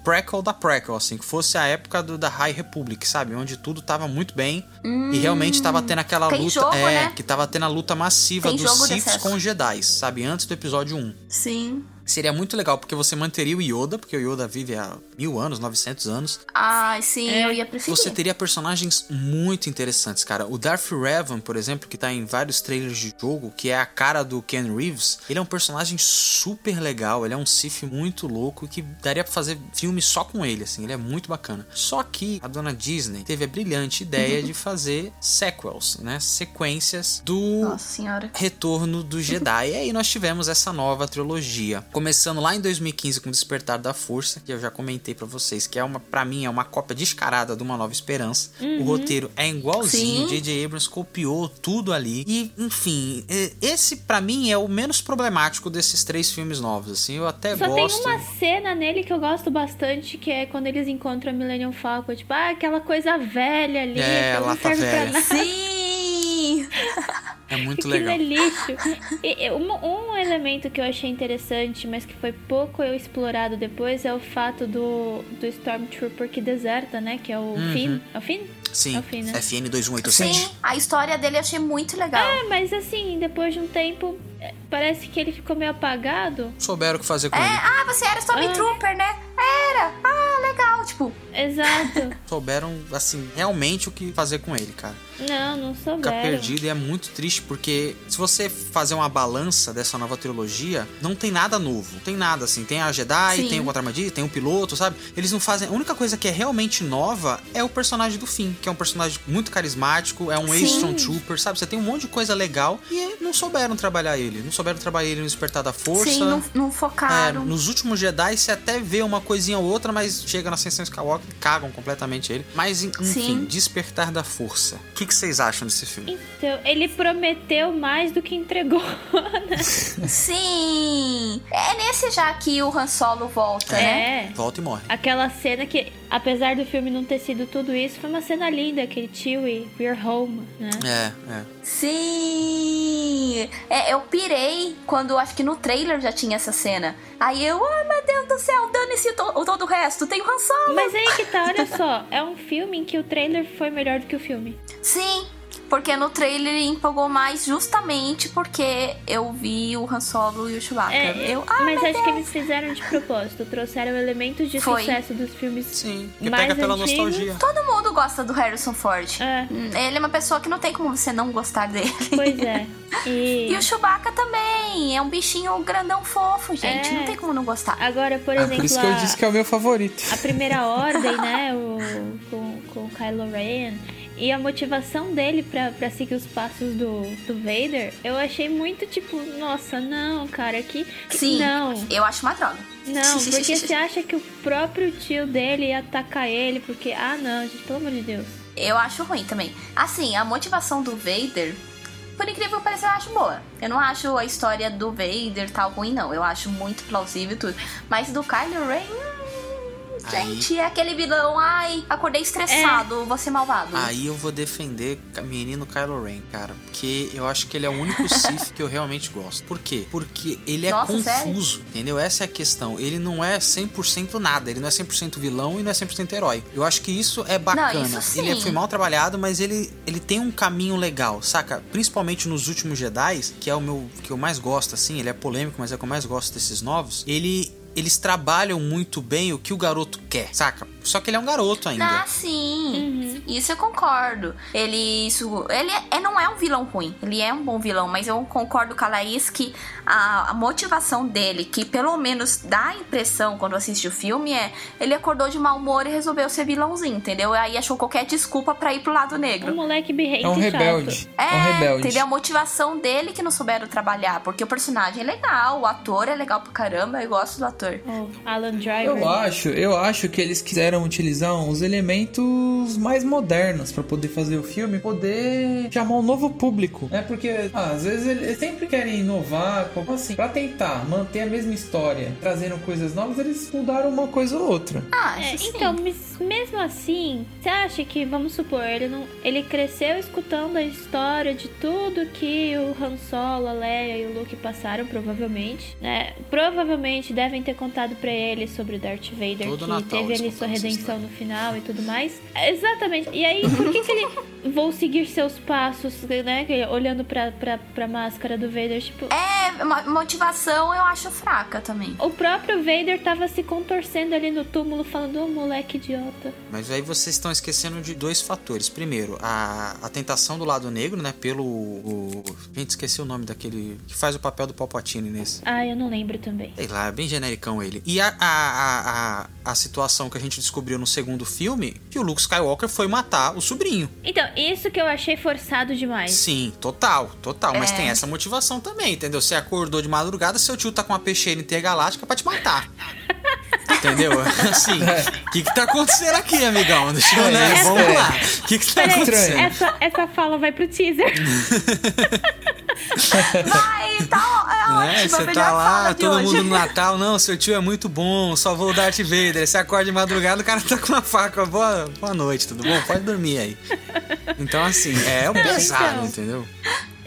prequel da prequel, assim, que fosse a época do, da High Republic, sabe? Onde tudo tava muito bem e realmente tava tendo aquela
Tem
luta,
Hum, jogo,
é,
né?
que tava tendo a luta massiva
Tem
dos
jogo
Siths
dessa
com os Jedi, sabe? Antes do episódio 1.
Sim.
Seria muito legal, porque você manteria o Yoda, porque o Yoda vive há mil anos, 900 anos.
Ai, sim, eu ia preferir.
É, Você teria personagens muito interessantes, cara. O Darth Revan, por exemplo, que tá em vários trailers de jogo, que é a cara do Ken Reeves, ele é um personagem super legal, ele é um Sith muito louco e que daria pra fazer filme só com ele, assim, ele é muito bacana. Só que a dona Disney teve a brilhante ideia de fazer sequels, né? Sequências do
Nossa senhora.
Retorno do Jedi. E aí nós tivemos essa nova trilogia, começando lá em 2015 com o Despertar da Força, que eu já comentei pra vocês, que é uma para mim é uma cópia descarada de Uma Nova Esperança.
Uhum.
O roteiro é igualzinho,
Sim.
J.J. Abrams copiou tudo ali. E, enfim, e- esse pra mim é o menos problemático desses três filmes novos, assim. Eu até
Só
gosto.
tem uma cena nele que eu gosto bastante, que é quando eles encontram a Millennium Falcon, tipo, ah, aquela coisa velha ali,
É,
que
ela
não
tá
serve pra
velha.
nada.
Sim!
É muito
que
legal.
delício! E, e, um, um elemento que eu achei interessante, mas que foi pouco eu explorado depois, é o fato do, do Stormtrooper que deserta, né? Que é o
Uhum.
Finn. É o Finn?
Sim,
É o fim, né?
FN2187.
Sim, a história dele eu achei muito legal.
É, mas assim, depois de um tempo, é, parece que ele ficou meio apagado.
Souberam o que fazer com
É,
ele.
ah, você era Stormtrooper, né? Era. Ah, legal. Tipo,
Exato.
Souberam, assim, realmente o que fazer com ele, cara.
não, não
Fica
souberam.
perdido e é muito triste porque se você fazer uma balança dessa nova trilogia, não tem nada novo. Não tem nada, assim. Tem a Jedi,
Sim.
tem o Contramadí, tem o piloto, sabe? Eles não fazem. A única coisa que é realmente nova é o personagem do Finn, que é um personagem muito carismático, é um
Sim.
ex-Stormtrooper, sabe? Você tem um monte de coisa legal e não souberam trabalhar ele. Não souberam trabalhar ele no Despertar da Força.
sim, não, não
É,
focaram.
nos últimos Jedi você até vê uma coisinha ou outra, mas chega na Ascensão Skywalker e cagam completamente ele. Mas, en- enfim,
Sim.
Despertar da Força. O que, que vocês acham desse filme?
Então, ele prometeu mais do que entregou.
Sim. É nesse já que o Han Solo volta, né?
É.
Volta e morre.
Aquela cena que, apesar do filme não ter sido tudo isso, foi uma cena linda, aquele tio e We're Home, né?
É, é.
Sim! É, eu pirei quando acho que no trailer já tinha essa cena. Aí eu, ai meu Deus do céu, dane-se to- o todo o resto, tem o Han Solo.
Mas aí que tá, olha só, é um filme em que o trailer foi melhor do que o filme.
Sim, porque no trailer empolgou mais justamente porque eu vi o Han Solo e o Chewbacca.
É,
eu, ai,
mas
meu
acho que eles fizeram de propósito, trouxeram elementos de
Foi.
sucesso dos filmes.
Sim, que
mais
pega pela
antigos.
nostalgia.
Todo mundo gosta do Harrison Ford.
É.
Hum, Ele é uma pessoa que não tem como você não gostar dele.
Pois é. E
E o Chewbacca também. É um bichinho grandão fofo, gente.
É.
Não tem como não gostar.
agora, por
É
exemplo,
por isso que eu
a-
disse que é o meu favorito.
a primeira ordem, né? O, com, com o Kylo Ren. E a motivação dele pra, pra seguir os passos do, do Vader, eu achei muito tipo, nossa, não, cara, que. que-
Sim,
Não,
eu acho uma droga.
não, porque você acha que o próprio tio dele ia atacar ele, porque. Ah, não, gente, pelo amor de Deus.
Eu acho ruim também. Assim, a motivação do Vader, por incrível que pareça, eu acho boa. Eu não acho a história do Vader tal ruim, não. Eu acho muito plausível e tudo. Mas do Kylo Ren. hum,
Aí-
Gente, é aquele vilão. Ai, acordei estressado, você malvado.
Aí eu vou defender o menino Kylo Ren, cara. Porque eu acho que ele é o único Sith que eu realmente gosto. Por quê? Porque ele é
Nossa, sério?
confuso, entendeu? Essa é a questão. Ele não é 100% nada. Ele não é 100% vilão e não é 100% herói. Eu acho que isso é bacana.
Não, isso
Ele
sim.
foi mal trabalhado, mas ele, ele tem um caminho legal, saca? Principalmente nos últimos Jedi, que é o meu que eu mais gosto, assim. Ele é polêmico, mas é o que eu mais gosto desses novos. Ele... Eles trabalham muito bem o que o garoto quer, saca? Só que ele é um garoto ainda.
Ah, sim. Isso eu concordo. Ele isso, ele é- é- não é um vilão ruim. Ele é um bom vilão, mas eu concordo com a Laís que a, a motivação dele, que pelo menos dá a impressão quando assiste o filme, é ele acordou de mau humor e resolveu ser vilãozinho, entendeu? Aí achou qualquer desculpa pra ir pro lado
Um
negro.
moleque birrento
É um
e chato.
rebelde. É, um
É,
rebelde.
entendeu? A motivação dele que não souberam trabalhar, porque o personagem é legal, o ator é legal pra caramba, eu gosto do ator.
Ou Oh, Alan Driver.
Eu acho, eu acho que eles quiseram utilizar uns elementos mais modernos pra poder fazer o filme, poder chamar um novo público, né? Porque ah, às vezes eles sempre querem inovar, como assim, Pra tentar manter a mesma história, trazendo coisas novas, eles mudaram uma coisa ou outra.
Ah,
É,
isso sim.
então, mes- mesmo assim, você acha que, vamos supor, ele, não, ele cresceu escutando a história de tudo que o Han Solo, a Leia e o Luke passaram, provavelmente, né? Provavelmente devem ter contado pra ele sobre o Darth Vader,
Todo
que
Natal
teve
eles
ali sua
contaram essa
redenção
história.
no final e tudo mais. Exatamente. E aí, por que que ele... Vou seguir seus passos, né? que- Olhando pra, pra, pra máscara do Vader, tipo...
É, mo- motivação eu acho fraca também.
O próprio Vader tava se contorcendo ali no túmulo, falando, ô moleque idiota.
Mas aí vocês estão esquecendo de dois fatores. Primeiro, a, a tentação do lado negro, né? Pelo. O, gente, esqueci o nome daquele. Que faz o papel do Palpatine nesse.
Ah, eu não lembro também.
Sei lá, é bem genericão ele. E a, a, a, a, a situação que a gente descobriu no segundo filme: que o Luke Skywalker foi matar o sobrinho.
Então, isso que eu achei forçado demais.
Sim, total, total. Mas
É.
tem essa motivação também, entendeu? Você acordou de madrugada, seu tio tá com uma peixeira intergaláctica pra te matar. entendeu? Assim, o que que tá acontecendo aqui, amigão? Deixa eu, né?
É,
Vamos
é.
lá. O que que tá
Peraí,
acontecendo?
é
essa, essa fala vai pro teaser.
Vai, tá ó- é
Né?
ótima a
Você
melhor
tá lá,
fala de
todo
hoje.
mundo no Natal, não, seu tio é muito bom, só vou o Darth Vader. Você acorda de madrugada, o cara tá com uma faca. Boa, boa noite, tudo bom? Pode dormir aí. Então, assim, é o pesado,
então.
entendeu?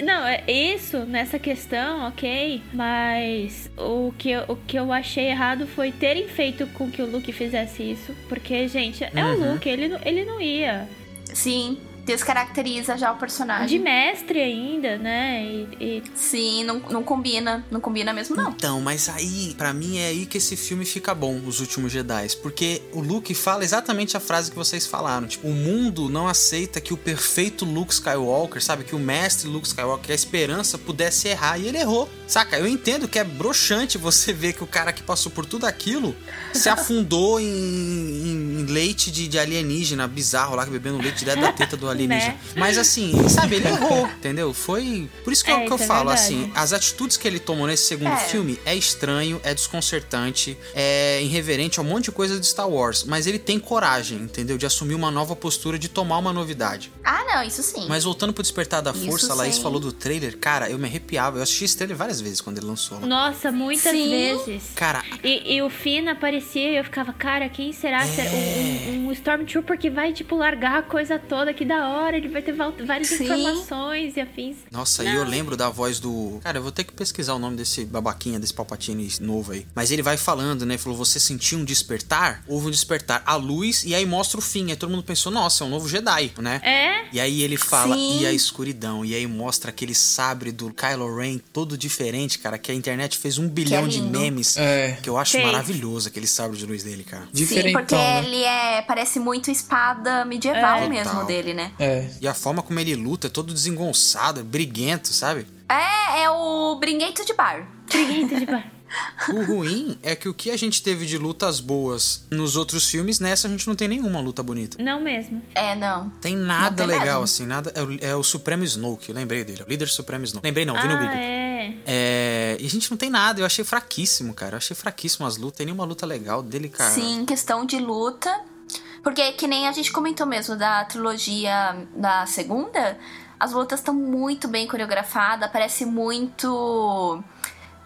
Não, é isso, nessa questão, ok. Mas o que, eu, o que eu achei errado foi terem feito com que o Luke fizesse isso. Porque, gente, é o
Uhum.
Luke, ele, não- ele não ia.
Sim, descaracteriza já o
De
personagem.
mestre ainda, né? E, e-
Sim, não, não combina. Não combina mesmo, não.
Então, mas aí, pra mim é aí que esse filme fica bom, Os Últimos Jedi, porque o Luke fala exatamente a frase que vocês falaram, tipo, o mundo não aceita que o perfeito Luke Skywalker, sabe, que o mestre Luke Skywalker, que a esperança pudesse errar e ele errou. Saca? Eu entendo que é broxante você ver que o cara que passou por tudo aquilo se afundou em, em- em leite de, de alienígena bizarro lá, que bebendo leite direto da teta do alienígena.
Né?
Mas assim, sabe, ele errou, entendeu? Foi. Por isso que, eu-
É,
que eu
isso é
falo,
verdade.
assim, as atitudes que ele tomou nesse segundo
É.
filme é estranho, é desconcertante, é irreverente, é um monte de coisa de Star Wars. Mas ele tem coragem, entendeu? De assumir uma nova postura, de tomar uma novidade.
Ah, não, isso sim.
Mas voltando pro Despertar da
Isso
Força, a Laís
sim.
falou do trailer. Cara, eu me arrepiava. Eu assisti esse trailer várias vezes quando ele lançou. lá.
nossa, muitas
Sim.
vezes.
Cara,
E, e o Finn aparecia e eu ficava, cara, quem será? Será
É.
um, um- um Stormtrooper que vai, tipo, largar a coisa toda, que da hora, ele vai ter val- várias
Sim.
informações e afins.
Nossa, e eu lembro da voz do. Cara, eu vou ter que pesquisar o nome desse babaquinha, desse Palpatine novo aí. Mas ele vai falando, né? Falou: você sentiu um despertar? Houve um despertar. A luz, e aí mostra o fim. Aí todo mundo pensou: nossa, é um novo Jedi, né?
É?
E aí ele fala,
Sim.
e a escuridão? E aí mostra aquele sabre do Kylo Ren todo diferente, cara, que a internet fez um bilhão de
lindo.
memes.
É.
Que eu acho
Fez.
maravilhoso aquele sabre de luz dele, cara.
Sim, porque
Diferentão, né?
ele é. Parece muito espada medieval
É.
mesmo
Total.
dele, né?
É.
E a forma como ele luta é todo desengonçado, é briguento, sabe?
É, é o brinquedo de bar.
Briguento de bar.
O ruim é que o que a gente teve de lutas boas nos outros filmes, nessa a gente não tem nenhuma luta bonita.
Não mesmo.
É, não.
Tem nada
Não tem
legal,
mesmo.
assim, nada. É o, é o Supremo Snoke, eu lembrei dele, é o líder Supremo Snoke. Lembrei não, vi no
ah,
Google.
é.
É, E a gente não tem nada, eu achei fraquíssimo, cara. Eu achei fraquíssimo as lutas, tem nenhuma luta legal dele, cara.
Sim, questão de luta. Porque que nem a gente comentou mesmo da trilogia da segunda, as lutas estão muito bem coreografadas, parece muito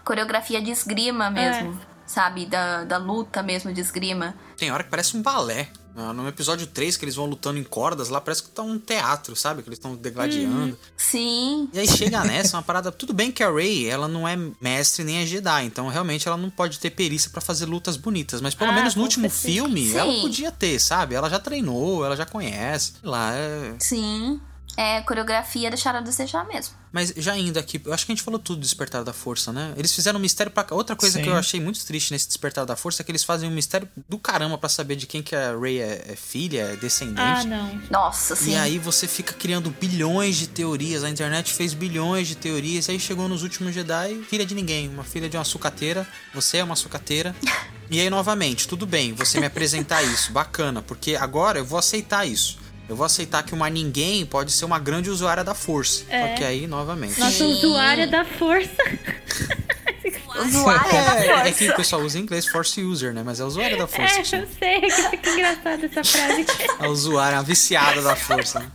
coreografia de esgrima mesmo,
É.
sabe? Da, da luta mesmo de esgrima.
Tem hora que parece um balé. Ah, No episódio 3, que eles vão lutando em cordas lá, parece que tá um teatro, sabe? Que eles estão degladiando.
Uhum.
Sim,
E aí chega nessa, uma parada. Tudo bem que a Ray, ela não é mestre nem é Jedi, então realmente ela não pode ter perícia pra fazer lutas bonitas. Mas pelo
Ah,
menos no
com
último
certeza.
filme, ela
Sim.
podia ter, sabe? Ela já treinou, ela já conhece. Sei lá, é.
sim. É, coreografia deixaram a desejar mesmo.
Mas já indo aqui, eu acho que a gente falou tudo do Despertar da Força, né? Eles fizeram um mistério pra. Outra coisa
Sim.
que eu achei muito triste nesse Despertar da Força é que eles fazem um mistério do caramba pra saber de quem que a Ray é, é filha, é descendente.
Ah, não.
Nossa, sim.
E aí você fica criando bilhões de teorias, a internet fez bilhões de teorias, e aí chegou nos últimos Jedi, filha de ninguém, uma filha de uma sucateira, você é uma sucateira. E aí novamente, tudo bem, você me apresentar isso, bacana, porque agora eu vou aceitar isso. Eu vou aceitar que uma ninguém pode ser uma grande usuária da força.
É.
Só que aí, novamente.
Nossa,
Sim.
usuária da força.
Usuária Ah, da
É, é
força.
que o pessoal usa em inglês force user, né? É Mas é usuária da
É,
força. que chama.
eu sei, é que fica engraçada essa frase.
A usuária, a viciada da força. né?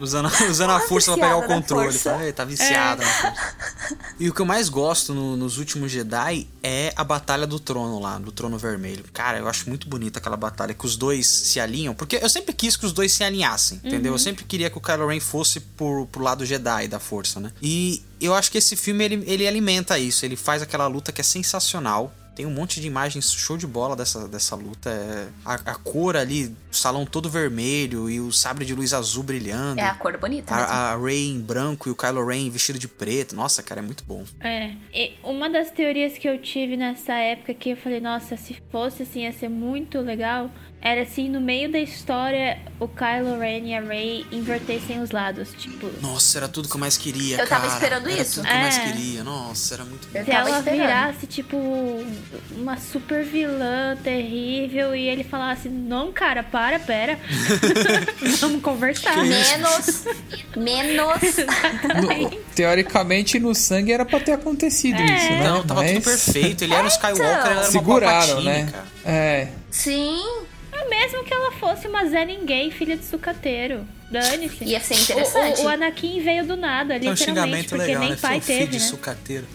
Usando, usando a
Uma
força pra pegar o
é viciada da
controle.
força. É.
Tá, tá viciada na força. E o que eu mais gosto no- nos últimos Jedi é a batalha do trono lá, do trono vermelho. Cara, eu acho muito bonita aquela batalha que os dois se alinham. Porque eu sempre quis que os dois se alinhassem, entendeu? Eu sempre queria que o Kylo Ren fosse pro, pro lado Jedi da força, né? E eu acho que esse filme ele, ele alimenta isso. Ele faz aquela luta que é sensacional. Tem um monte de imagens show de bola dessa, dessa luta. É, A, a cor ali, o salão todo vermelho e o sabre de luz azul brilhando.
É a cor bonita. mesmo.
A, a Rey em branco e o Kylo Ren vestido de preto. Nossa, cara, é muito bom.
É. E uma das teorias que eu tive nessa época que eu falei, nossa, se fosse assim, ia ser muito legal. Era assim, no meio da história, o Kylo Ren e a Rey invertessem os lados. Tipo,
Nossa, era tudo que eu mais queria,
Eu
cara.
tava esperando
era
isso.
tudo que eu mais
É.
queria. Nossa, era muito bom.
Eu
se
tava
ela
esperando.
virasse, tipo, uma super vilã terrível e ele falasse, não, cara, para, pera. Vamos conversar. né?"
Menos. menos. assim.
No- teoricamente, no sangue era pra ter acontecido
É.
isso, né?
Não, tava tudo
Mas
perfeito. Ele era um Skywalker, ela era uma
Seguraram,
Palpatine,
né?
cara.
É.
Sim.
Ah, Mesmo que ela fosse uma Zé Ninguém, filha de sucateiro. Dane-se.
Ia ser
O,
interessante.
o, o Anakin veio do nada,
É um
literalmente,
xingamento
porque
legal,
nem
né?
pai
Filho
teve,
de
né?
sucateiro.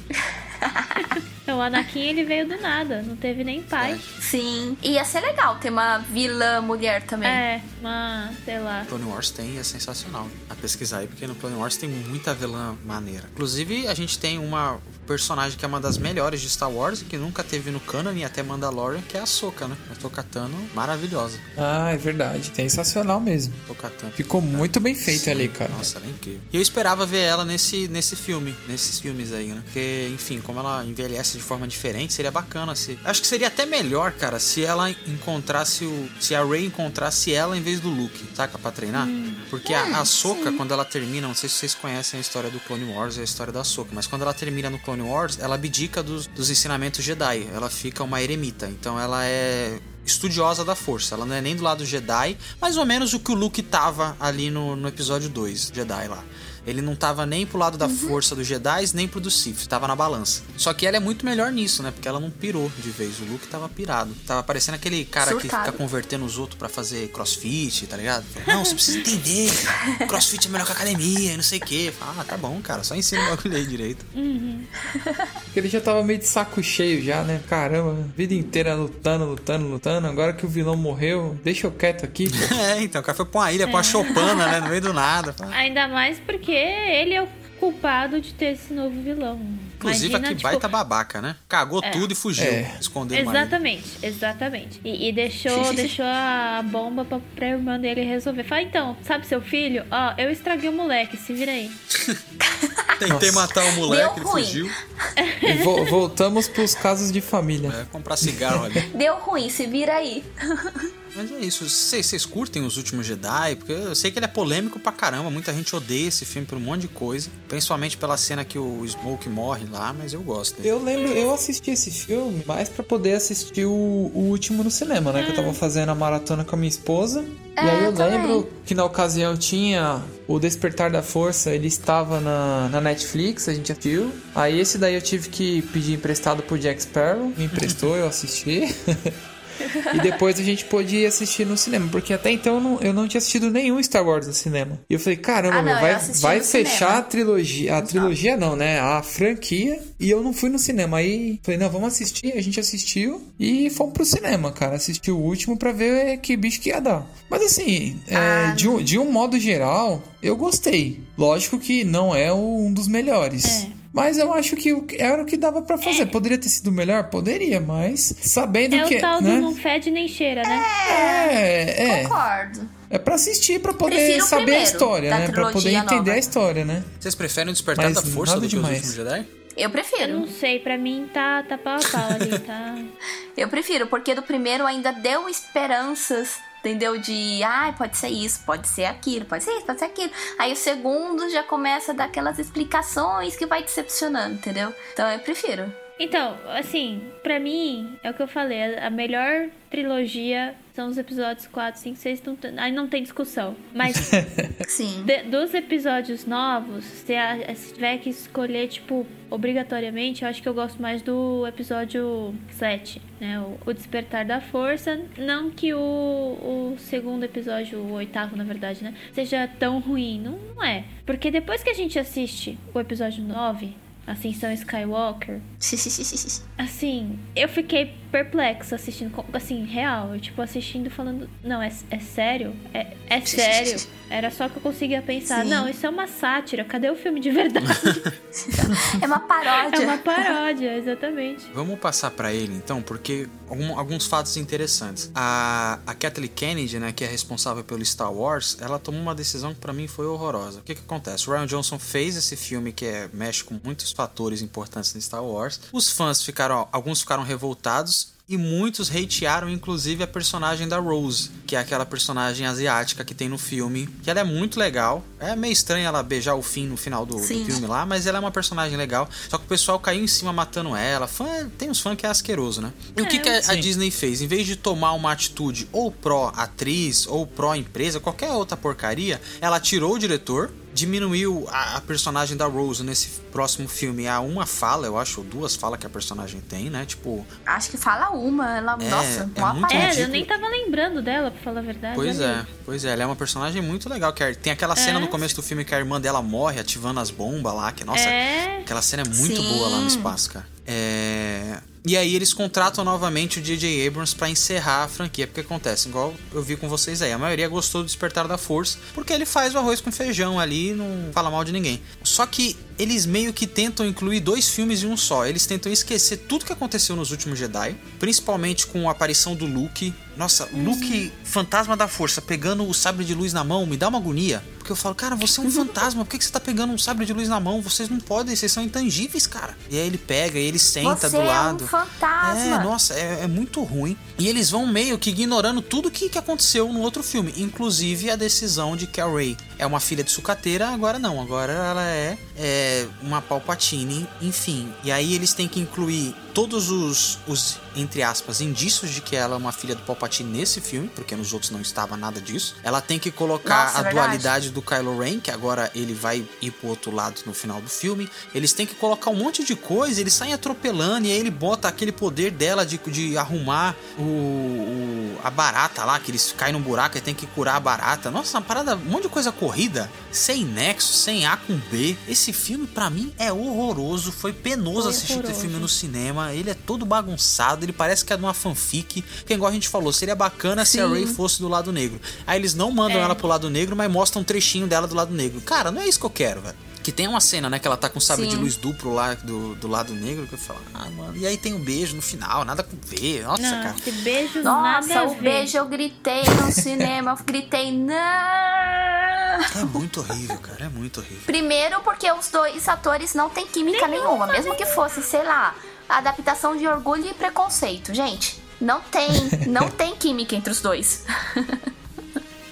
Então, o Anakin, ele veio do nada. Não teve nem pai.
Sim. Ia ser legal ter uma vilã mulher também.
É, uma... Sei lá.
Clone Wars tem e é sensacional a pesquisar aí, porque no Clone Wars tem muita vilã maneira. Inclusive, a gente tem uma personagem que é uma das melhores de Star Wars, que nunca teve no canon e até Mandalorian, que é a Soka, né? A Tocatano, maravilhosa.
Ah, é verdade. Sensacional mesmo.
Tocatano.
Ficou muito bem feito
Sim,
ali, cara.
Nossa, ela é incrível. E eu esperava ver ela nesse, nesse filme, nesses filmes aí, né? Porque, enfim, como ela envelhece de forma diferente, seria bacana se. Acho que seria até melhor, cara, se ela encontrasse o. Se a Rey encontrasse ela em vez do Luke, saca? Pra treinar.
Hum.
Porque a, a Soca, quando ela termina, não sei se vocês conhecem a história do Clone Wars e a história da Soca, mas quando ela termina no Clone Wars, ela abdica dos, dos ensinamentos Jedi. Ela fica uma eremita. Então ela é estudiosa da força. Ela não é nem do lado Jedi, mais ou menos o que o Luke tava ali no, no episódio 2, Jedi lá. Ele não tava nem pro lado da força dos Jedi, nem pro do Sith, tava na balança. Só que ela é muito melhor nisso, né? Porque ela não pirou de vez. O Luke tava pirado. Tava parecendo aquele cara que
Surtado.
fica convertendo os outros pra fazer crossfit, tá ligado? Fala, Não, você precisa entender. Crossfit é melhor que academia e não sei o quê. Fala, ah, tá bom, cara, só ensina o bagulho aí direito.
Porque ele já tava meio de saco cheio já, né? Caramba, vida inteira lutando, lutando, lutando. Agora que o vilão morreu, deixa eu quieto aqui.
É, então, o cara foi pra uma ilha, pra uma choupana, né? No meio do nada. Fala,
Ainda mais porque ele é o culpado de ter esse novo vilão.
Inclusive,
Imagina,
aqui
tipo,
baita né? babaca, né? Cagou tudo e fugiu.
É.
Escondeu o marido.
Exatamente, exatamente. E, e deixou, deixou a bomba pra, pra irmã dele resolver. Fala, então, sabe seu filho? Ó, eu estraguei o moleque, se vira aí.
Tentei matar o moleque,
Deu
ele
ruim.
fugiu.
E vo- voltamos pros casos de família.
É, comprar cigarro ali.
Deu ruim, se vira aí.
Mas é isso. Vocês vocês curtem Os Últimos Jedi? Porque eu sei que ele é polêmico pra caramba. Muita gente odeia esse filme por um monte de coisa. Principalmente pela cena que o Smoke morre lá, mas eu gosto. dele.
Eu lembro, eu assisti esse filme mais pra poder assistir o, o último no cinema, né? Que eu tava fazendo a maratona com a minha esposa. e
Ah. É,
aí eu
eu também.
lembro que na ocasião tinha o Despertar da Força, ele estava na, na Netflix, a gente assistiu. Aí esse daí eu tive que pedir emprestado pro Jack Sparrow, me emprestou, eu assisti. E depois a gente pôde ir assistir no cinema, porque até então eu não, eu não tinha assistido nenhum Star Wars no cinema. E eu falei, caramba,
Ah, não,
meu, vai,
eu assisti
vai
no
fechar
cinema.
a trilogia. A trilogia não, né? A franquia. E eu não fui no cinema. Aí falei, não, vamos assistir. A gente assistiu e fomos pro cinema, cara. Assistiu o último pra ver que bicho que ia dar. Mas assim, é,
Ah.
de, um, de um modo geral, eu gostei. Lógico que não é o- um dos
É.
melhores. Mas eu acho que o- era o que dava pra fazer. Poderia ter sido melhor? Poderia, mas sabendo
é
que.
o tal
né?
do não fede nem cheira, né?
É, é.
Concordo.
É pra assistir, pra poder
Prefiro o
saber a
primeiro,
história,
da
né? Pra poder
trilogia
entender
nova.
a história, né?
Vocês preferem o Despertar
Mas
da Força
nada
do que
demais.
Os Últimos Jedi?
Eu
Eu não
prefiro.
sei, pra mim tá, tá pau a pau ali, tá?
Eu prefiro, porque do primeiro ainda deu esperanças. Entendeu? De, ai, pode ser isso, pode ser aquilo, pode ser isso, pode ser aquilo. Aí o segundo já começa a dar aquelas explicações que vai decepcionando, entendeu? Então eu prefiro.
Então, assim, pra mim, é o que eu falei, a a melhor trilogia são os episódios 4, 5, 6, não tem- aí não tem discussão. Mas
Sim.
de- dos episódios novos, se, a- se tiver que escolher, tipo, obrigatoriamente, eu acho que eu gosto mais do episódio 7, né? O, o Despertar da Força. Não que o, o segundo episódio, o oitavo, na verdade, né? Seja tão ruim. Não, não é. Porque depois que a gente assiste o episódio 9, Ascensão Skywalker, Assim, eu fiquei perplexa assistindo, co- assim, real. Eu, tipo, assistindo falando, não, é, é sério? É, é sério? Era só que eu conseguia pensar,
Sim.
não, isso é uma sátira, cadê o filme de verdade? Tipo,
é uma
é
paródia.
uma paródia, exatamente.
Vamos passar pra ele então, porque algum- alguns fatos interessantes. A, a Kathleen Kennedy, né, que é responsável pelo Star Wars, ela tomou uma decisão que pra mim foi horrorosa. O que que acontece? O Ryan Johnson fez esse filme que é, mexe com muitos fatores importantes no Star Wars. Os fãs ficaram, alguns ficaram revoltados e muitos hatearam, inclusive, a personagem da Rose, que é aquela personagem asiática que tem no filme. Que ela é muito legal. É meio estranho ela beijar o fim no final do, do
Sim.
filme lá, mas ela é uma personagem legal. Só que o pessoal caiu em cima matando ela. Fã- tem uns fãs que é asqueroso, né? E o que, que a, a Disney fez? Em vez de tomar uma atitude ou pró-atriz, ou pró-empresa, qualquer outra porcaria, ela tirou o diretor. diminuiu a, a personagem da Rose nesse próximo filme a uma fala, eu acho, ou duas falas que a personagem tem, né? Tipo,
Acho que fala uma. Ela,
É,
nossa,
é
uma
muito
parte.
É,
ridículo.
eu nem tava lembrando dela, pra falar a verdade. né?
Pois
olha
é, pois é. Ela é uma personagem muito legal. Que a- tem aquela cena
É.
no começo do filme que a irmã dela morre ativando as bombas lá. Que,
aí.
nossa,
É.
aquela cena é muito
Sim.
boa lá no espaço, cara. É... E aí eles contratam novamente o J.J. Abrams pra encerrar a franquia. Porque acontece, igual eu vi com vocês aí, a maioria gostou do Despertar da Força, porque ele faz o arroz com feijão ali e não fala mal de ninguém. Só que eles meio que tentam incluir dois filmes em um só. Eles tentam esquecer tudo que aconteceu nos últimos Jedi, principalmente com a aparição do Luke. Nossa, Luke, fantasma da força, pegando o sabre de luz na mão, me dá uma agonia. Porque eu falo, cara, você é um fantasma, por que, que você tá pegando um sabre de luz na mão? Vocês não podem, vocês são intangíveis, cara. E aí ele pega, e ele senta
Você
tá do
é
lado.
um fantasma.
É, nossa, é, é muito ruim. E eles vão meio que ignorando tudo que, que aconteceu no outro filme, inclusive a decisão de que a Ray é uma filha de sucateira, agora não, agora ela é, é, uma Palpatine, enfim. E aí eles têm que incluir todos os, os, entre aspas, indícios de que ela é uma filha do Palpatine nesse filme, porque nos outros não estava nada disso. Ela tem que colocar
Nossa, é
a
verdade.
dualidade personalidade do Kylo Ren, que agora ele vai ir pro outro lado no final do filme. Eles têm que colocar um monte de coisa, eles saem atropelando e aí ele bota aquele poder dela de, de arrumar o, o- a barata lá, que eles caem num buraco e tem que curar a barata. Nossa, uma parada, um monte de coisa corrida, sem nexo, sem A com B. Esse filme pra mim é horroroso, foi penoso
Foi
assistir esse
horroroso.
filme no cinema, ele é todo bagunçado, ele parece que é de uma fanfic, que igual a gente falou, seria bacana se a
Sim.
Ray fosse do lado negro. Aí eles não mandam
É.
ela pro lado negro, mas mostram um trechinho dela do lado negro. Cara, não é isso que eu quero, velho. Que tem uma cena, né, que ela tá com um sabre
Sim.
de luz duplo lá do, do lado negro, que eu falo, ah, mano. E aí tem um beijo no final, nada com ver. Nossa,
Não,
cara.
esse beijo
Nossa,
nada a
o
ver.
beijo eu gritei no cinema. Eu gritei, não!
É muito horrível, cara. É muito horrível.
Primeiro, porque os dois atores não têm química nenhuma, mesmo que fosse, sei lá, adaptação de orgulho e preconceito, gente. Não tem, não tem química entre os dois.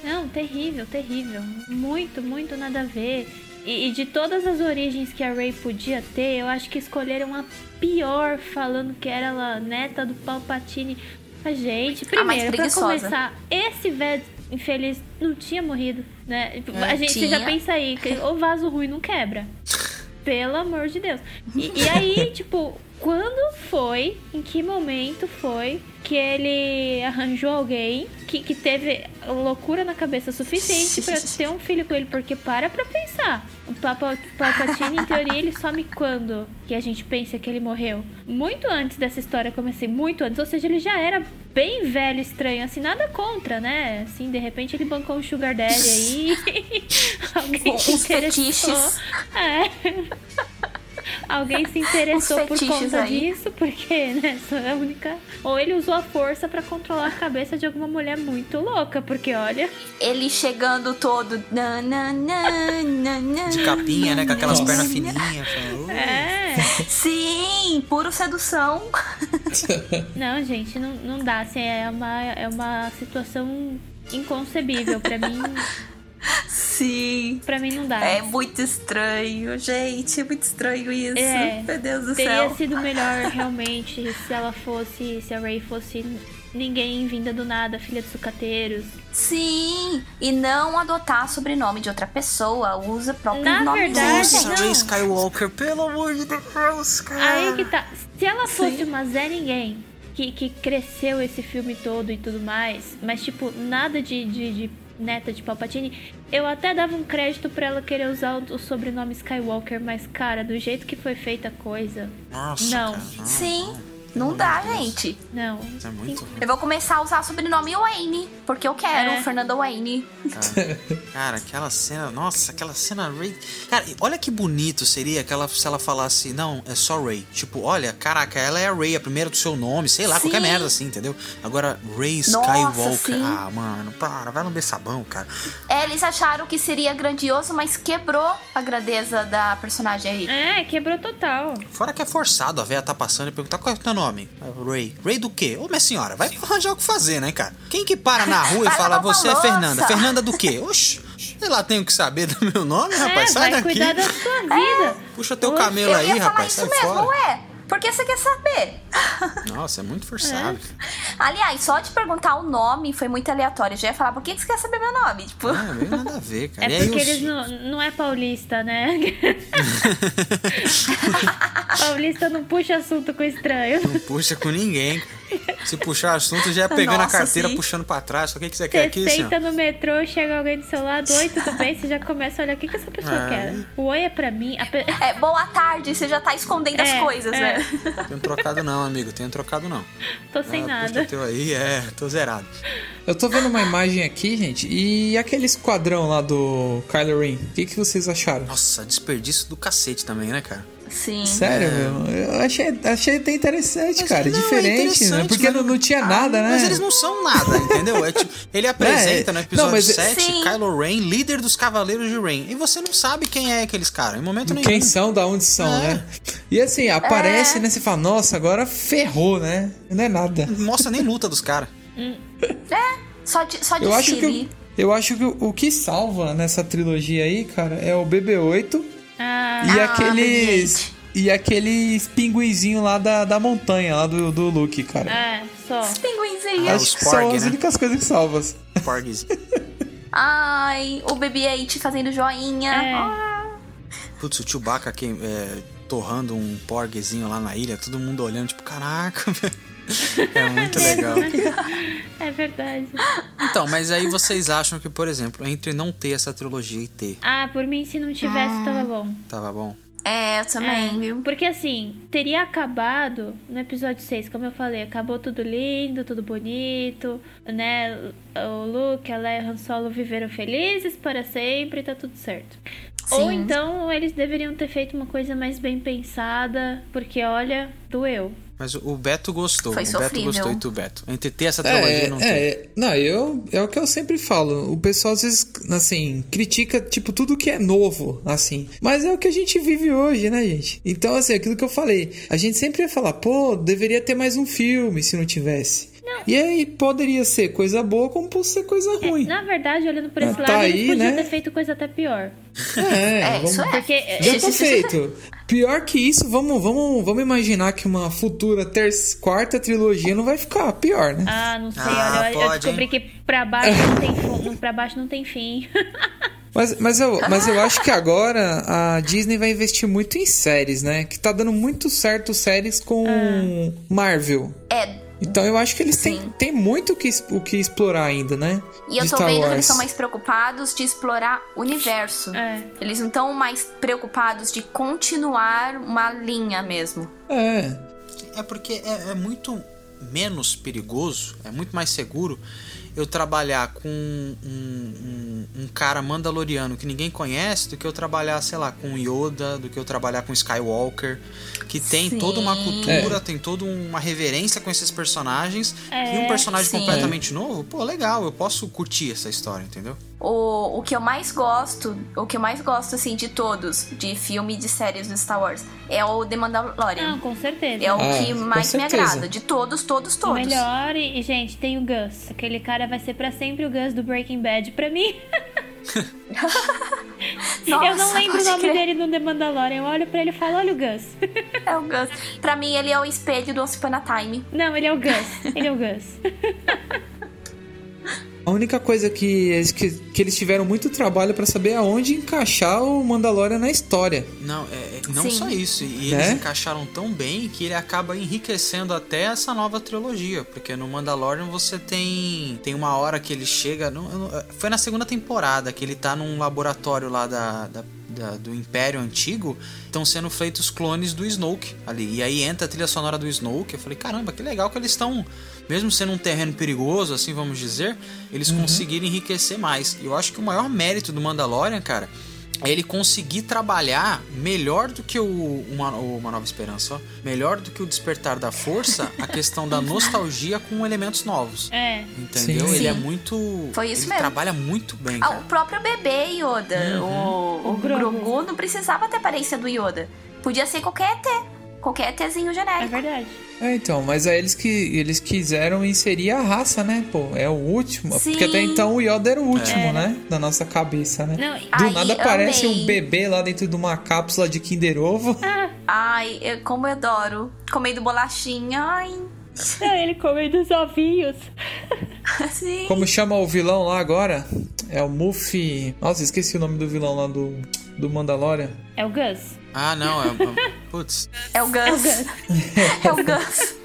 Não, terrível, terrível. Muito, muito nada a ver. E, e de todas as origens que a Ray podia ter, eu acho que escolheram a pior, falando que era ela neta do Palpatine. A gente,
A mais
primeiro, pra
Ah, preguiçosa.
começar, esse velho infeliz não tinha morrido, né? a gente
Tinha.
já pensa aí, que o vaso ruim não quebra. Pelo amor de Deus. E, e aí, tipo, quando foi, em que momento foi que ele arranjou alguém que, que teve loucura na cabeça suficiente pra ter um filho com ele? Porque para pra pensar. O Papa- Palpatine, em teoria, ele some quando que a gente pensa que ele morreu? Muito antes dessa história comecei, muito antes. Ou seja, ele já era bem velho, estranho, assim, nada contra, né? Assim, de repente ele bancou um sugar daddy aí. alguém se
Uns
interessou.
fetiches.
É. Alguém se interessou
Uns
por
fetiches
conta
aí.
disso, porque, né, sou a única. Ou ele usou a força pra controlar a cabeça de alguma mulher muito louca, porque olha.
Ele chegando todo. Na, na, na, na, na,
De capinha, né? Com aquelas
Nossa.
pernas fininhas. Uh, falando, "Ui".
É.
Sim, puro sedução.
Não, gente, não, não dá. Assim, é, uma, é uma situação inconcebível. Pra mim,
Sim.
pra mim não dá.
É muito estranho, gente. É muito estranho isso.
É.
Meu Deus do
Teria
céu.
sido melhor realmente se ela fosse. Se a Ray fosse ninguém vinda do nada, filha de sucateiros.
Sim. E não adotar sobrenome de outra pessoa. Usa o próprio
Na
nome
verdade,
gente.
Nossa,
não.
Ray Skywalker, pelo amor de Deus, cara.
Aí que tá. Se ela fosse uma Zé Ninguém, que, que cresceu esse filme todo e tudo mais, mas, tipo, nada de, de, de neta de Palpatine, eu até dava um crédito pra ela querer usar o, o sobrenome Skywalker, mas, cara, do jeito que foi feita a coisa,
Nossa,
Não.
cara,
Sim.
Ah, Pelo
Não dá,
amor de Deus.
gente.
não.
Isso é muito ruim.
Eu vou começar a usar o sobrenome Wayne, porque eu quero,
É.
Fernando Wayne.
Cara, aquela cena, nossa, aquela cena Ray. Cara, e olha que bonito seria aquela se ela falasse, não, é só Ray. Tipo, olha, caraca, ela é a Ray, a primeira do seu nome, sei lá, qualquer
Sim.
merda assim, entendeu? Agora, Ray
Nossa,
Skywalker.
sim.
Ah, mano, para, vai no beçabão, cara.
É, Eles acharam que seria grandioso, mas quebrou a grandeza da personagem aí.
É, quebrou total.
Fora que é forçado, a véia tá passando e perguntar qual é o teu nome? Ray. Ray do quê? Ô, minha senhora, vai arranjar o que fazer, né, cara? Quem que para na rua e
Vai
fala,
lavar uma
você é Fernanda?
louça.
Fernanda do quê? Oxi, sei lá, tenho que saber do meu nome, rapaz,
é,
sai
vai
daqui. É.
cuidar da sua vida.
Puxa teu
Oxe,
camelo
Eu
aí,
ia falar
rapaz,
isso
sai
mesmo, é
fora.
ué. Porque você quer saber.
Nossa, é muito forçado.
Aliás, só de perguntar o nome foi muito aleatório. Eu já ia falar, por que que você quer saber meu nome? Tipo,
Ah, meio nada a ver, cara. E
É
aí
porque
os-
eles não, não é paulista, né? paulista não puxa assunto com estranho.
Não puxa com ninguém. cara. Se puxar assunto, já é pegando
Nossa,
a carteira,
sim.
puxando pra trás. Só o que, que você quer
Você
aqui, senhor?
senta no metrô, chega alguém do seu lado, oi, tudo bem? Você já começa a olhar o que, que essa pessoa
Ah.
quer. O oi é pra mim. a pe-
é, boa tarde, você já tá escondendo
É,
as coisas,
é.
né?
Tenho trocado não, amigo. Tenho trocado não.
Tô sem
Ah,
nada.
puxa teu aí, é. Tô zerado.
Eu tô vendo uma imagem aqui, gente, e aquele esquadrão lá do Kylo Ren, o que, que vocês acharam?
Nossa, desperdício do cacete também, né, cara?
Sim.
Sério, meu? Eu achei, achei até interessante,
é. Mas
cara.
não, é
diferente, né?
interessante,
Porque
mas- Ah,
não, não tinha nada, né?
Mas eles não são nada, entendeu? É tipo, ele apresenta no
É, não,
episódio
mas-
7
Sim.
Kylo Ren, líder dos Cavaleiros de Ren. E você não sabe quem é aqueles caras, em momento nenhum.
Quem são, da onde são,
É.
né? E assim, aparece, né? Você fala, nossa, agora ferrou, né? Não é nada.
Não mostra nem luta dos caras.
Só de, só de
Eu acho que.
Siri.
o- Eu acho que o- o que salva nessa trilogia aí, cara, é o BB-8
Ah,
e
Ah,
aqueles.
BB-8.
E aqueles pinguinzinho lá da, da montanha, lá do, do Luke, cara.
é, só.
Pinguinzinho.
Ah, os
acho que
Porg,
são as
né?
únicas coisas que assim. salvas.
Porgs. Ah.
Ai, o BB-8 fazendo joinha.
É.
Ah,
Putz, o Chewbacca que, é, torrando um porguezinho lá na ilha, todo mundo olhando, tipo, caraca, velho. É muito legal.
É verdade.
Então, mas aí vocês acham que, por exemplo, entre não ter essa trilogia e ter,
Ah, por mim, se não tivesse, tava bom.
tava bom?
é, eu Ah, também, viu?
Porque assim, teria acabado no episódio 6, como eu falei, acabou tudo lindo, tudo bonito, né? O Luke, a Leia e o Han Solo viveram felizes para sempre, tá tudo certo. Ou
Sim.
então eles deveriam ter feito uma coisa mais bem pensada, porque olha, doeu.
Mas o o Beto gostou.
Foi
o Beto
sofrível.
gostou e tu, Beto. Entre ter essa trilogia
É,
e não ter.
é, é, não, eu é o que eu sempre falo. O pessoal às vezes, assim, critica tipo tudo que é novo, assim. Mas é o que a gente vive hoje, né, gente? Então, assim, aquilo que eu falei, a gente sempre ia falar, pô, deveria ter mais um filme se não É, tivesse. E aí poderia ser coisa boa como pode ser coisa ruim.
É, Na verdade, olhando por
Ah,
esse
tá
lado, eles
aí,
podiam
né?
ter feito coisa até pior.
É,
É,
vamos-
isso é.
Porque é,
Já tá feito. Pior que isso, vamos, vamos, vamos imaginar que uma futura ter quarta trilogia não vai ficar pior, né?
Ah, não sei,
Ah,
olha, eu- eu
pode,
descobri que pra baixo não tem fim, pra baixo não tem fim.
Mas, mas, eu, mas eu acho que agora a Disney vai investir muito em séries, né? Que tá dando muito certo séries com Marvel.
É,
Então eu acho que eles têm,
Sim.
têm muito o que, es- o que explorar ainda, né?
e eu
De
tô
Star
vendo que
Wars.
eles são mais preocupados de explorar o universo.
É.
Eles não estão mais preocupados de continuar uma linha mesmo.
É.
É porque é, é muito menos perigoso, é muito mais seguro eu trabalhar com um, um- um cara mandaloriano que ninguém conhece do que eu trabalhar, sei lá, com Yoda, do que eu trabalhar com Skywalker, que tem
Sim.
toda uma cultura, tem toda uma reverência com esses personagens. e um personagem
É, sim.
completamente novo, pô, legal, eu posso curtir essa história, entendeu?
O, o que eu mais gosto, o que eu mais gosto, assim, de todos, de filme e de séries do Star Wars, é o The Mandalorian.
Não, com certeza.
É o
Ah,
que
com
mais me
certeza.
agrada. De todos, todos,
O
todos.
melhor e, e, gente, tem o Gus. Aquele cara vai ser pra sempre o Gus do Breaking Bad pra mim. eu não
Nossa,
lembro o
pode
nome
crer.
dele no The Mandalorian. Eu olho pra ele e falo, olha o Gus.
É o Gus. Pra mim, ele é o espelho do Once Upon a Time.
Não, ele é o Gus. Ele é o Gus.
A única coisa que, eles- que, que eles tiveram muito trabalho pra saber é aonde encaixar o Mandalorian na história.
Não, é, é- não
Sim.
só isso. E
Né?
eles encaixaram tão bem que ele acaba enriquecendo até essa nova trilogia. Porque no Mandalorian você tem. Tem uma hora que ele chega. não- eu não- é, foi na segunda temporada que ele tá num laboratório lá da. da- da- do Império Antigo, estão sendo feitos clones do Snoke ali. E aí entra a trilha sonora do Snoke. Eu falei, caramba, que legal que eles estão, mesmo sendo um terreno perigoso, assim vamos dizer, eles conseguiram enriquecer mais. E eu acho que o maior mérito do Mandalorian, cara, é ele conseguir trabalhar melhor do que o uma, o Uma Nova Esperança, ó. melhor do que o Despertar da Força, a questão da nostalgia com elementos novos.
É.
Entendeu?
Sim.
Ele é
Sim.
muito.
Foi isso
ele
mesmo.
trabalha muito bem,
Ah, o
cara.
próprio bebê Yoda. O, o
O Grogu.
Grogu não precisava ter aparência do Yoda. Podia ser qualquer ET. Qualquer ETzinho
É
genérico.
verdade.
É, então, mas aí eles que eles quiseram inserir a raça, né? Pô, é o último.
Sim. É.
Porque até então o Yoda era o último, né? Da nossa cabeça, né?
Não,
Do
Ai,
nada aparece
amei.
um bebê lá dentro de uma cápsula de Kinder Ovo.
Ah,
Ai, eu- como eu adoro. Comendo bolachinha. Ai,
É, ele comendo os ovinhos.
sim.
Como chama o vilão lá agora? É o Muffy. Nossa, esqueci o nome do vilão lá do, do Mandalorian.
É o Gus.
Ah, não, é. é- Putz,
É o Gus. É o Gus.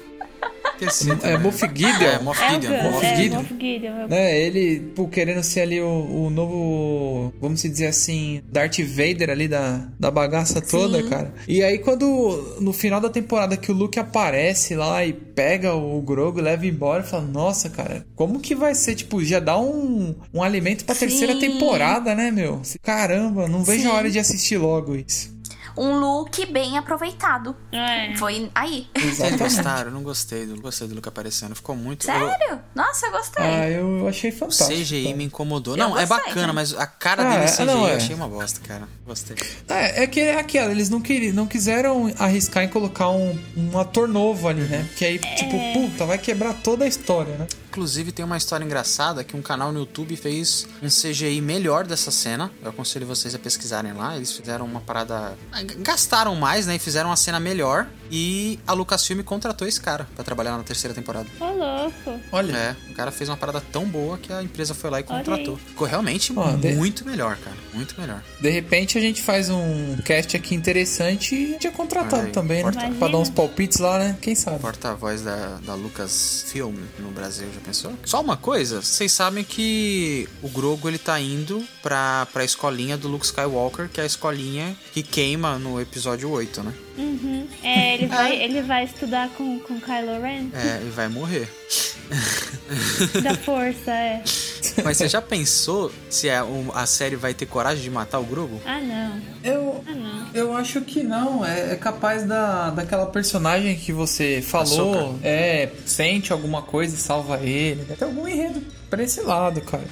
esqueci.
É
também.
Muffy
É,
Gideon.
Moff
É o
Gideon.
Gus.
Moff
É,
Gideon.
o Moff Gideon.
Né, ele, pô, querendo ser ali o, o novo, vamos dizer assim, Darth Vader ali da, da bagaça toda, cara. E aí quando, no final da temporada que o Luke aparece lá e pega o Grogu, leva embora, fala, nossa, cara, como que vai ser? Tipo, já dá um, um alimento pra
Sim.
terceira temporada, né, meu? Caramba, não vejo a
Sim.
hora de assistir logo isso.
Um look bem aproveitado.
É.
Foi aí.
Vocês
Exatamente.
gostaram? Eu não gostei do, gostei do Luke aparecendo. Ficou muito. eu-
Sério? Nossa, eu gostei.
Ah, eu achei
O
fantástico.
CGI me incomodou.
Eu
Não, é
gostei,
bacana,
né?
mas a cara
Ah,
dele
é,
em CGI
não, é.
eu achei uma bosta, cara. Gostei.
É, é que é aquela, eles não, queriam, não quiseram arriscar em colocar um, um ator novo ali, né? Porque aí, tipo,
É.
puta, vai quebrar toda a história, né?
Inclusive, tem uma história engraçada que um canal no YouTube fez um CGI melhor dessa cena. Eu aconselho vocês a pesquisarem lá. Eles fizeram uma parada. ah, Gastaram mais, né? E fizeram uma cena melhor. E a Lucasfilm contratou esse cara pra trabalhar na terceira temporada.
Ô, louco.
Olha,
É, o cara fez uma parada tão boa que a empresa foi lá e
Olha
contratou.
aí.
Ficou realmente
Ó, de-
muito melhor, cara. Muito melhor.
de repente a gente faz um cast aqui interessante e já contratado
Olha aí,
também, né?
importante.
Pra dar uns palpites lá, né? Quem sabe?
Porta-voz da, da Lucasfilm no Brasil, já pensou? Só uma coisa, vocês sabem que o Grogo ele tá indo pra, pra escolinha do Luke Skywalker, que é a escolinha que queima no episódio 8, né?
Uhum. É, ele vai, ele vai estudar com, com Kylo Ren
É, e vai morrer.
da força, é.
Mas você já pensou se a, o- a série vai ter coragem de matar o Grogo?
Ah, não.
Eu,
Ah, não.
eu acho que não. É, é capaz da, daquela personagem que você falou.
Ahsoka.
É, sente alguma coisa e salva ele. Tem algum enredo pra esse lado, cara.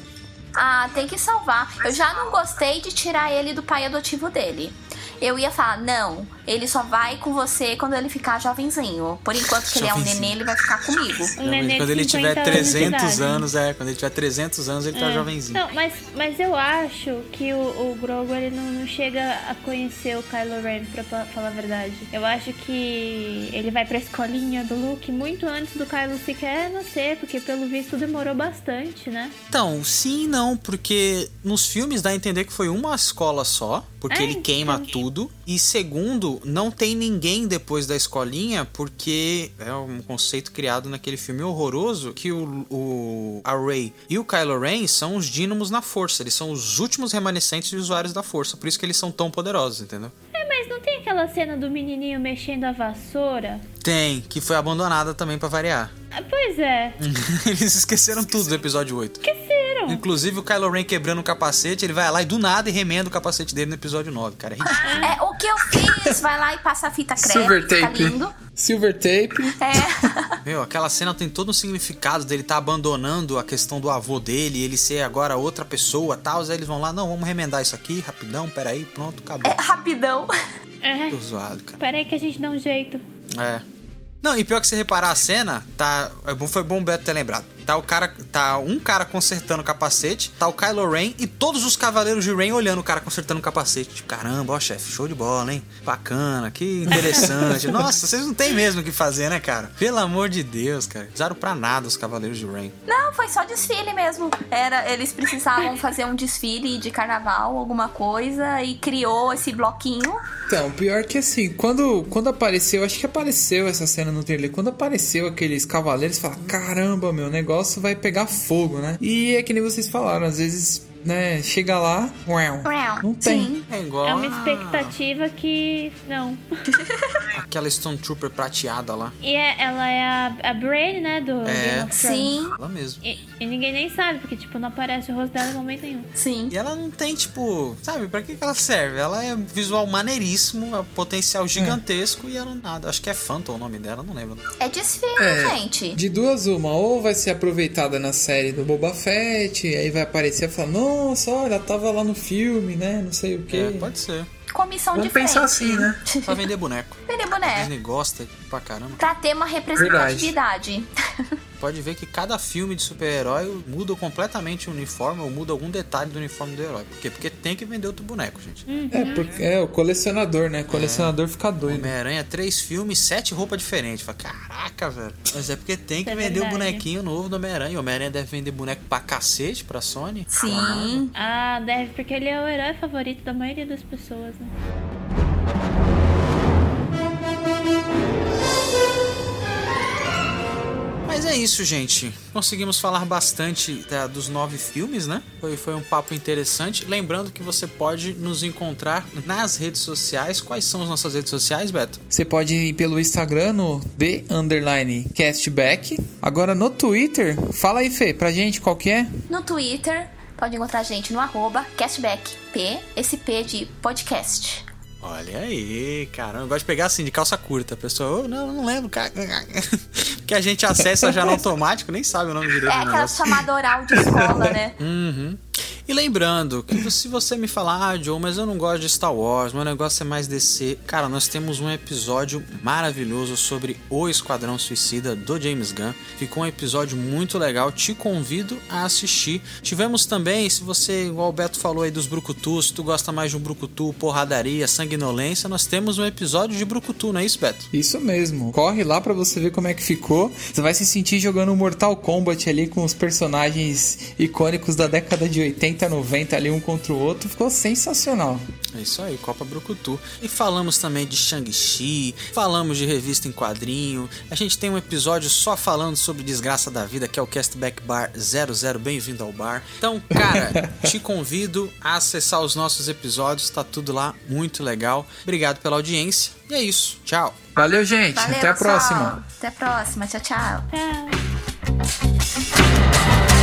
Ah, tem que salvar. Eu já não gostei de tirar ele do pai adotivo dele. Eu ia falar, não, ele só vai com você quando ele ficar jovenzinho. Por enquanto que ele é um
Jovenzinho.
nenê, ele vai ficar comigo.
Um nenê de
quando ele
50
tiver
anos de
300
idade. É.
anos, é, quando ele tiver 300 anos ele tá jovenzinho.
Não, mas, mas eu acho que o, o Grogu ele não, não chega a conhecer o Kylo Ren, pra pa- falar a verdade. Eu acho que ele vai pra escolinha do Luke muito antes do Kylo sequer nascer, porque pelo visto demorou bastante, né?
Então, sim e não, porque nos filmes dá a entender que foi uma escola só, porque
É,
ele queima tudo. E segundo, não tem ninguém depois da escolinha, porque é um conceito criado naquele filme horroroso que o, o a Rey e o Kylo Ren são os dínamos na força, eles são os últimos remanescentes de usuários da força, por isso que eles são tão poderosos, entendeu?
É, mas não tem aquela cena do menininho mexendo a vassoura?
Tem, que foi abandonada também pra variar.
Ah, pois é,
Eles esqueceram tudo do episódio 8.
esqueceram.
Inclusive o Kylo Ren quebrando o capacete, ele vai lá e do nada e remenda o capacete dele no episódio 9, cara. É ridículo.
É o que eu fiz, vai lá e passa a fita
tá
crepe,
Silver
fica
tape.
lindo.
Silver tape.
É,
Meu, aquela cena tem todo um significado dele tá abandonando a questão do avô dele, ele ser agora outra pessoa tal. Aí eles vão lá, não, vamos remendar isso aqui, rapidão, peraí, pronto, acabou.
é rapidão.
É,
Tô zoado, cara.
peraí que a gente dá um jeito.
É. Não, e pior que você reparar a cena, tá. é bom- Foi bom o Beto ter lembrado. Tá o cara. Tá um cara consertando o capacete, tá o Kylo Ren e todos os cavaleiros de Ren olhando o cara consertando o capacete. Tipo, Caramba, ó, chefe, show de bola, hein? Bacana, que interessante. Nossa, vocês não tem mesmo o que fazer, né, cara? Pelo amor de Deus, cara. Usaram pra nada os cavaleiros de Ren.
Não, foi só desfile mesmo. Era, eles precisavam fazer um desfile de carnaval, alguma coisa, e criou esse bloquinho.
Então, pior que assim, quando, quando apareceu, acho que apareceu essa cena no trailer, quando apareceu aqueles cavaleiros, fala, caramba, meu, o negócio vai pegar fogo, né? E é que nem vocês falaram, às vezes, né, chega lá, uau, não tem.
Sim.
É igual
É uma expectativa que. Não.
aquela Stormtrooper prateada lá.
E é- ela é a, a Brain, né? Do
É.
Game of Thrones.
Sim,
Ela mesmo.
E, e ninguém nem sabe, porque, tipo, não aparece o rosto dela em momento nenhum.
sim.
E ela não tem, tipo, sabe, pra que, que ela serve? Ela é visual maneiríssimo, é um potencial gigantesco e ela nada. Acho que é Phantom o nome dela, não lembro.
É desfile,
É.
gente.
De duas, uma, ou vai ser aproveitada na série do Boba Fett, aí vai aparecer e falar, nossa, olha, ela tava lá no filme, né? Não sei o quê.
É, pode ser.
Comissão
Vamos
de frente.
pensar assim, né?
Pra vender boneco.
É.
Vender
A
boneco.
Disney gosta pra caramba.
Pra ter uma representatividade.
Pode ver que cada filme de super-herói muda completamente o uniforme ou muda algum detalhe do uniforme do herói. Por quê? Porque tem que vender outro boneco, gente.
Hum.
É, porque, é o colecionador, né? O colecionador fica doido.
Homem-Aranha, três filmes, sete roupas diferentes. Fala, caraca, velho. Mas é porque tem que
É
vender o
verdade.
bonequinho novo do Homem-Aranha. O Homem-Aranha deve vender boneco pra cacete pra Sony.
Sim.
Ah, deve, porque ele é o herói favorito da maioria das pessoas, né?
Mas é isso, gente. Conseguimos falar bastante da- dos nove filmes, né? Foi, foi um papo interessante. Lembrando que você pode nos encontrar nas redes sociais. Quais são as nossas redes sociais, Beto?
Você pode ir pelo Instagram no The Underline Castback. Agora no Twitter, fala aí, Fê, pra gente qual que é?
No Twitter, pode encontrar a gente no arroba cashback P, esse P de podcast.
Olha aí, caramba. Eu gosto de pegar assim, de calça curta. A pessoa, "Ô, não, não lembro, cara. que a gente acessa já no automático, nem sabe o nome direito
É
do
aquela
negócio.
chamada oral de escola, né?
Uhum. E lembrando que se você me falar, ah, Joe, mas eu não gosto de Star Wars, meu negócio é mais DC. Cara, nós temos um episódio maravilhoso sobre o Esquadrão Suicida do James Gunn. Ficou um episódio muito legal, te convido a assistir. Tivemos também, se você, igual o Beto falou aí dos Brucutus, se tu gosta mais de um Brucutu, porradaria, sanguinolência, nós temos um episódio de Brucutu, não é isso, Beto?
Isso mesmo. Corre lá pra você ver como é que ficou. Você vai se sentir jogando um Mortal Kombat ali com os personagens icônicos da década de 80, 90 ali um contra o outro. Ficou sensacional.
É isso aí, Copa Brucutu. E falamos também de Shang-Chi, falamos de revista em quadrinho. A gente tem um episódio só falando sobre Desgraça da Vida, que é o Castback Bar 00. Bem-vindo ao bar. Então, cara, te convido a acessar os nossos episódios, tá tudo lá, muito legal. Obrigado pela audiência. E é isso. Tchau.
Valeu, gente.
Valeu,
Até a
pessoal.
próxima.
Ah.
Até a próxima. Tchau, tchau.
Tchau.